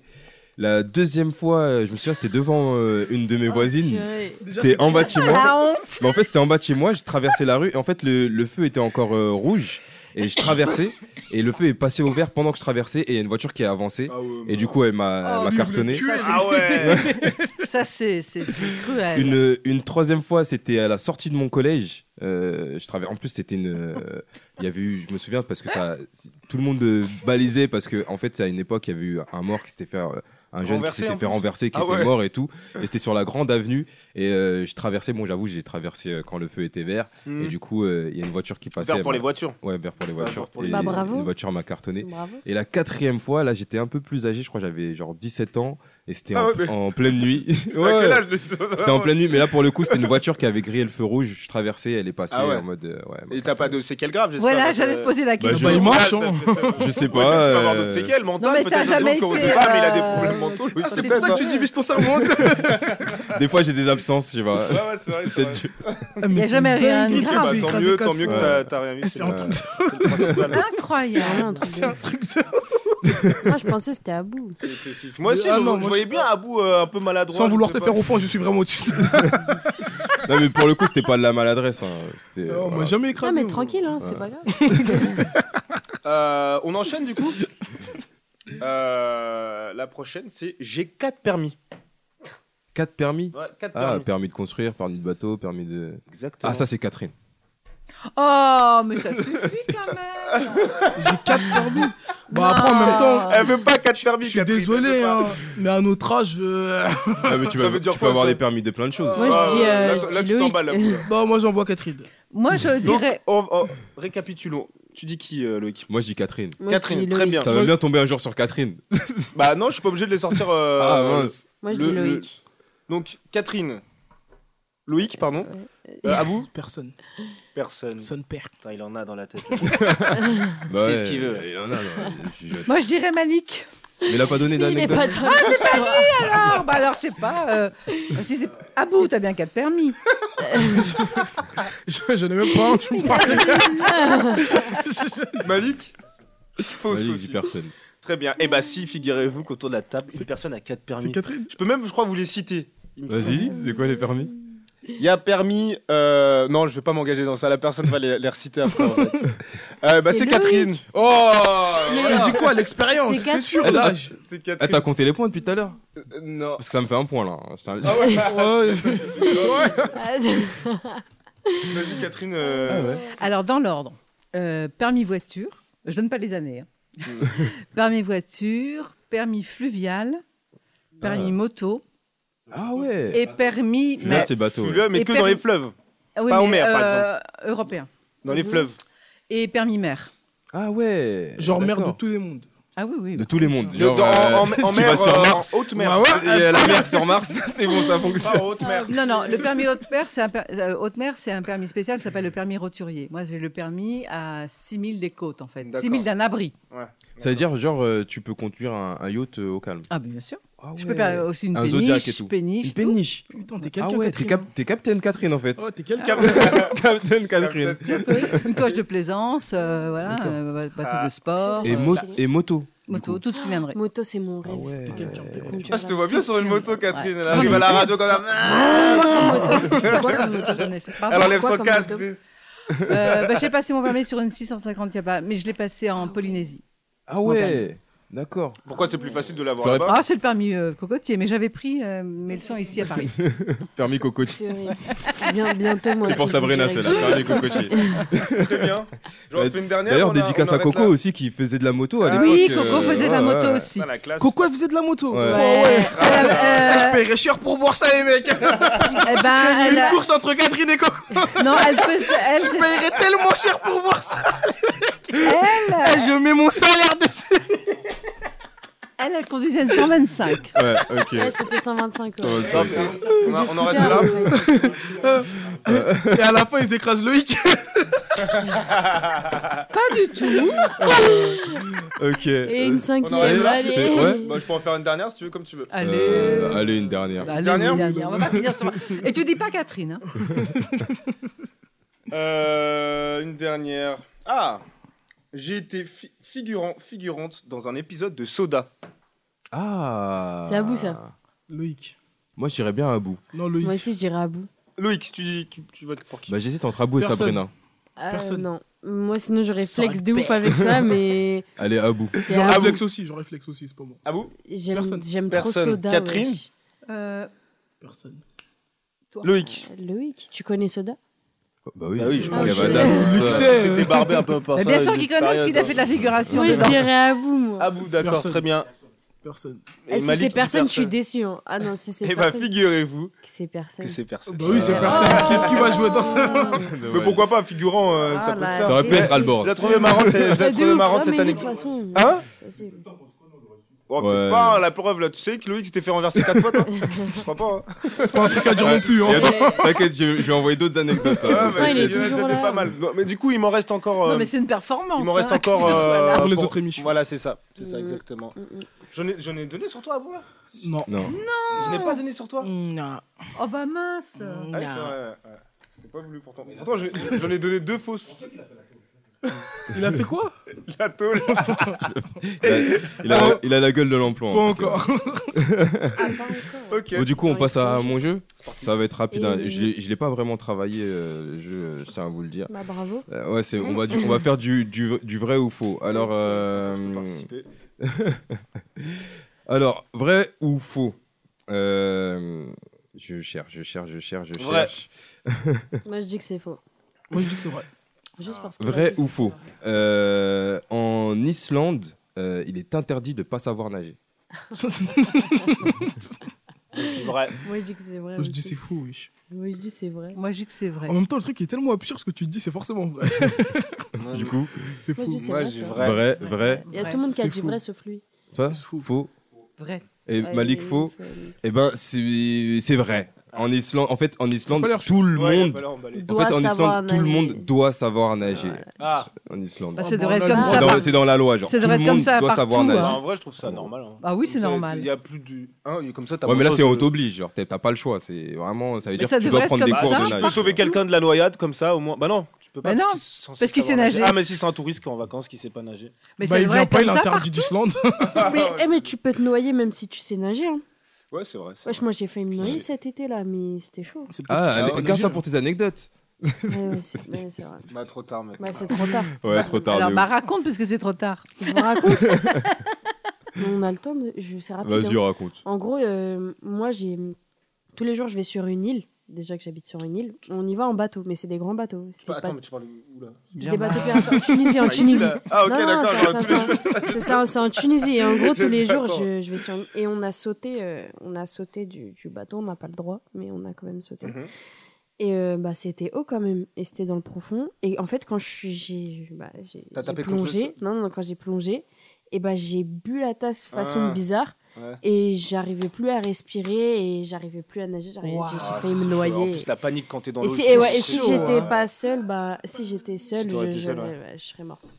Speaker 1: La deuxième fois, euh, je me souviens, c'était devant euh, une de mes voisines.
Speaker 2: Déjà,
Speaker 1: C'était en bas de chez moi.
Speaker 3: Oh, La honte.
Speaker 1: Mais Bah, en fait, c'était en bas de chez moi, je traversais la rue et en fait, le, le feu était encore euh, rouge et je traversais et le feu est passé au vert pendant que je traversais et il y a une voiture qui est avancée et du coup, elle
Speaker 3: Oh,
Speaker 1: m'a elle m'a cartonné.
Speaker 5: bah. Ah ouais.
Speaker 3: Ça, c'est c'est- c'est cruel.
Speaker 1: Une, une troisième fois, c'était à la sortie de mon collège. Euh, je travaillais. En plus, c'était une. euh, Il y avait eu. Je me souviens parce que ça. c'est- Tout le monde euh, balisait parce que en fait, c'est à une époque, il y avait eu un mort qui s'était fait. euh, Un jeune
Speaker 5: Renversé,
Speaker 1: qui
Speaker 5: en
Speaker 1: s'était fait
Speaker 5: plus.
Speaker 1: renverser, qui
Speaker 5: Ah
Speaker 1: était
Speaker 5: ouais.
Speaker 1: mort et tout. Et c'était sur la grande avenue. Et euh, je traversais. Bon, j'avoue, j'ai traversé euh, quand le feu était vert. Et du coup, euh, il y a une voiture qui passait.
Speaker 5: Hmm. Vert pour
Speaker 1: elle
Speaker 5: les
Speaker 1: m'a-
Speaker 5: voitures.
Speaker 1: Ouais, vert pour les
Speaker 5: Pas
Speaker 1: voitures.
Speaker 5: vert pour les-
Speaker 1: Et
Speaker 4: Bah, bravo.
Speaker 1: Une voiture m'a cartonné.
Speaker 4: Bravo.
Speaker 1: Et la quatrième fois, là, j'étais un peu plus âgé. Je crois que j'avais genre 17 ans. Et c'était
Speaker 5: Ah
Speaker 1: en,
Speaker 5: ouais, mais-
Speaker 1: en pleine nuit.
Speaker 5: T'as
Speaker 1: Ouais.
Speaker 5: quel âge, le-
Speaker 1: C'était en pleine nuit, mais là pour le coup, c'était une voiture qui avait grillé le feu rouge. Je traversais, elle est passée
Speaker 5: Ah ouais.
Speaker 1: en mode. euh, ouais,
Speaker 5: Et
Speaker 1: bah,
Speaker 5: t'as pas de séquelles graves, j'espère.
Speaker 3: Voilà,
Speaker 5: parce que-
Speaker 3: j'allais te poser la
Speaker 1: Bah,
Speaker 3: question.
Speaker 2: Bah, il marche.
Speaker 5: Ah, ça
Speaker 2: hein.
Speaker 5: fait ça.
Speaker 1: Je sais
Speaker 5: Ouais, mais tu
Speaker 1: pas.
Speaker 5: peux avoir
Speaker 1: euh,
Speaker 5: d'autres séquelles
Speaker 3: Non, mais
Speaker 5: mentales,
Speaker 3: t'as
Speaker 5: peut-être
Speaker 3: jamais
Speaker 5: qu'on sait
Speaker 3: été,
Speaker 5: pas, mais il a des
Speaker 3: euh,
Speaker 5: problèmes ton
Speaker 2: Ah, c'est pour ça que tu divises ton cerveau.
Speaker 1: Des fois, j'ai des absences, tu vois.
Speaker 5: Ouais, ouais, c'est vrai, c'est
Speaker 1: peut-être
Speaker 2: Ah, mais
Speaker 3: Il y a
Speaker 2: c'est
Speaker 3: jamais
Speaker 2: une
Speaker 3: rien de
Speaker 2: dinguerie,
Speaker 3: grave.
Speaker 2: t'as vu
Speaker 5: Bah, tant
Speaker 2: écraser
Speaker 5: mieux,
Speaker 2: quatre
Speaker 5: tant mieux que
Speaker 2: fois.
Speaker 5: t'as- t'as rien vu,
Speaker 2: Ah,
Speaker 5: c'est
Speaker 2: C'est un
Speaker 5: le-
Speaker 2: truc de-
Speaker 3: Incroyable.
Speaker 2: C'est un truc de.
Speaker 4: Moi, je pensais que c'était à bout.
Speaker 5: Moi aussi,
Speaker 2: Ah
Speaker 5: je,
Speaker 2: non,
Speaker 5: je
Speaker 2: moi,
Speaker 5: voyais bien Abou euh, un peu maladroit.
Speaker 2: Sans
Speaker 5: je
Speaker 2: vouloir
Speaker 5: sais
Speaker 2: te
Speaker 5: pas.
Speaker 2: faire au fond, je suis vraiment au-dessus.
Speaker 1: Non, mais pour le coup, c'était pas de la maladresse. Hein. C'était,
Speaker 2: Oh, On m'a
Speaker 1: voilà.
Speaker 2: jamais
Speaker 4: Non,
Speaker 2: écrasé.
Speaker 4: mais
Speaker 2: moi.
Speaker 4: tranquille, hein, c'est pas grave.
Speaker 5: Euh, on enchaîne du coup. Euh, la prochaine, c'est j'ai 4 permis.
Speaker 1: Quatre permis
Speaker 5: Ouais, quatre
Speaker 1: Ah,
Speaker 5: permis.
Speaker 1: permis de construire, permis de bateau, permis de.
Speaker 5: Exactement.
Speaker 1: Ah, ça, c'est Catherine.
Speaker 3: Oh, mais ça suffit quand même.
Speaker 2: J'ai 4 permis. Bah,
Speaker 3: Non.
Speaker 2: après, en même temps.
Speaker 5: Elle veut pas 4 permis.
Speaker 2: Je suis désolé, hein, mais à notre âge. euh,
Speaker 1: Ah, mais tu
Speaker 5: Ça
Speaker 1: vas-
Speaker 5: veut
Speaker 1: tu
Speaker 5: dire
Speaker 1: peux
Speaker 5: quoi,
Speaker 1: avoir
Speaker 5: ça
Speaker 1: des permis de plein de choses.
Speaker 3: Moi, je dis, euh,
Speaker 5: là,
Speaker 3: je
Speaker 5: là,
Speaker 3: dis
Speaker 5: tu
Speaker 3: Loïc.
Speaker 5: t'emballes. Abou, là.
Speaker 2: Bah, moi, j'envoie Catherine.
Speaker 3: Moi, je
Speaker 5: Donc,
Speaker 3: dirais.
Speaker 5: on- on- récapitulons. Tu dis qui, euh, Loïc
Speaker 1: Moi, je dis Catherine.
Speaker 4: Moi, je
Speaker 5: Catherine,
Speaker 4: dis
Speaker 5: très
Speaker 4: Loïc.
Speaker 5: bien.
Speaker 1: Ça va bien tomber un jour sur Catherine.
Speaker 5: Bah non, je suis pas obligé de les sortir. euh,
Speaker 1: Ah,
Speaker 5: euh,
Speaker 1: mince.
Speaker 4: Moi, je
Speaker 5: le-
Speaker 4: dis Loïc.
Speaker 5: Donc, Catherine. Loïc, pardon. Euh, Abou
Speaker 2: Personne.
Speaker 5: Personne.
Speaker 2: Personne perd.
Speaker 7: Putain, il en a dans la tête.
Speaker 1: Bah
Speaker 5: C'est
Speaker 1: ouais,
Speaker 5: ce qu'il veut.
Speaker 1: Il en a, non, il- je-
Speaker 3: Moi, je dirais Malik.
Speaker 1: Mais il a pas donné
Speaker 4: Lui, il est
Speaker 1: d'anecdote.
Speaker 4: pas trop
Speaker 3: Ah, c'est pas lui alors Bah alors, je sais pas. euh, si c'est à bout, t'as bien quatre permis.
Speaker 2: Je, je n'ai même pas un, je vous parle.
Speaker 5: Malik Fausse
Speaker 1: Vas-y,
Speaker 5: aussi.
Speaker 1: dis personne.
Speaker 5: Très bien. Et bah si, figurez-vous qu'autour de la table, une personne a 4
Speaker 2: C'est
Speaker 5: permis.
Speaker 2: Catherine.
Speaker 5: Je peux même, je crois, vous les citer. Il me
Speaker 1: Vas-y, c'est quoi les permis
Speaker 5: Il y a permis. euh, Non, je vais pas m'engager dans ça. La personne va les, les reciter après. en fait. Euh, bah,
Speaker 4: C'est
Speaker 5: c'est
Speaker 4: Loïc.
Speaker 5: Catherine. Oh
Speaker 2: Je te dis quoi, l'expérience,
Speaker 4: C'est
Speaker 2: c'est sûr,
Speaker 1: Catherine.
Speaker 2: l'âge.
Speaker 5: Ah, C'est
Speaker 1: Eh, t'as
Speaker 5: Catherine.
Speaker 1: compté les points depuis tout à l'heure
Speaker 5: Euh, Non.
Speaker 1: Parce que ça me fait un point là. Je t'en-
Speaker 5: Ah ouais.
Speaker 2: Ouais.
Speaker 4: Ah, je-
Speaker 5: Vas-y, Catherine. euh,
Speaker 3: Alors, dans l'ordre, euh, permis voiture, je donne pas les années. hein. permis voiture, permis fluvial, permis
Speaker 1: Ah.
Speaker 3: moto
Speaker 1: Ah ouais.
Speaker 3: et permis.
Speaker 1: Fluvial, c'est bateau. ouais.
Speaker 5: Fluvial, mais
Speaker 3: Et
Speaker 5: que
Speaker 3: permis-
Speaker 5: dans les fleuves.
Speaker 3: Ah oui,
Speaker 5: pas en
Speaker 3: mais,
Speaker 5: mer, par
Speaker 3: euh, Européen. Mmh.
Speaker 5: Dans les
Speaker 4: Mhm.
Speaker 5: fleuves.
Speaker 3: Et permis mer.
Speaker 1: Ah ouais.
Speaker 2: Genre merde de
Speaker 1: D'accord.
Speaker 2: tous les mondes.
Speaker 3: Ah oui, oui.
Speaker 1: De tous les mondes.
Speaker 5: De-
Speaker 1: Genre,
Speaker 5: dans-
Speaker 1: euh,
Speaker 5: en, en-
Speaker 1: si tu
Speaker 5: en
Speaker 1: vas
Speaker 5: mer,
Speaker 1: sur
Speaker 5: euh,
Speaker 1: Mars. Ah
Speaker 5: en haute mer.
Speaker 1: et la mer sur Mars, c'est bon, ça
Speaker 5: Pas
Speaker 1: fonctionne.
Speaker 5: en haute mer.
Speaker 3: Non, non, le permis haute mer, c'est un, per- euh, haute mer, c'est un permis spécial, ça s'appelle le permis roturier. Moi, j'ai le permis à 6000 des côtes, en fait.
Speaker 5: D'accord.
Speaker 3: 6000 d'un abri.
Speaker 1: Ça veut dire, genre, euh, tu peux conduire un, un yacht euh, au calme.
Speaker 3: Ah, bien sûr.
Speaker 1: Ah
Speaker 3: Je peux faire aussi une
Speaker 1: Un
Speaker 3: péniche.
Speaker 1: Zodiac et tout.
Speaker 3: péniche,
Speaker 1: Une
Speaker 3: tout.
Speaker 1: péniche.
Speaker 2: Putain, t'es
Speaker 1: Ah
Speaker 2: quelqu'un.
Speaker 1: ouais, t'es
Speaker 2: Catherine,
Speaker 1: cap- t'es Captain Catherine en fait.
Speaker 2: hein. Ouais, t'es
Speaker 4: Ah
Speaker 2: quelqu'un.
Speaker 1: Captain Catherine.
Speaker 3: une coche de plaisance, euh, voilà,
Speaker 1: D'accord.
Speaker 3: euh, ba- bateau
Speaker 5: Ah.
Speaker 3: de sport,
Speaker 1: Et,
Speaker 3: euh,
Speaker 1: mo- et moto.
Speaker 3: moto, toute cylindrée.
Speaker 4: Moto, c'est mon rêve.
Speaker 1: ouais.
Speaker 4: de quelqu'un de conduire
Speaker 5: Ah, je te
Speaker 4: la
Speaker 5: vois bien
Speaker 4: toute
Speaker 5: sur une
Speaker 4: seule.
Speaker 5: moto, Catherine.
Speaker 3: Ouais.
Speaker 5: Elle arrive à la radio quand même.
Speaker 3: C'est quoi comme moto, j'en ai fait Pardon,
Speaker 5: Elle enlève
Speaker 3: quoi
Speaker 5: son
Speaker 3: comme
Speaker 5: casque.
Speaker 3: moto
Speaker 5: c'est-
Speaker 3: Euh, bah, J'ai passé mon permis sur une 650 Yaba, mais je l'ai passé en Polynésie.
Speaker 1: Ah ouais. D'accord.
Speaker 5: Pourquoi c'est plus facile de
Speaker 1: Ça
Speaker 5: l'avoir
Speaker 1: aurait
Speaker 5: là-bas
Speaker 3: Ah, c'est le permis euh, cocotier, mais j'avais pris euh, mes leçons ici à Paris.
Speaker 1: Permis cocotier.
Speaker 4: Purée. Bien, bientôt, moi.
Speaker 1: C'est pour
Speaker 4: aussi,
Speaker 1: Sabrina,
Speaker 4: je
Speaker 1: celle-là.
Speaker 4: dirais
Speaker 1: Permis cocotier.
Speaker 5: Très bien. J'en
Speaker 1: Bah,
Speaker 5: fais une dernière.
Speaker 1: D'ailleurs,
Speaker 5: on a-
Speaker 1: dédicace
Speaker 5: on
Speaker 1: à
Speaker 5: arrête
Speaker 1: Coco
Speaker 5: là.
Speaker 1: aussi qui faisait de la moto à
Speaker 5: Ah,
Speaker 1: l'époque.
Speaker 3: oui,
Speaker 1: euh,
Speaker 3: Coco faisait de la
Speaker 1: ouais,
Speaker 3: moto
Speaker 1: ouais.
Speaker 3: aussi.
Speaker 5: Ah, la classe.
Speaker 2: Coco, elle faisait de la moto.
Speaker 1: Ouais.
Speaker 2: Oh,
Speaker 3: Ouais. Elle,
Speaker 2: Je
Speaker 3: euh,
Speaker 2: paierais cher pour voir ça, les mecs.
Speaker 3: eh ben, elle
Speaker 2: Une
Speaker 3: a-
Speaker 2: course entre Catherine et Coco.
Speaker 3: non, elle faisait. Elle,
Speaker 2: Je paierais tellement cher pour voir ça.
Speaker 3: elle,
Speaker 2: Eh, Je mets mon salaire dessus.
Speaker 3: elle, elle conduisait une 125.
Speaker 1: Ouais, ok.
Speaker 4: Ouais, c'était 125 euros.
Speaker 1: Ouais, ça, ok.
Speaker 5: On, a-
Speaker 4: C'était
Speaker 5: on en reste
Speaker 4: scooter,
Speaker 5: là.
Speaker 4: en fait.
Speaker 2: Et à la fin, ils écrasent Loïc.
Speaker 3: Pas du tout.
Speaker 1: Ok.
Speaker 4: Et
Speaker 5: On en
Speaker 4: une
Speaker 1: Euh,
Speaker 5: reste
Speaker 4: cinquième,
Speaker 5: là.
Speaker 4: allez.
Speaker 1: Ouais.
Speaker 5: Bah, je peux en faire une dernière si tu veux, comme tu veux.
Speaker 3: Allez.
Speaker 1: euh, allez, une dernière.
Speaker 3: Allez,
Speaker 5: Dernière
Speaker 3: dernière. dernière. On va pas finir sur. Et tu dis pas Catherine. Hein.
Speaker 5: Euh, une dernière. Ah J'ai été fi- figurant, figurante dans un épisode de Soda.
Speaker 1: Ah.
Speaker 4: C'est à bout, ça.
Speaker 2: Loïc.
Speaker 1: Moi, je dirais bien à bout.
Speaker 2: Non, Loïc.
Speaker 4: Moi aussi, je dirais à bout.
Speaker 5: Loïc, tu, dis- tu, tu votes pour qui
Speaker 1: Bah, j'hésite entre Abou et
Speaker 2: Personne.
Speaker 1: Sabrina.
Speaker 4: Ah,
Speaker 2: Personne.
Speaker 4: non. Moi, sinon, j'aurais
Speaker 2: Sale
Speaker 4: flex de ouf
Speaker 2: père.
Speaker 4: avec ça, mais
Speaker 1: Allez, Abou.
Speaker 4: c'est
Speaker 2: J'en
Speaker 4: à bout.
Speaker 2: réflexe aussi, j'en réflexe aussi, c'est pas moi.
Speaker 5: Ah vous
Speaker 4: J'aime
Speaker 2: Personne.
Speaker 4: j'aime trop
Speaker 5: Personne.
Speaker 4: Soda.
Speaker 5: Catherine
Speaker 4: wesh.
Speaker 3: Euh,
Speaker 2: Personne.
Speaker 5: Loïc.
Speaker 4: euh, Loïc, tu connais Soda Ah,
Speaker 1: Bah oui,
Speaker 5: Bah oui, je
Speaker 4: pense que-
Speaker 1: Gavada, tout ça.
Speaker 2: Luxé. Euh,
Speaker 5: C'était barbé un peu par
Speaker 3: mais
Speaker 5: ça,
Speaker 3: bien sûr
Speaker 5: une
Speaker 3: qu'il connaît parce qu'il a
Speaker 5: période,
Speaker 3: fait de la
Speaker 5: hein.
Speaker 3: figuration.
Speaker 4: Moi, je
Speaker 3: dedans.
Speaker 4: dirais à vous, moi.
Speaker 5: Ah vous, d'accord,
Speaker 2: Personne.
Speaker 5: très bien.
Speaker 2: Personne.
Speaker 5: Et
Speaker 4: Eh, si
Speaker 5: Malik,
Speaker 4: c'est
Speaker 5: dit
Speaker 4: personne, je suis déçu. hein. Ah non, si c'est
Speaker 5: Eh bah,
Speaker 4: personne,
Speaker 5: figurez-vous
Speaker 4: que c'est personne. Oh,
Speaker 5: que c'est personne.
Speaker 2: Bah oui, c'est
Speaker 1: Ah.
Speaker 2: personne. Qui, qui va jouer dans ça
Speaker 5: Mais pourquoi pas, figurant, euh, ça
Speaker 3: Ah
Speaker 5: peut
Speaker 3: là
Speaker 5: se
Speaker 3: là.
Speaker 5: faire.
Speaker 1: Ça aurait pu être
Speaker 5: Je
Speaker 1: Albor.
Speaker 5: l'ai trouvée marrante, je l'ai
Speaker 4: Ouais, Bah, de
Speaker 5: trouvée
Speaker 4: ouf.
Speaker 5: marrante
Speaker 4: Ouais,
Speaker 5: cette
Speaker 4: mais
Speaker 5: année.
Speaker 4: de toute façon,
Speaker 5: Hein
Speaker 4: facile.
Speaker 5: Oh, peut-être
Speaker 1: Ouais.
Speaker 5: pas, hein, la preuve là, tu sais que Loïc s'était fait renverser 4 fois, toi Je crois pas. hein.
Speaker 2: C'est pas un truc à dire non plus.
Speaker 1: Et
Speaker 2: Hein.
Speaker 1: attends, T'inquiète, je, je vais envoyer d'autres anecdotes.
Speaker 2: Ah,
Speaker 1: hein.
Speaker 5: Ouais,
Speaker 4: il
Speaker 5: mais
Speaker 4: est
Speaker 5: c'était-
Speaker 4: toujours
Speaker 5: c'était
Speaker 4: là.
Speaker 5: pas mal. Bon, Mais du coup, il m'en reste encore. euh,
Speaker 3: Non, mais c'est une performance.
Speaker 5: il m'en reste
Speaker 3: hein,
Speaker 5: encore
Speaker 3: que ce soit
Speaker 5: euh,
Speaker 3: là.
Speaker 2: Pour les autres émissions.
Speaker 5: Voilà, c'est ça, c'est ça
Speaker 4: Mm.
Speaker 5: exactement.
Speaker 4: Mm, mm.
Speaker 5: J'en ai, j'en ai donné sur toi avant là
Speaker 2: Non.
Speaker 1: Non.
Speaker 5: Je n'ai pas donné sur toi
Speaker 2: Non.
Speaker 3: Oh bah mince
Speaker 5: Ah oui, c'est vrai, ouais, ouais. C'était pas voulu pourtant. Pourtant, je- j'en ai donné deux fausses.
Speaker 2: Il a fait quoi
Speaker 5: La tôle.
Speaker 1: Il a, il a- il a la gueule de l'emploi.
Speaker 2: Pas
Speaker 1: en tout cas.
Speaker 2: encore.
Speaker 5: Ok.
Speaker 1: Bon, du coup, on passe à mon jeu.
Speaker 5: parti.
Speaker 1: Ça va être rapide. hein.
Speaker 5: Et-
Speaker 1: Je l'ai- je l'ai pas vraiment travaillé, euh, le jeu, euh, je tiens à vous le dire.
Speaker 4: Bah, bravo.
Speaker 1: Euh, ouais, c'est, on, va, du- on va faire du, du, du vrai ou faux. Alors, euh,
Speaker 5: participer.
Speaker 1: Alors, vrai ou faux Euh, Je cherche, je cherche, je cherche, je
Speaker 4: Vrai.
Speaker 1: cherche.
Speaker 4: Moi, je dis que c'est faux.
Speaker 2: Moi, je dis que c'est vrai.
Speaker 4: Juste parce que.
Speaker 1: vrai ou faux Euh, En Islande, euh, il est interdit de pas savoir nager.
Speaker 5: C'est vrai.
Speaker 4: Moi, je dis que Euh, c'est vrai.
Speaker 2: Moi, je
Speaker 4: aussi.
Speaker 2: dis c'est fou, oui.
Speaker 4: Moi, je dis c'est vrai.
Speaker 3: Moi, je dis que c'est vrai.
Speaker 2: En même temps, le truc est tellement absurde que tu te dis c'est forcément vrai.
Speaker 1: du coup,
Speaker 2: c'est
Speaker 4: Moi,
Speaker 2: fou.
Speaker 4: je dis c'est
Speaker 5: Moi,
Speaker 4: vrai,
Speaker 5: j'ai
Speaker 4: c'est
Speaker 1: vrai, vrai.
Speaker 4: Il y a tout le monde qui a
Speaker 2: C'est
Speaker 4: dit
Speaker 2: fou.
Speaker 4: vrai sauf lui.
Speaker 1: Toi Faux.
Speaker 3: Vrai.
Speaker 1: Et
Speaker 4: Ouais,
Speaker 1: Malik
Speaker 4: il est
Speaker 1: faux.
Speaker 4: faux, Malik.
Speaker 1: Eh ben c'est c'est vrai. En Islande, en fait, en Islande, tout le
Speaker 5: Ouais, il a
Speaker 1: monde,
Speaker 5: pas l'air emballé.
Speaker 1: en fait,
Speaker 4: Doit
Speaker 1: en
Speaker 4: savoir
Speaker 1: Islande, tout le
Speaker 4: nager.
Speaker 1: monde doit savoir nager.
Speaker 5: Ah.
Speaker 1: En Islande.
Speaker 3: Bah, ça
Speaker 2: devrait être comme
Speaker 1: C'est
Speaker 2: ça,
Speaker 1: dans-
Speaker 3: par-
Speaker 1: Euh, C'est dans la loi, genre.
Speaker 3: ça
Speaker 1: Tout
Speaker 3: devrait
Speaker 1: le
Speaker 3: être comme
Speaker 1: monde
Speaker 3: ça
Speaker 1: doit savoir
Speaker 3: partout,
Speaker 1: nager.
Speaker 3: hein.
Speaker 5: Bah, en vrai, je trouve ça normal. hein.
Speaker 3: Ah oui, c'est
Speaker 5: Ça,
Speaker 3: normal.
Speaker 5: Il y a plus du. Hein, comme ça, t'as
Speaker 1: Ouais,
Speaker 5: pas
Speaker 1: mais
Speaker 5: le
Speaker 1: là,
Speaker 5: choix
Speaker 1: c'est
Speaker 5: de-
Speaker 1: on t'oblige, genre t'as t'as pas le choix. C'est vraiment, ça veut
Speaker 3: Mais
Speaker 1: dire
Speaker 3: ça
Speaker 1: que tu
Speaker 3: devrait
Speaker 1: dois
Speaker 3: être
Speaker 1: prendre des
Speaker 3: comme
Speaker 1: cours
Speaker 3: ça.
Speaker 1: de
Speaker 5: Tu peux
Speaker 1: nage.
Speaker 5: sauver quelqu'un de la noyade comme ça au moins. Bah non, tu peux pas.
Speaker 3: Bah non,
Speaker 5: parce qu'il est censé
Speaker 3: parce qu'il sait
Speaker 5: savoir
Speaker 3: nager.
Speaker 5: Ah, mais si c'est un touriste qui est en vacances qui sait pas nager.
Speaker 3: Mais
Speaker 2: Bah,
Speaker 3: ça
Speaker 2: il
Speaker 3: devrait
Speaker 2: vient
Speaker 3: être
Speaker 2: pas, il
Speaker 3: comme
Speaker 2: est
Speaker 3: ça
Speaker 2: interdit d'Islande.
Speaker 4: mais, eh, mais tu peux te noyer même si tu sais nager. Hein.
Speaker 5: Ouais, c'est vrai. c'est
Speaker 4: Wesh, moi, j'ai failli me noyer cet été là, mais c'était chaud.
Speaker 2: C'est peut-être
Speaker 1: Ah,
Speaker 2: que tu sais
Speaker 1: alors,
Speaker 2: pas
Speaker 1: garde
Speaker 2: nager.
Speaker 1: ça pour tes anecdotes.
Speaker 4: Ouais, ouais, c'est ouais, c'est vrai.
Speaker 5: vrai. Bah, trop tard, mec.
Speaker 4: Bah, c'est trop tard.
Speaker 1: Ouais, trop tard.
Speaker 3: Alors,
Speaker 1: de
Speaker 3: bah,
Speaker 1: ouf.
Speaker 3: raconte parce que c'est trop tard.
Speaker 4: Je vous raconte. Mais on a le temps de. Je... C'est rapide.
Speaker 1: Vas-y,
Speaker 4: hein.
Speaker 1: raconte.
Speaker 4: En gros, euh, moi, j'ai tous les jours, je vais sur une île. Déjà que j'habite sur une île, on y va en bateau, mais c'est des grands bateaux. C'était
Speaker 5: Pas-
Speaker 4: pas-
Speaker 5: Attends, mais tu parles où là
Speaker 4: C'est des bateaux
Speaker 3: Germain.
Speaker 4: pirates en Tunisie, en
Speaker 5: Ah, ici,
Speaker 4: Tunisie.
Speaker 5: là. Ah, ok,
Speaker 4: Non, non,
Speaker 5: d'accord,
Speaker 4: c'est-
Speaker 5: j'aurais
Speaker 4: c'est- c'est- C'est ça, c'est en Tunisie. Et en gros, tous les
Speaker 5: J'ai dit,
Speaker 4: jours,
Speaker 5: attends.
Speaker 4: je, je vais sur une... Et on a sauté, euh, on a sauté du, du bateau, on n'a pas le droit, mais on a quand même sauté.
Speaker 5: Mhm.
Speaker 4: Et euh, bah, c'était haut quand même, et c'était dans le profond. Et en fait, quand je suis- j'ai bah, j'ai-
Speaker 5: T'as
Speaker 4: j'ai
Speaker 5: tapé contre le
Speaker 4: plongé, non, non, non, quand j'ai plongé, et bah, j'ai bu la tasse façon
Speaker 5: Ah.
Speaker 4: bizarre,
Speaker 5: Ouais.
Speaker 4: et j'arrivais plus à respirer, et j'arrivais plus à nager, j'arrivais- j'ai j'ai
Speaker 5: Ah,
Speaker 4: failli
Speaker 5: c'est
Speaker 4: me
Speaker 5: chaud. En
Speaker 4: noyer.
Speaker 5: plus, la panique quand t'es dans
Speaker 4: Et
Speaker 5: l'eau.
Speaker 4: si,
Speaker 5: c'est
Speaker 4: et ouais, et si
Speaker 5: chaud,
Speaker 4: j'étais
Speaker 5: hein.
Speaker 4: pas seule, bah, si j'étais seule,
Speaker 5: t'aurais
Speaker 4: je,
Speaker 5: été
Speaker 4: je-
Speaker 5: seule, ouais.
Speaker 4: ouais, je serais morte.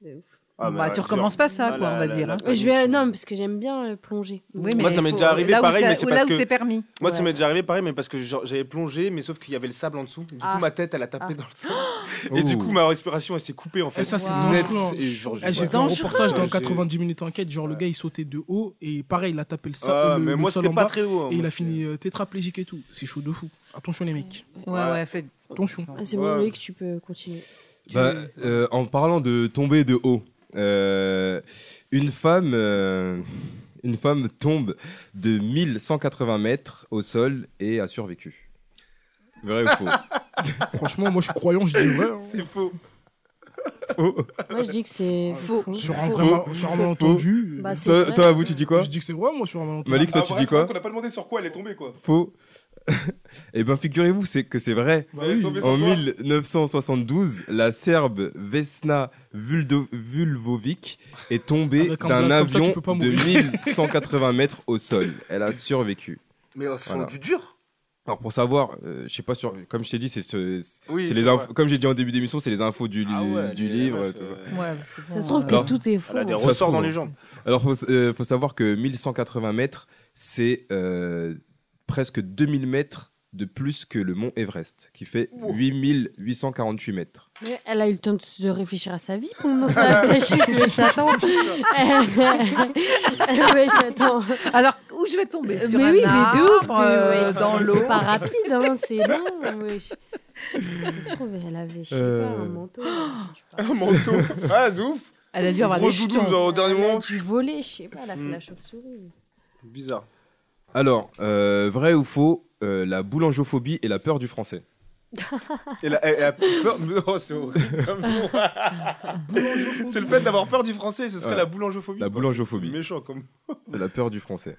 Speaker 4: De ouf.
Speaker 5: Ah,
Speaker 3: bah,
Speaker 5: ouais,
Speaker 3: tu
Speaker 5: dur.
Speaker 3: recommences pas ça,
Speaker 5: Ah,
Speaker 3: quoi,
Speaker 5: la-
Speaker 3: on va
Speaker 5: la-
Speaker 3: dire.
Speaker 5: la
Speaker 3: hein.
Speaker 4: Oui, je vais,
Speaker 5: panique,
Speaker 4: non, parce que j'aime bien euh, plonger.
Speaker 3: Oui,
Speaker 5: Moi,
Speaker 3: mais
Speaker 5: ça m'est
Speaker 3: faut-
Speaker 5: déjà arrivé
Speaker 3: là où
Speaker 5: pareil, mais c'est
Speaker 3: Là
Speaker 5: parce
Speaker 3: où
Speaker 5: que-
Speaker 3: c'est permis.
Speaker 5: Moi,
Speaker 4: Ouais.
Speaker 5: ça m'est déjà arrivé pareil, mais parce que genre, j'avais plongé, mais sauf qu'il y avait le sable en dessous. Du
Speaker 4: Ah.
Speaker 5: coup, ma tête, elle a tapé
Speaker 4: Ah.
Speaker 5: dans le sable. Et du
Speaker 1: Ouh.
Speaker 5: coup, ma respiration, elle s'est coupée en fait.
Speaker 2: Et ça, c'est
Speaker 3: Wow.
Speaker 5: Net,
Speaker 2: dangereux.
Speaker 5: et genre,
Speaker 3: Ah,
Speaker 2: Eh, J'ai
Speaker 5: ouais.
Speaker 2: vu un reportage dans
Speaker 5: J'ai-
Speaker 2: 90 minutes enquête, genre le gars il sautait de haut et pareil il a tapé le, sa-
Speaker 5: Ah,
Speaker 2: le-
Speaker 5: mais
Speaker 2: le
Speaker 5: moi,
Speaker 2: sol
Speaker 5: c'était
Speaker 2: en
Speaker 5: pas
Speaker 2: bas
Speaker 5: très haut. hein, moi,
Speaker 2: et il
Speaker 5: c'était-
Speaker 2: a fini euh, tétraplégique et tout. C'est chaud de fou. Attention les mecs,
Speaker 3: Ouais,
Speaker 5: Ouais.
Speaker 3: ouais, faites.
Speaker 2: attention.
Speaker 4: Ah, c'est bon,
Speaker 5: Ouais.
Speaker 4: Loïc, tu peux continuer.
Speaker 1: Bah, euh, en parlant de tomber de haut, euh, une femme, euh, une femme tombe de 1180 mètres au sol et a survécu. Vrai ou faux
Speaker 2: Franchement, moi je suis croyant, je dis vrai. hein.
Speaker 5: C'est faux.
Speaker 4: Moi, je dis que c'est faux.
Speaker 2: Sur un vrai ma- sur un malentendu, euh,
Speaker 4: Bah, c'est
Speaker 1: Toi,
Speaker 4: vrai.
Speaker 1: toi, Abou, tu dis quoi
Speaker 2: je dis que c'est vrai, moi sur un malentendu.
Speaker 1: Malik, toi,
Speaker 5: Ah,
Speaker 1: tu
Speaker 5: vrai,
Speaker 1: dis
Speaker 5: c'est vrai
Speaker 1: quoi
Speaker 5: qu'on a pas demandé sur quoi elle est tombée, quoi.
Speaker 1: Faux. Eh ben, figurez-vous, c'est que c'est vrai.
Speaker 2: Bah
Speaker 5: Elle est
Speaker 2: oui.
Speaker 5: tombée sur
Speaker 1: En
Speaker 5: quoi
Speaker 1: 1972, la Serbe Vesna Vuldo- Vulvovic est tombée
Speaker 2: Avec un
Speaker 1: d'un
Speaker 2: blast Ah, bah, comme ça,
Speaker 1: avion
Speaker 2: tu peux pas
Speaker 1: de
Speaker 2: mourir.
Speaker 1: 1180 mètres au sol. Elle a survécu.
Speaker 5: Mais euh, c'est
Speaker 1: Voilà.
Speaker 5: du dur.
Speaker 1: Alors pour savoir, euh, je sais pas sur, comme je t'ai dit, c'est ce- c'est
Speaker 5: Oui, Ah
Speaker 1: les infos- comme j'ai dit en début d'émission, c'est les infos du, li- du livre. tout ça.
Speaker 3: Ouais, parce que bon,
Speaker 4: Ça se trouve que
Speaker 1: Alors-
Speaker 4: tout est faux.
Speaker 5: Elle a des
Speaker 1: Ça
Speaker 4: hein.
Speaker 1: se
Speaker 5: ressorts
Speaker 1: trouve,
Speaker 5: dans
Speaker 1: hein.
Speaker 5: les jambes.
Speaker 1: Alors faut, euh, faut savoir que 1180 mètres, c'est euh, presque 2000 mètres de plus que le mont Everest, qui fait 8848 mètres.
Speaker 4: Mais Elle a eu le temps de se réfléchir à sa vie pendant sa sa chute, les chatons. Ouais, chatons.
Speaker 3: Alors, où je vais tomber Sur
Speaker 4: Mais
Speaker 3: un
Speaker 4: oui, mais
Speaker 3: arbre,
Speaker 4: de ouf,
Speaker 3: euh,
Speaker 4: de- ouais,
Speaker 3: dans
Speaker 4: c'est-
Speaker 3: l'eau.
Speaker 4: C'est pas rapide, hein, c'est long. ouais. Ça se trouve, elle avait, je sais pas, un manteau. je sais pas.
Speaker 5: Un manteau. Ah, de ouf.
Speaker 3: Elle a dû avoir
Speaker 5: Gros
Speaker 3: des
Speaker 5: doudou
Speaker 3: jetons.
Speaker 5: dans au dernier
Speaker 4: Elle a
Speaker 5: moment.
Speaker 4: dû voler, je sais pas, elle a fait
Speaker 5: Hmm.
Speaker 4: la chauve-souris.
Speaker 5: Bizarre.
Speaker 1: Alors, euh, vrai ou faux, euh, la boulangeophobie et la peur du français.
Speaker 5: Et la- elle a peur. mais non, c'est horrible. comme nom. c'est le fait d'avoir peur du français, ce serait
Speaker 1: Ouais.
Speaker 5: la boulangeophobie.
Speaker 1: La
Speaker 5: quoi.
Speaker 1: boulangeophobie.
Speaker 5: C'est méchant comme.
Speaker 1: C'est la peur du français.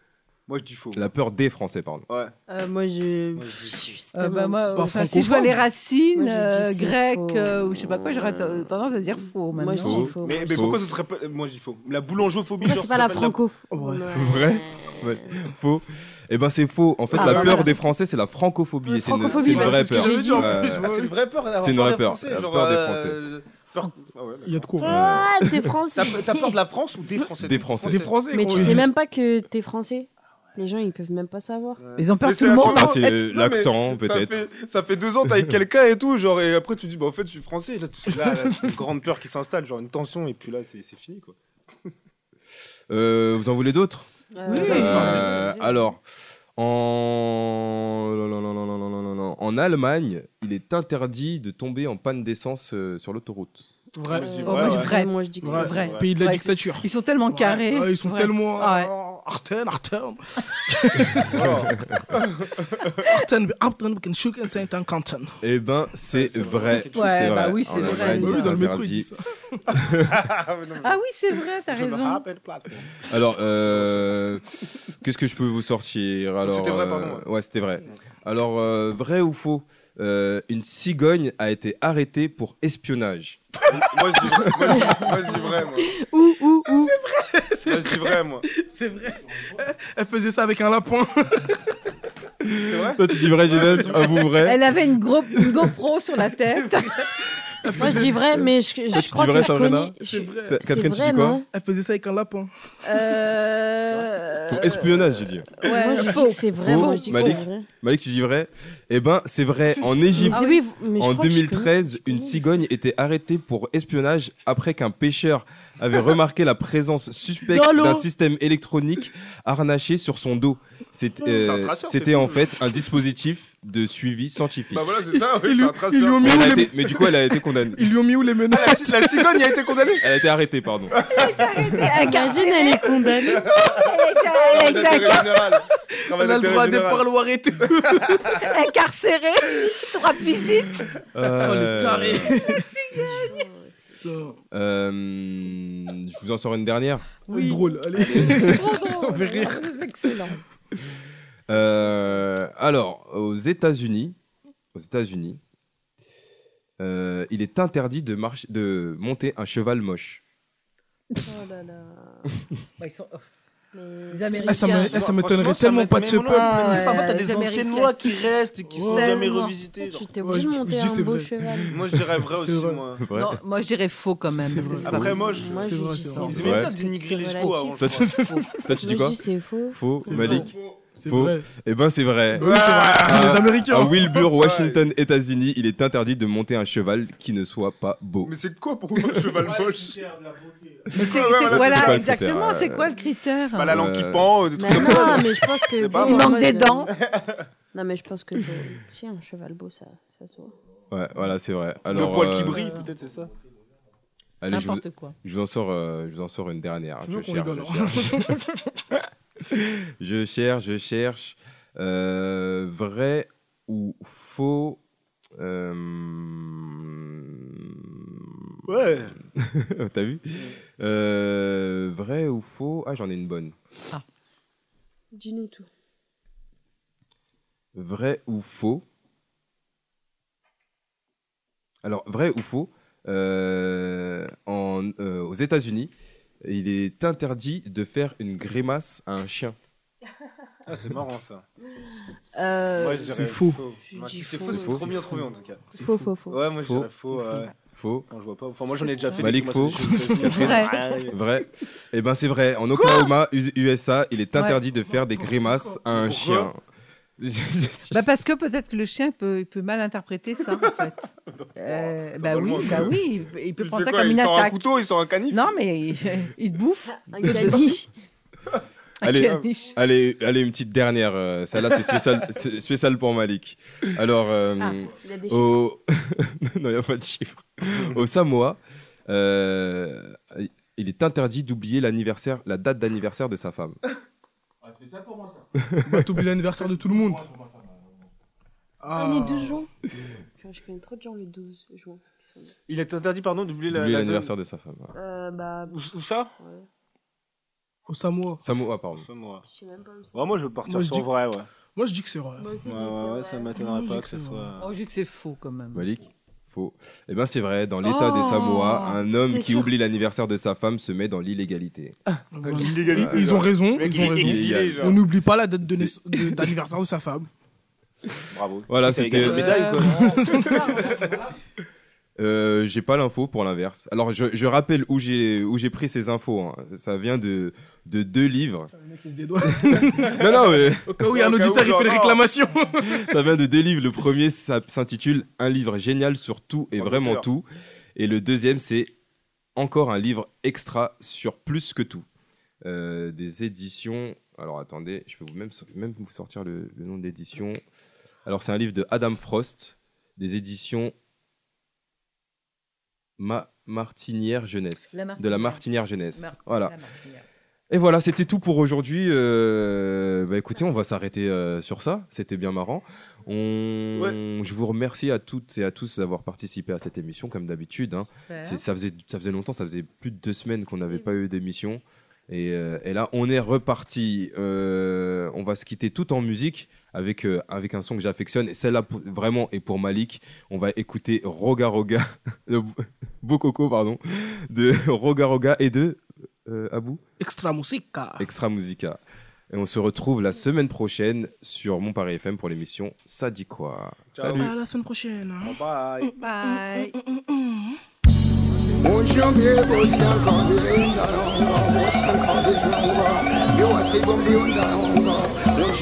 Speaker 5: Moi, je dis faux.
Speaker 1: La peur des français, pardon.
Speaker 5: Ouais.
Speaker 4: Euh, moi, je.
Speaker 5: Moi, je dis-
Speaker 4: Pff,
Speaker 3: Euh, bah,
Speaker 4: tellement-
Speaker 3: moi,
Speaker 2: Bah,
Speaker 3: enfin, si je vois les racines
Speaker 4: Moi, je dis
Speaker 3: euh,
Speaker 4: c'est
Speaker 3: grecques
Speaker 4: faux.
Speaker 3: euh, ou je sais pas quoi, j'aurais t- tendance à dire faux.
Speaker 4: Moi, je
Speaker 3: maintenant.
Speaker 1: Faux.
Speaker 4: dis faux.
Speaker 5: Mais,
Speaker 4: Moi,
Speaker 5: mais
Speaker 1: Faux.
Speaker 5: pourquoi ce serait pas. Moi, je dis faux. La boulangeophobie,
Speaker 4: Ça,
Speaker 5: genre,
Speaker 4: c'est
Speaker 5: ça
Speaker 4: pas la
Speaker 5: s'appelle
Speaker 2: Ouais.
Speaker 4: francophonie.
Speaker 1: Oh, Vrai Ouais. Faux. Eh ben c'est faux. En fait,
Speaker 4: Ah,
Speaker 1: la
Speaker 4: bah,
Speaker 1: peur
Speaker 4: voilà.
Speaker 1: des Français, c'est la francophobie. Et C'est une,
Speaker 4: francophobie,
Speaker 1: c'est une
Speaker 4: bah, c'est
Speaker 1: vraie
Speaker 4: ce que
Speaker 1: peur.
Speaker 2: j'allais dire, en
Speaker 1: Ouais.
Speaker 5: Ah, c'est une vraie peur d'avoir
Speaker 1: C'est une
Speaker 5: peur
Speaker 1: vraie
Speaker 5: des
Speaker 1: peur,
Speaker 5: Français,
Speaker 1: la
Speaker 5: genre,
Speaker 1: peur des
Speaker 5: euh, Peur- Ah ouais,
Speaker 2: Il y a de quoi.
Speaker 4: Ah, t'es français.
Speaker 5: T'as t'as peur de la France ou des Français
Speaker 1: Des Français.
Speaker 2: Des Français.
Speaker 4: Mais
Speaker 2: quoi.
Speaker 4: tu sais même pas que t'es français. Les gens, ils peuvent même pas savoir.
Speaker 3: Ils ont peur
Speaker 5: Mais
Speaker 3: tout le
Speaker 5: la
Speaker 3: monde.
Speaker 5: chose-
Speaker 1: Ah, c'est
Speaker 5: en fait, non,
Speaker 1: l'accent,
Speaker 5: mais
Speaker 1: peut-être.
Speaker 5: Ça fait, ça fait deux ans, t'es avec quelqu'un et tout, genre, et après tu dis, bah en fait, je suis français. Là, tu- là, là, c'est une grande peur qui s'installe, genre une tension, et puis là, c'est c'est fini, quoi.
Speaker 1: Euh, vous en voulez d'autres
Speaker 4: Euh,
Speaker 1: Euh,
Speaker 4: vas-y, vas-y, vas-y.
Speaker 1: Alors, en... non, non, non, non, non, non, non, non, non. en Allemagne, il est interdit de tomber en panne d'essence euh, sur l'autoroute.
Speaker 2: Vrai.
Speaker 5: Ouais,
Speaker 3: Oh, moi,
Speaker 5: ouais.
Speaker 3: vrai.
Speaker 4: Moi, je dis que
Speaker 2: Ouais.
Speaker 4: c'est vrai.
Speaker 2: Pays de la
Speaker 3: Ouais,
Speaker 2: dictature.
Speaker 3: Ils sont tellement carrés.
Speaker 2: Ouais, ils sont
Speaker 3: Vrai.
Speaker 2: tellement.
Speaker 3: Ah ouais.
Speaker 2: euh, Arten, Arten. Arten, Arten, Kenshuk, c'est un canton.
Speaker 1: Eh ben, c'est vrai.
Speaker 3: Ouais,
Speaker 1: c'est
Speaker 3: bah
Speaker 1: vrai.
Speaker 3: oui, c'est
Speaker 1: En
Speaker 3: vrai.
Speaker 1: Allemagne,
Speaker 2: Oui,
Speaker 1: il est
Speaker 2: dans le métro, ils
Speaker 1: interdit.
Speaker 2: disent ça.
Speaker 3: Ah oui, c'est vrai, t'as raison.
Speaker 1: Alors, euh, qu'est-ce que je peux vous sortir Alors,
Speaker 5: c'était vrai,
Speaker 1: euh,
Speaker 5: pardon,
Speaker 1: ouais, c'était vrai. Alors, euh, vrai ou faux euh, Une cigogne a été arrêtée pour espionnage.
Speaker 5: Moi, je dis, moi, je- moi, je dis vrai, moi.
Speaker 4: Ouh, ouh, ouh.
Speaker 5: Moi, je dis vrai, moi.
Speaker 2: C'est vrai. Elle faisait ça avec un lapin.
Speaker 5: C'est vrai
Speaker 1: Toi, tu dis vrai, Ginette À vous, vrai
Speaker 3: Elle avait une, gro- une GoPro sur la tête.
Speaker 4: Moi, je dis vrai, mais je, je
Speaker 1: Toi, tu
Speaker 4: crois
Speaker 1: dis vrai,
Speaker 4: que je
Speaker 1: Sabrina
Speaker 4: connais. je-
Speaker 2: vrai.
Speaker 1: C'est-
Speaker 4: C'est
Speaker 1: Catherine, tu
Speaker 4: vrai,
Speaker 1: dis quoi
Speaker 4: non
Speaker 2: Elle faisait ça avec un lapin.
Speaker 4: Euh,
Speaker 1: Pour espionnage, je dis.
Speaker 4: Moi,
Speaker 3: Ouais,
Speaker 4: je dis
Speaker 3: faux.
Speaker 4: que c'est vrai.
Speaker 1: Faux.
Speaker 4: Moi, je dis que c'est
Speaker 1: Malik.
Speaker 4: vrai.
Speaker 1: Malik, tu dis vrai Eh ben, c'est vrai. En Égypte,
Speaker 4: Mais oui, mais je
Speaker 1: en
Speaker 4: crois que je connais.
Speaker 1: 2013, une cigogne était arrêtée pour espionnage après qu'un pêcheur avait remarqué la présence suspecte
Speaker 4: Dans l'eau.
Speaker 1: d'un système électronique harnaché sur son dos. C'est, euh,
Speaker 5: C'est un traceur, c'est
Speaker 1: C'était
Speaker 5: tout.
Speaker 1: en fait un dispositif de suivi scientifique.
Speaker 5: Bah voilà, c'est ça, oui,
Speaker 2: Ils
Speaker 5: c'est
Speaker 2: lui,
Speaker 5: un
Speaker 2: ils lui
Speaker 5: traceur.
Speaker 2: ont mis
Speaker 1: Mais,
Speaker 2: où
Speaker 1: elle a
Speaker 2: les-
Speaker 1: été- mais du coup, elle a été condamnée.
Speaker 2: ils lui ont mis où les menaces
Speaker 5: La, ci- Ah, la cigogne a été condamnée
Speaker 1: Elle a été arrêtée, pardon.
Speaker 4: Imagine, elle est condamnée. Eh,
Speaker 3: Elle a été
Speaker 5: général.
Speaker 2: On a le droit à des parloirs et tout.
Speaker 3: incarcérée, trois visites.
Speaker 2: Oh, les tarés.
Speaker 5: Oh,
Speaker 1: Euh, je vous en sors une dernière.
Speaker 2: Drôle, allez.
Speaker 3: Trop
Speaker 2: fait rire.
Speaker 3: Excellent.
Speaker 1: Euh, alors, aux États-Unis, aux États-Unis, euh, il est interdit de, marcher, de monter un cheval moche.
Speaker 4: Oh là là.
Speaker 3: Bah, ils sont...
Speaker 4: Mais-
Speaker 3: Les
Speaker 2: Ah, ça
Speaker 3: Américains.
Speaker 2: m'a- eh, ça m'étonnerait tellement pas de ce peuple.
Speaker 3: Ah, ouais,
Speaker 5: Parfois, t'as
Speaker 3: les
Speaker 5: des
Speaker 3: Américains.
Speaker 5: anciennes lois qui restent et qui sont
Speaker 3: Ouais.
Speaker 5: jamais
Speaker 3: Tellement.
Speaker 5: revisitées. genre.
Speaker 4: Tu t'es
Speaker 2: Ouais,
Speaker 4: obligé
Speaker 2: je-
Speaker 4: de
Speaker 2: je
Speaker 4: monter
Speaker 2: dis c'est
Speaker 4: un beau
Speaker 2: vrai.
Speaker 4: cheval.
Speaker 5: Moi, je dirais vrai
Speaker 2: C'est
Speaker 5: aussi,
Speaker 2: vrai.
Speaker 5: moi.
Speaker 1: Vrai.
Speaker 3: Non, moi je dirais faux quand même.
Speaker 2: C'est
Speaker 3: parce que
Speaker 2: vrai.
Speaker 3: c'est pas
Speaker 5: Après,
Speaker 3: possible.
Speaker 5: moi, je-
Speaker 4: Moi,
Speaker 2: C'est
Speaker 4: je
Speaker 2: vrai,
Speaker 4: dis
Speaker 2: c'est
Speaker 4: c'est
Speaker 2: vrai.
Speaker 5: Ils
Speaker 4: vrai.
Speaker 5: aimaient
Speaker 1: Ouais.
Speaker 5: bien dénigrer les chevaux avant.
Speaker 1: Toi,
Speaker 5: je crois.
Speaker 1: toi, tu dis
Speaker 4: Moi,
Speaker 1: quoi
Speaker 4: je dis c'est faux.
Speaker 1: Faux,
Speaker 2: C'est
Speaker 1: Malik.
Speaker 2: C'est
Speaker 1: Faux.
Speaker 2: vrai. Bah,
Speaker 1: Eh ben, c'est vrai.
Speaker 2: Oui, c'est vrai.
Speaker 1: Ah,
Speaker 2: les Américains.
Speaker 1: À Wilbur, Washington, États-Unis, il est interdit de monter un cheval qui ne soit pas beau.
Speaker 5: Mais c'est quoi pour moi un cheval moche
Speaker 3: Mais c'est-
Speaker 5: Ouais,
Speaker 3: c'est-
Speaker 5: voilà,
Speaker 1: c'est
Speaker 3: voilà,
Speaker 1: quoi le critère,
Speaker 3: exactement.
Speaker 1: ouais.
Speaker 3: C'est quoi le critère
Speaker 5: Bah, la langue qui
Speaker 1: Euh,
Speaker 5: pend, des trucs
Speaker 4: Mais
Speaker 5: comme ça.
Speaker 4: non, mais je pense que.
Speaker 5: C'est pas
Speaker 4: bon,
Speaker 3: Il
Speaker 5: moi.
Speaker 4: en
Speaker 3: manque des
Speaker 4: fait, euh,
Speaker 3: dents.
Speaker 4: Non, mais je pense que. le- Si, un cheval beau, ça, ça se voit.
Speaker 1: Ouais, voilà, c'est vrai.
Speaker 5: Le
Speaker 1: Alors,
Speaker 5: poil
Speaker 1: euh,
Speaker 5: qui brille, peut-être, c'est ça
Speaker 1: Allez, je vous,
Speaker 3: N'importe quoi.
Speaker 1: je vous en sors, euh, je vous en sors une dernière.
Speaker 2: Je veux qu'on
Speaker 1: cherche,
Speaker 2: rigole. hein.
Speaker 1: je cherche. hein. Je cherche, je cherche. Euh, vrai ou faux euh,
Speaker 5: Ouais.
Speaker 1: T'as vu Euh, Vrai ou faux Ah, j'en ai une bonne.
Speaker 4: Dis-nous tout.
Speaker 1: Vrai ou faux Alors, vrai ou faux euh, en, euh, Aux États-Unis, il est interdit de faire une grimace à un chien.
Speaker 5: Ah, c'est marrant ça.
Speaker 4: Euh,
Speaker 5: Moi, je dirais
Speaker 2: c'est faux.
Speaker 5: Moi,
Speaker 4: Je
Speaker 5: si
Speaker 4: dis
Speaker 5: c'est
Speaker 4: faux.
Speaker 5: faux, c'est
Speaker 1: Faux.
Speaker 5: trop bien trouvé en tout cas.
Speaker 4: Faux, faux, faux.
Speaker 5: Ouais, Ah, moi je
Speaker 1: Faux.
Speaker 5: dirais faux. euh, ouais.
Speaker 1: Faux
Speaker 5: Non, je vois pas. Enfin, moi j'en ai déjà fait.
Speaker 1: Malik,
Speaker 5: des
Speaker 1: faux.
Speaker 5: grimaces, des choses.
Speaker 3: Vrai.
Speaker 5: Ouais.
Speaker 1: Vrai. Eh ben c'est vrai. En Oklahoma, U- USA, il est
Speaker 3: Ouais.
Speaker 1: interdit de faire des grimaces à un chien.
Speaker 5: Pourquoi
Speaker 3: Bah parce que peut-être que le chien peut, il peut mal interpréter ça en fait. Euh,
Speaker 5: Ça
Speaker 3: bah
Speaker 5: va
Speaker 3: oui,
Speaker 5: loin,
Speaker 3: bah
Speaker 5: ça.
Speaker 3: oui, il peut- il peut
Speaker 5: Il
Speaker 3: prendre ça
Speaker 5: fait quoi,
Speaker 3: comme
Speaker 5: il
Speaker 3: une
Speaker 5: sort un
Speaker 3: attaque.
Speaker 5: couteau, il sort un canif.
Speaker 3: Non mais il, il te bouffe.
Speaker 4: Un
Speaker 3: de- de-
Speaker 4: caniche.
Speaker 3: un
Speaker 1: Allez.
Speaker 3: caniche.
Speaker 1: Allez, allez une petite dernière. euh, Celle-là c'est spécial, c'est spécial pour Malik. Alors euh,
Speaker 4: Ah, il y a des chiffres.
Speaker 1: au non y a pas de chiffre. Au Samoa, euh, il est interdit d'oublier l'anniversaire, la date d'anniversaire de sa femme.
Speaker 2: Bah, t'oublies l'anniversaire de tout le monde.
Speaker 4: Ah,
Speaker 2: Ah,
Speaker 4: on est 12 juin. Putain, Je connais trop de gens le 12 juin. qui sont nés.
Speaker 5: Il est interdit, pardon, d'oublier la.
Speaker 1: D'oublier
Speaker 5: la
Speaker 1: l'anniversaire de sa femme. ouais.
Speaker 4: Euh, bah.
Speaker 5: donne. Où où ça
Speaker 4: Ouais.
Speaker 2: Au Samoa.
Speaker 1: Samoa, pardon.
Speaker 5: C'est moi.
Speaker 4: Je sais même pas où c'est.
Speaker 5: Ouais, moi je veux partir
Speaker 2: Moi, je
Speaker 5: sur
Speaker 2: dis-
Speaker 5: vrai, ouais.
Speaker 2: Moi, je dis que c'est vrai.
Speaker 4: Moi aussi, je
Speaker 5: Ouais,
Speaker 4: dis que
Speaker 5: ouais, ouais,
Speaker 4: c'est
Speaker 5: ça
Speaker 4: vrai.
Speaker 5: m'étonnerait
Speaker 2: Ouais,
Speaker 5: pas
Speaker 2: j'ai
Speaker 5: que ce
Speaker 2: que ça.
Speaker 5: soit.
Speaker 3: Oh, je dis que c'est faux quand même.
Speaker 1: Malik, faux. Eh ben c'est vrai. Dans l'État des
Speaker 3: Oh,
Speaker 1: Samoa, un homme
Speaker 4: t'es
Speaker 1: qui
Speaker 4: sûr
Speaker 1: oublie l'anniversaire de sa femme se met dans l'illégalité.
Speaker 2: Ouais.
Speaker 5: L'illégalité.
Speaker 2: Ah, Ils ont
Speaker 5: genre.
Speaker 2: raison,
Speaker 5: Le mec,
Speaker 2: ils ont
Speaker 5: il est
Speaker 2: raison.
Speaker 5: exilé, genre.
Speaker 2: On n'oublie pas la date de
Speaker 1: C'est-
Speaker 2: naiss- de- d'anniversaire de, sa femme.
Speaker 5: Bravo.
Speaker 1: Voilà,
Speaker 5: T'as
Speaker 1: c'était-
Speaker 5: gagné une médaille, quoi.
Speaker 3: Euh,
Speaker 4: C'est ça, ouais.
Speaker 1: Euh, j'ai pas l'info pour l'inverse. Alors je, je rappelle où j'ai où j'ai pris ces infos. hein. Ça vient de de deux livres. non non mais
Speaker 2: Au cas où il y a un auditeur, il fait une réclamation.
Speaker 1: ça vient de deux livres. Le premier ça s'intitule Un livre génial sur tout et
Speaker 2: En
Speaker 1: vraiment
Speaker 2: auteur.
Speaker 1: tout. Et le deuxième c'est encore un livre extra sur plus que tout. Euh, des éditions. Alors attendez, je peux vous même, même vous sortir le, le nom de l'édition. Alors c'est un livre de Adam Frost, des éditions Ma Martinière Jeunesse.
Speaker 3: La
Speaker 1: de la
Speaker 3: Martinière.
Speaker 1: Martinière Jeunesse.
Speaker 3: Mar-
Speaker 1: voilà.
Speaker 3: la Martinière.
Speaker 1: Et voilà, c'était tout pour aujourd'hui. Euh, bah écoutez, on va s'arrêter euh, sur ça. C'était bien marrant. On... Je vous remercie à toutes et à tous d'avoir participé à cette émission, comme d'habitude. hein.
Speaker 3: Super.
Speaker 1: C'est- Ça faisait, ça faisait longtemps, ça faisait plus de deux semaines qu'on n'avait pas eu d'émission. Et, euh, et là, on est reparti. Euh, on va se quitter tout en musique avec, euh, avec un son que j'affectionne. Et celle-là, pour- vraiment, est pour Malik. On va écouter Roga Roga, de Bococo, pardon, de Roga Roga et de euh, Abou.
Speaker 2: Extra musica.
Speaker 1: Extra Musica. Et on se retrouve la semaine prochaine sur Mon Paris FM pour l'émission Ça dit quoi Salut.
Speaker 2: À la semaine prochaine. hein. Mm, Bye.
Speaker 12: Bye.
Speaker 2: mm.
Speaker 15: Won't you be able to stand on the end of the road? Won't stand on the end of the road. You are safe on the end of the road. Won't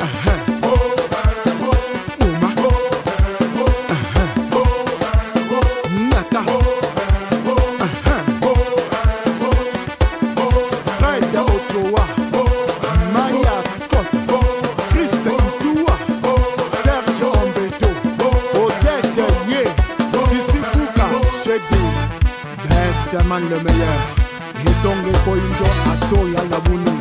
Speaker 16: Aha. Uma. Aha. Nyata. Fred Ochoa, Maya Scott, Christ Itua, Serge Ambeto, Odette Ye, Sissi Kouka, Chedi, Best Man le meilleur, Hitonge Koinjo Atoya Labuni.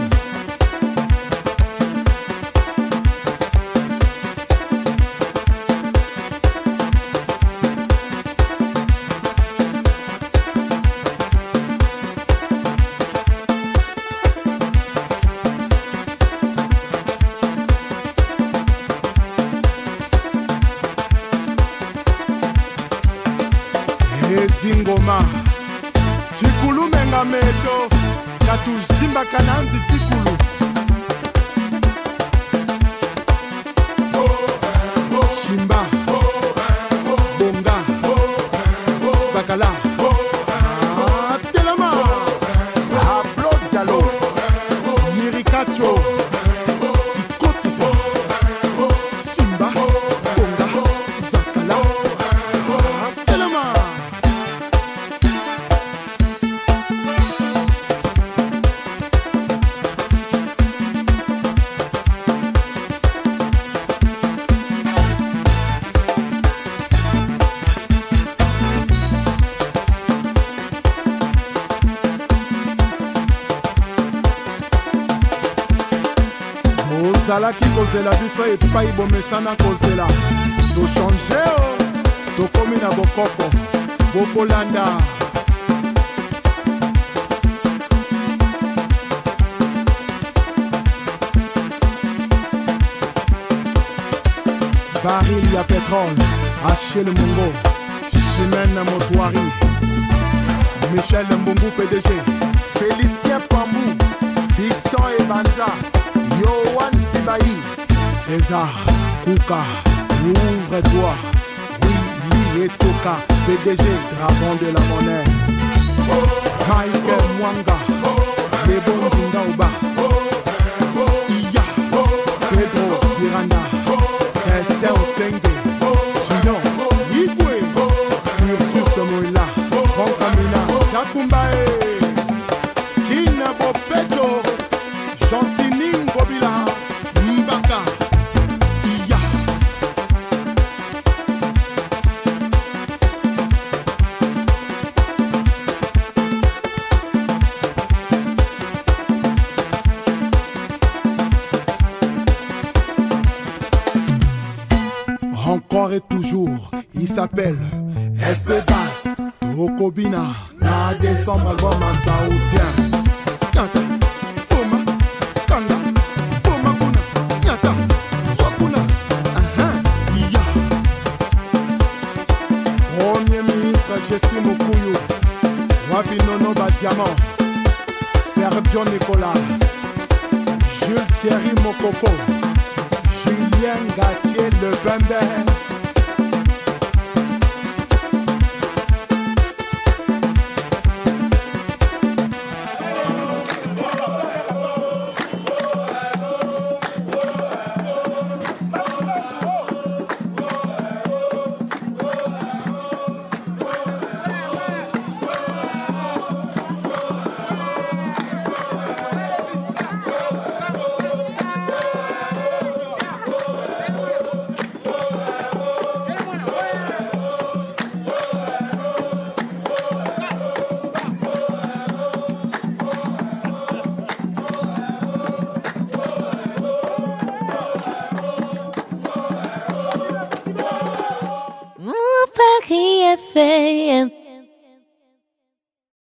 Speaker 16: etingoma tikulu menga meto katuzimbaka na nzi tikulu shimba bonga zakala Ah, telema ah, ablo dialo yirikacho tikotisa shimba bonga zakala Ah, telema ozalaki kozela biso epai bomesana kozela tochange o tokomi na bokoko bokolanda baril ya petrole achel mongo chimene motoari michel mbungu pdg félicien pambou fiston ebanja yoan sibai césar kuka ouvre-toi oui lui et toka pdg dragon de la monnaie michael mwanga lebondinga oba iya pedro biranda estel senge junior yibwe ursus moila frankamina jakumbae kina bopeto Gentini Ngobila Mbaka Iya Encore et toujours, il s'appelle Espebas Tokobina Na décembre album en saoudien Tata, Toma, Kanga Kesi Mukuyu, Wabi Nono Badiamant, Sergio Nicolas, Jules Thierry Mokoko, Julien Gatier Le Bembe.
Speaker 10: Mon Paris FM.